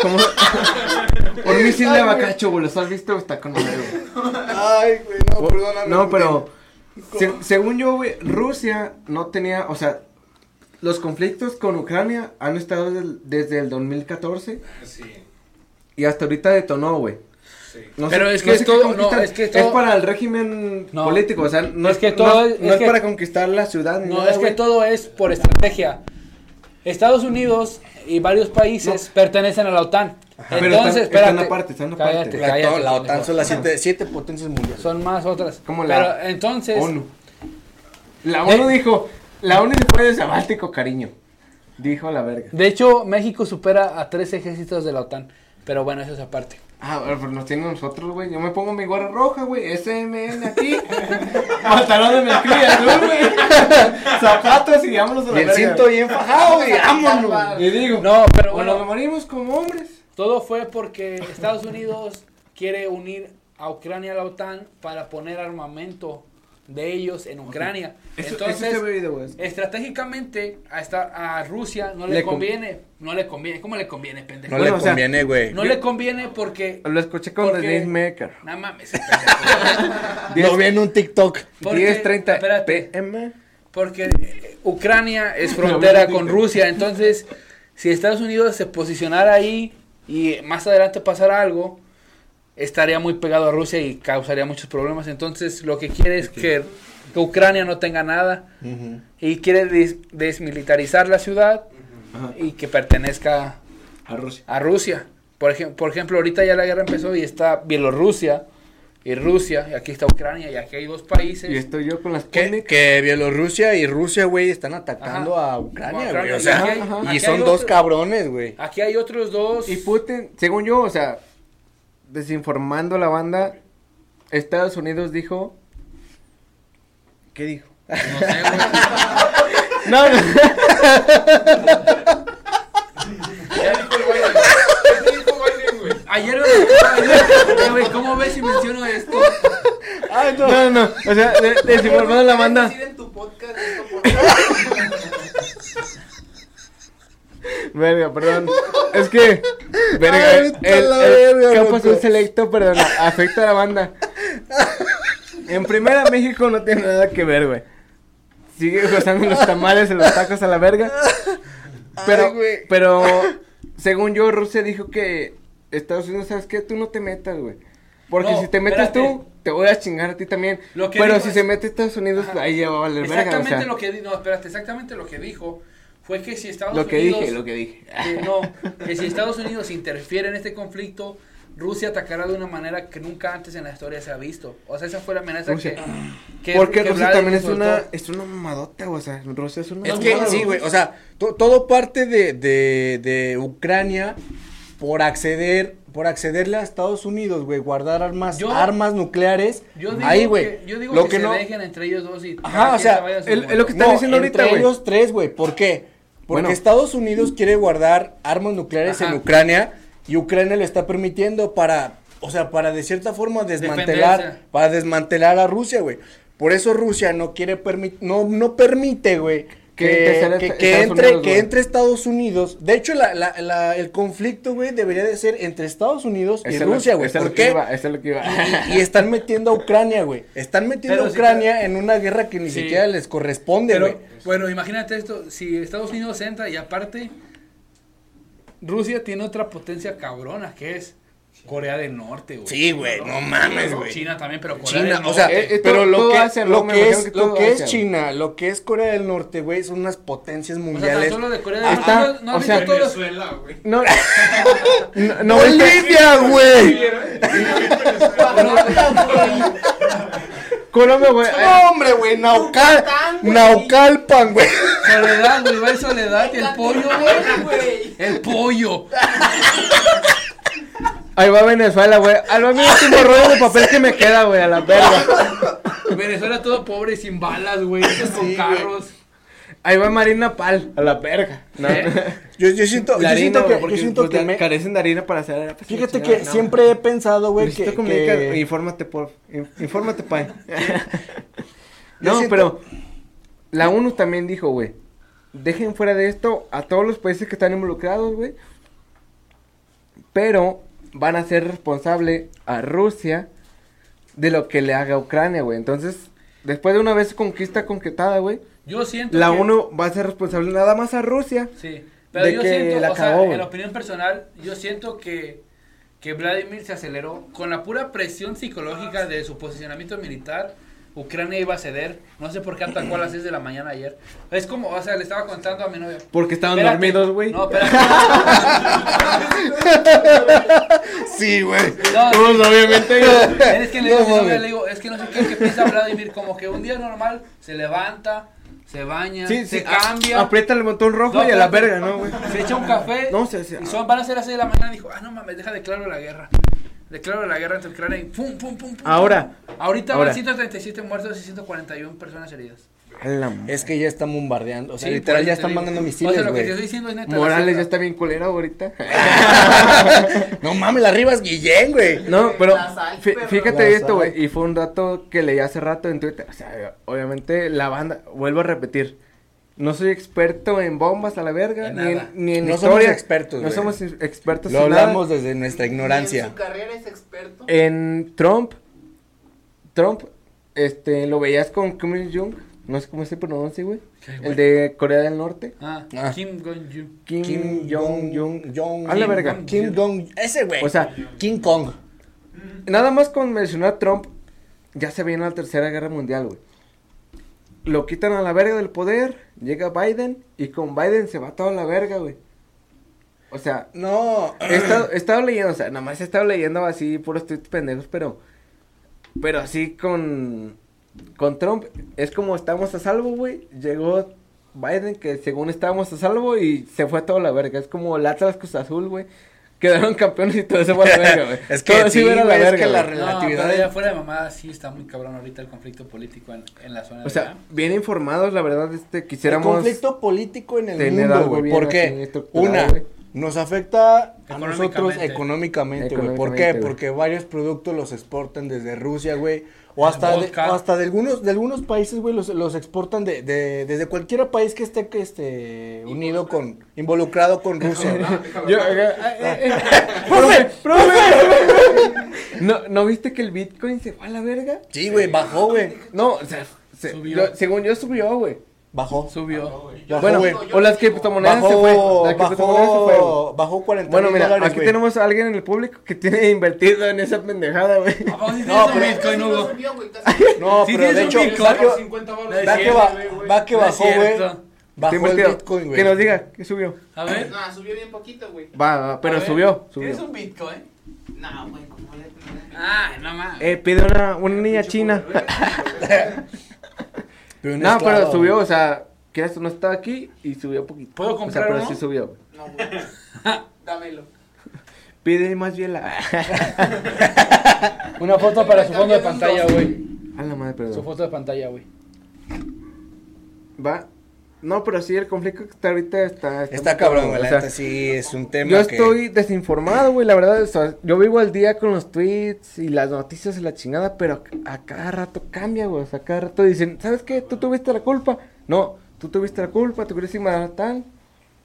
S3: como un misil de
S1: Ay, güey.
S3: abacacho, güey. ¿Los has visto? Está con madre, güey.
S1: Ay, güey, no, Oh, perdóname.
S3: No, pero
S1: Putin.
S3: se- según yo, güey, Rusia no tenía, o sea, los conflictos con Ucrania han estado del- desde el 2014
S7: Sí,
S3: y hasta ahorita detonó, güey.
S7: sí.
S3: No
S2: Pero es que
S3: no
S2: es
S3: qué
S2: todo- no,
S3: conquistan.
S2: es que todo-
S3: para el régimen
S2: No.
S3: político, o sea, no
S2: Es
S3: es,
S2: que
S3: no-
S2: todo-
S3: no
S2: es
S3: es
S2: que-
S3: para conquistar la ciudad. ni
S2: No,
S3: nada,
S2: es que
S3: güey.
S2: todo es por estrategia. Estados Unidos y varios países pertenecen a la OTAN.
S3: Pero
S2: Entonces,
S3: están- están
S2: espérate.
S3: aparte, están aparte.
S2: cállate,
S1: La,
S2: cállate,
S1: la OTAN
S2: pendejo.
S1: son las siete, siete potencias mundiales.
S2: Son más otras.
S3: Como la
S2: Pero entonces,
S3: ONU. La
S2: Eh.
S3: ONU dijo, la ONU se fue de Sabáltico, cariño. Dijo la verga.
S2: de hecho, México supera a tres ejércitos de la OTAN. Pero bueno, eso es aparte.
S3: Ah, bueno, pero nos tienen nosotros, güey. Yo me pongo mi gorra roja, güey. SMN aquí. Pantalón de mezclilla, ¿no, güey? Zapatos y vámonos a la
S1: Y el
S3: verga.
S1: cinto bien fajado, y vámonos.
S3: Y digo,
S2: No, pero
S3: o
S2: bueno.
S3: nos morimos como hombres.
S2: Todo fue porque Estados Unidos quiere unir a Ucrania a la OTAN para poner armamento de ellos en Ucrania. Entonces, estratégicamente a, esta- a Rusia no le,
S3: Le con-
S2: conviene. No le conviene. ¿Cómo le conviene, pendejo?
S1: No
S2: No,
S3: Bueno,
S1: le
S3: o sea,
S1: conviene, güey.
S2: le conviene porque...
S3: Lo escuché con
S2: ¿Por
S3: The
S2: qué?
S3: Days Maker.
S2: Nada mames, pendejo.
S1: Lo vi en un TikTok.
S2: Porque-
S3: 10.30
S2: espérate.
S3: PM.
S2: Porque eh, Ucrania es
S3: No,
S2: frontera
S3: no,
S2: con
S3: no.
S2: Rusia, entonces si Estados Unidos se posicionara ahí y más adelante pasara algo, estaría muy pegado a Rusia y causaría muchos problemas. Entonces lo que quiere es que, que Ucrania no tenga nada y quiere des- desmilitarizar la ciudad
S3: Ajá.
S2: y que pertenezca
S3: A Rusia.
S2: a Rusia. Por, ejem- por ejemplo, ahorita ya la guerra empezó y está Bielorrusia y Rusia, y aquí está Ucrania, y aquí hay dos países.
S3: Y estoy yo con las
S1: Que, que Bielorrusia y Rusia, güey, están atacando
S2: Ajá.
S1: a Ucrania,
S2: Ucrania,
S1: güey. O
S2: y
S1: sea,
S2: aquí
S3: hay- ajá.
S1: y
S2: aquí hay
S1: son dos
S2: otro-
S1: cabrones, güey.
S2: Aquí hay otros dos.
S3: Y Putin, según yo, o sea, desinformando a la banda, Estados Unidos dijo. ¿Qué dijo?
S2: No sé, güey.
S3: No, no.
S7: ¿Qué te dijo Biden, güey?
S2: Ayer me- Eh, güey, ¿cómo ves si menciono esto?
S1: Ah,
S3: No, no, o sea, de- desinformando a la banda.
S5: Decir en tu podcast esto, por
S3: Verga, perdón. Es que. Verga,
S1: Ay,
S3: el,
S1: está
S3: el,
S1: la
S3: el
S1: verga,
S3: campo
S1: loco.
S3: azul selecto, perdón, a- afecta a la banda. En primera, México no tiene nada que ver, güey. Sigue gozando los tamales y los tacos a la verga. Pero,
S1: Ay, güey.
S3: pero, según yo, Rusia dijo que Estados Unidos, ¿sabes qué? Tú no te metas, güey. Porque
S2: No,
S3: si te metes tú,
S2: espérate.
S3: te voy a chingar a ti también.
S2: Lo que
S3: Pero
S2: dijo
S3: si
S2: es-
S3: se mete Estados Unidos,
S2: Ajá.
S3: ahí ya va a valer verga. O
S2: Exactamente
S3: sea,
S2: lo que dijo. No, espérate, exactamente lo que dijo fue que si Estados
S3: lo que
S2: Unidos.
S3: dije, lo que dije.
S2: que no, que si Estados Unidos interfiere en este conflicto, Rusia atacará de una manera que nunca antes en la historia se ha visto. O sea, esa fue la amenaza
S3: Rusia.
S2: que. que-
S3: Porque
S2: que
S3: Rusia
S2: Vladimir
S3: también es
S2: soltó.
S3: una, es una mamadota, o sea, Rusia es una
S1: Es que
S3: mamada,
S1: sí, güey. O sea, to- todo parte de, de, de Ucrania por acceder, por accederle a Estados Unidos, güey, guardar armas,
S2: Yo-
S1: armas nucleares.
S2: Yo digo
S1: ahí,
S2: que,
S1: güey.
S2: yo digo
S1: Lo
S2: que,
S1: que
S2: se
S1: no.
S2: dejen entre ellos dos y.
S1: Ajá,
S2: cada
S1: o
S2: quien
S1: sea,
S2: se vaya a su
S3: el-
S2: mundo.
S3: es lo que están
S1: No,
S3: diciendo
S1: entre
S3: ahorita, güey.
S1: ellos tres, güey. ¿Por qué? Porque
S3: Bueno.
S1: Estados Unidos quiere guardar armas nucleares
S2: Ajá.
S1: en Ucrania y Ucrania lo está permitiendo para, o sea, para de cierta forma desmantelar,
S2: Defenderse.
S1: para desmantelar a Rusia, güey. Por eso Rusia no quiere permitir, no, no permite, güey,
S3: Que entre
S1: que,
S3: ser
S1: que-
S3: est-
S1: que
S3: Estados
S1: entre,
S3: Unidos,
S1: que
S3: güey.
S1: entre Estados Unidos. De hecho, la- la- la- el conflicto, güey, debería de ser entre Estados Unidos y
S3: Eso es lo-
S1: Rusia, güey.
S3: eso es
S1: ¿Por
S3: lo que
S1: qué?
S3: iba, eso es lo que iba.
S1: Y, y están metiendo a Ucrania, güey. Están metiendo
S2: Pero
S1: a
S2: si
S1: Ucrania en una guerra que ni
S2: Sí.
S1: siquiera les corresponde,
S2: Pero,
S1: güey.
S2: bueno, imagínate esto, si Estados Unidos entra y aparte Rusia tiene otra potencia cabrona que es Corea del Norte, güey.
S1: Sí, güey, no mames, güey.
S2: China también, pero Corea
S1: China,
S2: del
S1: o sea,
S2: Norte.
S3: Eh, eh,
S1: pero
S3: todo-
S1: lo
S3: todo
S1: que,
S3: Asia,
S1: lo
S3: ¿no? Me
S1: que
S3: imagino
S1: es,
S3: que
S1: lo
S3: todo
S1: que es
S3: Asia, güey.
S1: China, lo que es Corea del Norte, güey, son unas potencias
S2: o sea, tan
S1: mundiales.
S2: solo de Corea
S3: Ahí
S2: del Norte.
S3: está,
S2: ¿no- ¿No
S3: o
S2: has
S3: sea-
S2: visto todos?
S7: Venezuela, güey.
S3: No, no, no viste-
S1: Bolivia, güey.
S3: Colombia, güey. eh,
S1: No, hombre, güey, Naucal,
S5: Yucatán, güey.
S1: Naucalpan, güey.
S2: Soledad, güey, va en Soledad, el pollo, güey.
S5: güey.
S2: El pollo.
S3: Ahí va Venezuela, güey. A lo mismo último rollo de papel que me queda, güey, a la verga.
S2: Venezuela todo pobre, sin balas, güey. Con
S1: güey.
S2: carros.
S3: Ahí va Marina Pal, a la verga. No.
S2: ¿Eh?
S1: Yo, yo siento, yo siento que, yo
S2: pues
S1: siento que me-
S3: carecen de harina para hacer. pues,
S1: fíjate que siempre he pensado, güey, que, que-
S3: Infórmate, por. in- Infórmate, pay.
S1: Yo
S3: no,
S1: siento-
S3: pero. La ONU también dijo, güey. Dejen fuera de esto a todos los países que están involucrados, güey. Pero van a ser responsable a Rusia de lo que le haga a Ucrania, güey. Entonces, después de una vez conquista concretada, güey,
S2: Yo siento
S3: la
S2: que-
S3: ONU va a ser responsable nada más a Rusia.
S2: Sí. Pero
S3: de
S2: yo
S3: que
S2: siento,
S3: la
S2: o sea,
S3: acabó, güey.
S2: en la opinión personal, yo siento que, que Vladimir se aceleró. Con la pura presión psicológica de su posicionamiento militar, Ucrania iba a ceder. No sé por qué atacó a las 6 de la mañana ayer. Es como, o sea, le estaba contando a mi novia.
S3: Porque estaban
S2: Espérate.
S3: dormidos, güey.
S2: No, espérate.
S1: Sí, güey.
S2: No,
S3: Pues, obviamente.
S2: Es que le digo,
S1: No
S2: a mi novia,
S1: mames.
S2: le digo, es que no sé qué, qué piensa Vladimir, como que un día normal se levanta, se baña,
S3: Sí,
S2: se
S3: sí, a-
S2: cambia.
S3: Aprieta el botón rojo
S2: No,
S3: y a la
S2: espérate.
S3: verga, ¿no, güey?
S2: Se echa un café.
S3: No, se- ah. se-
S2: Y son, van a ser las 6 de la mañana. Dijo, ah, no mames, deja declaro la guerra. Declaro la guerra entre Ucrania y pum, pum, pum, pum.
S3: Ahora.
S2: Ahorita
S3: ahora.
S2: van 137 muertos y 141 personas heridas.
S3: A la madre.
S1: Es que ya están bombardeando, o sea,
S2: Sí, por
S1: literal
S2: eso
S1: ya
S2: te
S1: están
S2: digo.
S1: mandando
S2: O sea,
S1: misiles,
S2: lo que te
S1: güey.
S2: estoy diciendo es neta. la
S3: Morales
S2: cifra.
S3: ya está bien culero ahorita.
S1: no mames, la arriba es Guillén, güey.
S3: No, pero
S5: Las hay,
S3: fí-
S5: perro.
S3: fíjate
S1: Las
S3: esto, güey.
S1: hay.
S3: Y fue un dato que leí hace rato en Twitter. O sea, obviamente la banda, vuelvo a repetir. No soy experto en bombas a la verga,
S2: En
S3: ni en,
S2: nada.
S3: ni en
S1: No somos
S3: historia.
S1: expertos,
S3: No
S1: güey.
S3: somos expertos
S1: Lo
S3: en nada.
S1: hablamos desde nuestra
S5: Ni en
S1: ignorancia.
S5: su carrera es experto.
S3: En Trump, Trump, este, lo veías con Kim Jong, no sé cómo se pronuncia, güey.
S2: Qué güey.
S3: El de Corea del Norte.
S2: Ah,
S1: Ah.
S2: Kim Jong-un.
S3: Kim, Jong Jong.
S1: Jong.
S3: A la verga.
S1: Kim Jong. Ese, güey.
S3: O sea,
S1: King Kong.
S3: Nada más con mencionar a Trump, ya se viene la tercera guerra mundial, güey. Lo quitan a la verga del poder, llega Biden y con Biden se va toda la verga, güey. O sea,
S1: No.
S3: he estado, he estado leyendo, o sea, nada más he estado leyendo así puros tweets pendejos, pero pero así con con Trump es como estamos a salvo, güey. Llegó Biden que según estábamos a salvo y se fue toda la verga. Es como el Atlas Cruz Azul, güey. Quedaron campeones y todo se fue a la verga, güey.
S1: Es que
S3: Todo se
S1: sí,
S3: iba a
S1: güey, es que
S3: güey.
S1: la
S2: No,
S1: relatividad.
S2: pero
S1: de-
S2: ya fuera de mamada, sí está muy cabrón ahorita el conflicto político en, en la zona
S3: O
S2: de
S3: sea,
S2: allá.
S3: bien informados, la verdad, este,
S1: el
S3: quisiéramos...
S1: conflicto político en el
S3: tener
S1: mundo,
S3: algo
S1: güey.
S3: bien
S1: ¿Por
S3: así
S1: qué?
S3: estructurado,
S1: Una,
S3: güey.
S1: nos afecta a
S2: Económicamente.
S1: nosotros económicamente, güey. ¿Por
S3: Económicamente,
S1: qué?
S3: güey.
S1: Porque varios productos los exportan desde Rusia, güey. O hasta, de,
S2: Vodka.
S1: o hasta de algunos de algunos países, güey, los, los exportan de, de- desde cualquier país que esté que esté unido con involucrado con Rusia. güey.
S3: Yo- eh, ¡Profe! ¡Profe! ¿No, ¿No viste que el Bitcoin se fue a la verga?
S1: Sí, güey, bajó, güey.
S3: No, o sea, se-
S2: Subió.
S3: yo- según yo subió, güey.
S1: Bajó.
S5: Ah,
S2: Subió.
S1: Bajó,
S3: Bueno,
S1: güey.
S3: o las criptomonedas se fue.
S1: Bajó,
S3: Las criptomonedas se fue, güey.
S1: bajó, bajó 40
S3: Bueno, mira,
S1: dólares,
S3: aquí
S1: güey.
S3: tenemos a alguien en el público que tiene invertido en esa pendejada, güey.
S2: Ah, vamos a decir
S1: No,
S2: eso,
S1: pero-
S2: Bitcoin, Hugo.
S5: subió, güey, casi.
S1: No,
S2: Sí,
S1: pero de
S2: tienes
S1: hecho,
S2: un Bitcoin.
S1: va que, va que ba- va que
S2: No es
S1: bajó, güey.
S2: cierto.
S3: Está
S1: Bajó el
S3: invertido.
S1: Bitcoin, güey.
S3: Que nos diga, que subió.
S2: A ver.
S5: No, subió bien poquito, güey.
S3: Va, va, pero subió, subió.
S2: ¿Tienes un Bitcoin?
S5: No, güey, como le
S2: Ah, no mames.
S3: Eh, pide una, una niña china.
S1: Pero un
S3: No,
S1: esclavo,
S3: pero subió,
S1: güey.
S3: o sea, que esto no estaba aquí y subió poquito.
S2: ¿Puedo comprar
S3: O sea, pero
S2: uno?
S3: sí subió. güey.
S5: No, güey. Dámelo.
S3: Pide más bien la.
S2: Una foto para su fondo de pantalla, güey.
S3: A la madre,
S2: Su
S3: perdón.
S2: foto de pantalla, güey.
S3: Va. No, pero sí, el conflicto que está ahorita está.
S1: Está
S3: muy
S1: cabrón, güey.
S3: o
S1: La
S3: sea,
S1: neta sí es un tema
S3: yo
S1: que-
S3: estoy desinformado, güey, la verdad. o sea, yo vivo al día con los tweets y las noticias y la chingada, pero a cada rato cambia, güey. O sea, a cada rato dicen, ¿sabes qué? Tú tuviste la culpa. No, tú tuviste la culpa, tú quieres invadir tal.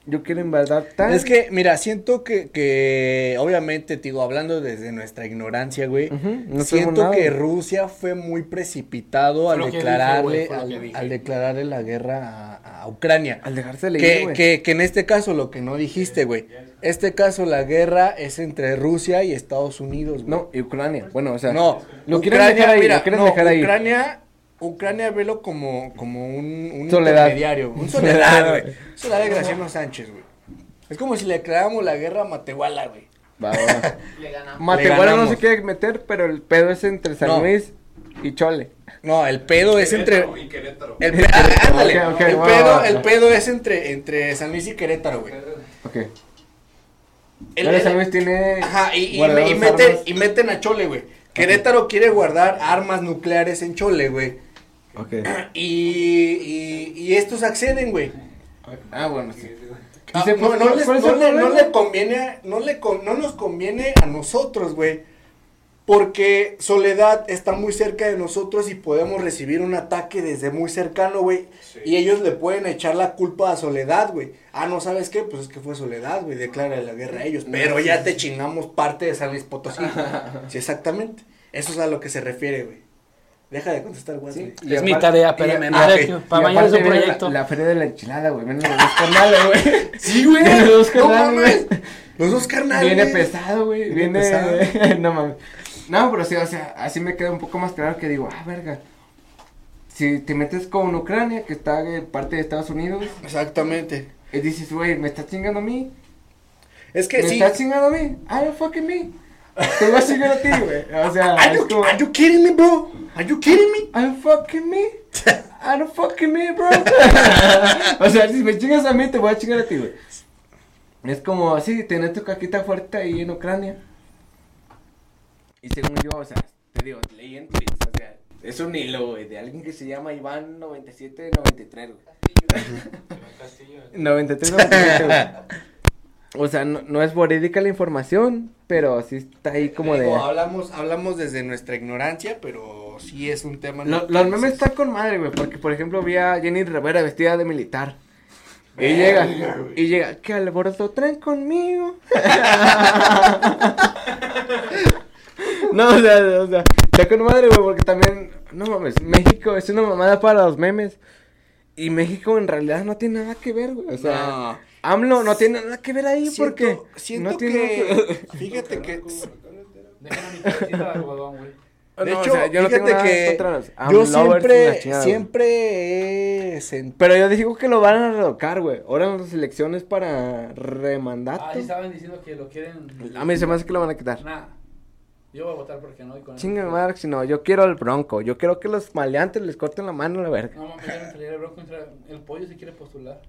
S3: Yo quiero invadir tal.
S1: Es que, mira, siento que, que obviamente, te digo, hablando desde nuestra ignorancia, güey,
S3: Ujú, no sabemos
S1: siento
S3: nada,
S1: que
S3: güey.
S1: Rusia fue muy precipitado al
S2: lo que dije,
S1: declararle,
S2: güey, fue lo que
S1: al,
S2: dije.
S1: al declararle la guerra a, a Ucrania.
S3: Al dejarse leer,
S1: Que,
S3: güey.
S1: que, que en este caso, lo que no dijiste, güey. Este caso, la guerra es entre Rusia y Estados Unidos, güey.
S3: No, y Ucrania. Bueno, o sea.
S1: no,
S3: Lo quieren dejar ahí. lo quieren
S1: no,
S3: dejar ahí.
S1: Ucrania, Ucrania velo como, como un, un
S3: Soledad.
S1: intermediario. Un
S3: Soledad,
S1: soledad, güey.
S3: güey.
S1: Soledad de Graciano Sánchez, güey. Es como si le declaráramos la guerra a Matehuala, güey.
S3: Va, va, va.
S5: Le ganamos.
S3: Matehuala no se
S1: ganamos.
S3: quiere meter, pero el pedo es entre San
S1: No.
S3: Luis y Chole.
S1: No, el pedo es entre.
S7: Querétaro y Querétaro.
S1: El, pe- ah, ándale.
S3: Ok, ok,
S1: el,
S3: va,
S1: pedo,
S3: va, va.
S1: el pedo es entre, entre San Luis y Querétaro, güey.
S3: Ok.
S1: El-
S3: Pero
S1: el-
S3: San Luis tiene.
S1: Ajá, y, y,
S3: guardadas
S1: me- y meten,
S3: armas.
S1: y meten a Chole, güey. Querétaro quiere guardar armas nucleares en Chole, güey.
S3: Ok.
S1: Y, y, y estos acceden, güey.
S3: Ah, bueno, sí.
S1: Ah,
S3: Dice,
S1: no,
S3: pues,
S1: no
S3: ¿cuál
S1: les-
S3: es
S1: no
S3: el
S1: le, no
S3: problema?
S1: le conviene, a- no, le con- no nos conviene a nosotros, güey. Porque Soledad está muy cerca de nosotros y podemos recibir un ataque desde muy cercano, güey. Y ellos le pueden echar la culpa a Soledad, güey. Ah, no sabes qué, pues es que fue Soledad, güey. Declara la guerra a ellos. Pero ya te chingamos parte de San Luis Potosí. sí, exactamente. Eso es a lo que se refiere, güey. Deja de contestar, güey.
S3: Sí.
S2: Es
S3: Y
S2: mi
S3: aparte-
S2: tarea,
S1: y-
S2: espérame.
S1: ah,
S2: madre,
S1: ok.
S2: tío,
S3: Y
S2: Para mañana es un
S3: aparte viene
S2: proyecto.
S3: La, la feria de la enchilada, güey. Vienen los dos carnales, güey.
S1: Sí, güey.
S3: Vienen los dos
S1: No
S3: carnales,
S1: mames. Los dos carnales.
S3: Viene pesado, güey.
S1: Viene
S3: Viene.
S1: pesado.
S3: no mames. No, pero sí, o sea, así me queda un poco más claro que digo, ah, verga. Si te metes con Ucrania, que está eh, parte de Estados Unidos,
S1: Exactamente.
S3: y dices, güey, me está chingando a mí.
S1: Es que
S3: Me
S1: sí.
S3: está chingando a mí. ah, I don't fucking me. Te voy a chingar a ti, güey. O sea,
S1: Are
S3: es
S1: you,
S3: como,
S1: are you kidding me, bro? Are you kidding me?
S3: I'm fucking me. I don't fucking me, bro. o sea, si me chingas a mí, te voy a chingar a ti, güey. Es como así, tener tu caquita fuerte ahí en Ucrania. Y según yo, o sea, te digo, leí en tweets, o sea, es un hilo, güey, de alguien que se llama Iván 9793, güey. 93, 97, güey. O sea, no, no es verídica la información, pero sí está ahí como de...
S1: Digo, hablamos, hablamos desde nuestra ignorancia, pero sí es un tema.
S3: Lo- los memes están con madre, güey, porque por ejemplo vi a Jenny Rivera vestida de militar. Y llega, y llega, que alboroto traen conmigo. no, o sea, o sea, está con madre, güey, porque también, no mames, México es una mamada para los memes. Y México en realidad no tiene nada que ver, güey. O sea,
S1: No.
S3: AMLO no tiene nada que ver ahí
S1: Siento-
S3: porque.
S1: siento
S3: no
S1: que. Fíjate que.
S2: Déjame mi cabecita de algodón, güey.
S1: De
S3: No, o
S1: hecho,
S3: sea, yo no tengo
S1: fíjate
S3: nada
S1: que.
S3: contra los
S1: yo
S3: AMLovers ni
S1: siempre.
S3: la chingada, güey.
S1: siempre he sentido.
S3: Pero yo digo que lo van a revocar, güey. Ahora en las elecciones para
S2: Ah, sí
S3: remandato.
S2: estaban diciendo que lo quieren.
S3: A mí se me hace que lo van a quitar.
S2: Nada. Yo voy a votar porque no. y con
S3: Chinga madre, si no, yo quiero al bronco. Yo quiero que los maleantes les corten la mano a la verga.
S2: No mames, quieren pelear el bro contra el pollo si quiere postular.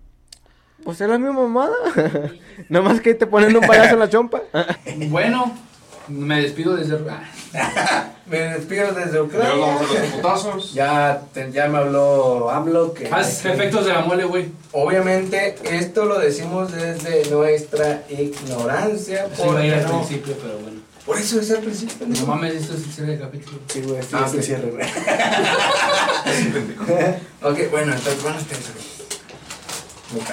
S3: Pues es la misma mamada. Nomás que te ponen un payaso en la chompa.
S2: Bueno, me despido desde. Ah,
S1: Me despido desde
S7: Luego vamos a los putazos.
S1: Ya, te- ya me habló AMLO que.
S2: Haz efectos de la mole, güey.
S1: Obviamente, esto lo decimos desde nuestra ignorancia.
S2: Eso iba a ir al principio, pero bueno.
S1: Por eso es al principio.
S2: No mames, esto es el cierre del capítulo.
S1: Sí, güey, sí,
S2: Ah,
S1: sí,
S2: ok.
S1: cierre, güey. ok, bueno, entonces van ustedes, güey. Ok.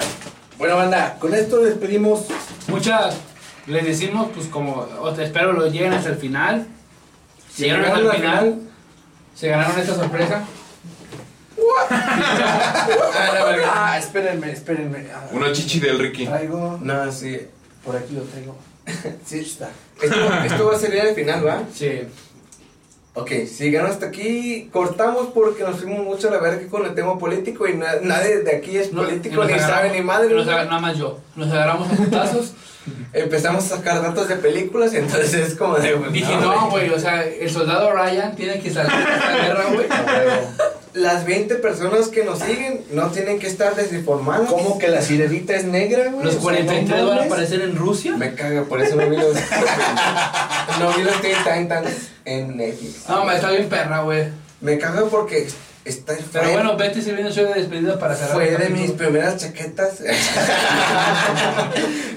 S1: Bueno, banda, con esto despedimos.
S2: Muchas les decimos, pues como. o te espero lo lleguen hasta el final. Si llegaron hasta el
S1: Llegaron al
S2: final, se ganaron esta sorpresa.
S1: Ah, la verga. Ah, espérenme, espérenme. Ah,
S7: Una chichi del Ricky.
S1: traigo. No, sí. Por aquí lo traigo. sí, está. Esto, esto va a ser ya el final, ¿va?
S2: Sí.
S1: Ok, si ganó hasta aquí, cortamos porque nos fuimos mucho a la verga con el tema político y na- nadie de aquí es
S2: No,
S1: político,
S2: nos
S1: ni
S2: agarramos-
S1: sabe ni madre.
S2: nos
S1: güey.
S2: aga- nada más yo. Nos agarramos a putazos.
S1: Empezamos a sacar datos de películas, entonces es como de. pues,
S2: Dije, no, güey, o sea, el soldado Ryan tiene que salir de esta guerra, güey.
S1: Las 20 personas que nos siguen no tienen que estar desinformadas. ¿Cómo que la sirenita es negra, güey?
S2: Los
S1: O sea,
S2: 43
S1: no
S2: van a
S1: mames.
S2: aparecer en Rusia.
S1: Me caga, por eso no vi los. no vi los Teen Titans en Netflix.
S2: No, me está bien perra, güey.
S1: Me caga porque está enfermo.
S2: Pero bueno, vete sirviendo show de despedida para cerrar.
S1: Fue
S2: el
S1: de
S2: capítulo.
S1: mis primeras chaquetas.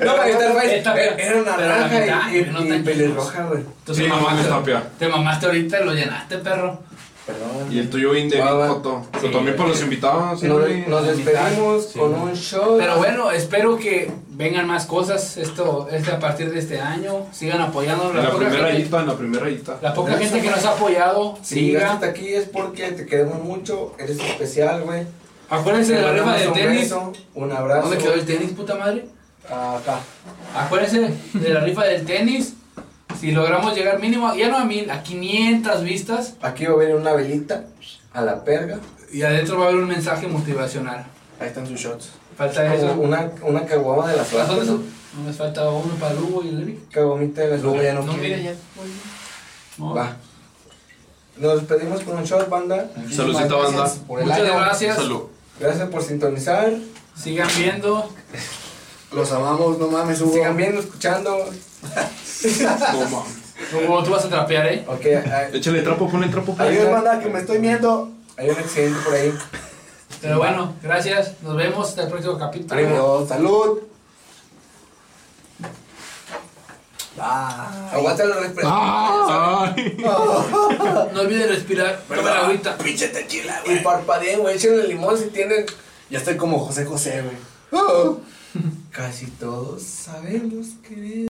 S1: no, güey, tal vez
S2: Esta-
S1: era una
S2: pero la
S1: naranja
S2: mitad,
S1: y, y,
S2: no
S1: y
S2: tan
S1: pelirroja, güey.
S2: Entonces,
S7: Sí, no mames,
S2: mamaste,
S7: Tapia.
S2: te mamaste ahorita y lo llenaste, perro.
S1: Perdón.
S7: Y el tuyo Inde,
S1: Ah, va.
S7: foto. Pero también para los invitados.
S1: Nos,
S7: güey.
S1: nos despedimos
S2: Sí.
S1: con un show.
S3: Pues-
S2: Pero bueno, espero que vengan más cosas esto, este, a partir de este año. Sigan apoyando
S7: En la
S2: poca
S7: primera
S2: gente,
S7: hita, en la primera hita.
S2: la poca gente que nos ha apoyado.
S1: Si llegaste
S2: Siga.
S1: hasta aquí es porque te queremos mucho, eres especial, güey.
S2: Acuérdense de la rifa de tenis.
S3: Un abrazo.
S2: ¿Dónde quedó el tenis, puta madre?
S3: Acá.
S2: Acuérdense de la rifa del tenis. Si logramos llegar mínimo, ya no a mil, a 500 vistas.
S3: Aquí va a venir una velita a la perga.
S2: Y adentro va a haber un mensaje motivacional.
S3: Ahí están sus shots.
S2: Falta eso.
S3: Una, una caguama de la
S2: ¿Para dónde
S3: suerte. ¿no?
S2: son? No me falta uno para Lugo y el Eric.
S3: Caguamita de la suerte.
S2: no
S8: No, mira,
S2: quiere.
S8: ya.
S2: No.
S3: Va. Nos despedimos con un shot, banda.
S4: Saludcita,
S3: Muchísimas
S4: banda.
S3: gracias Por el
S2: Muchas
S3: año.
S2: gracias.
S4: Salud.
S3: Gracias por sintonizar.
S2: Sigan viendo.
S1: Los amamos, no mames, Hugo.
S3: Sigan viendo, escuchando.
S4: No mames.
S2: Hugo, tú vas a trapear, ¿eh?
S3: Ok, hay,
S4: Échale trapo, ponle trapo.
S3: Ahí
S1: Ay,
S3: está.
S1: Dios, banda, que me estoy viendo.
S3: hay un accidente por ahí.
S2: Pero bueno, gracias. Nos vemos hasta el próximo capítulo.
S1: Adiós, salud.
S3: Aguanta los respiradores.
S2: No olviden respirar. Toma la agüita.
S3: Pinche tequila, güey. Y parpadeen, güey. Echen el limón si tienen.
S1: Ya estoy como José José,
S3: Oh.
S1: güey.
S3: Casi todos sabemos que.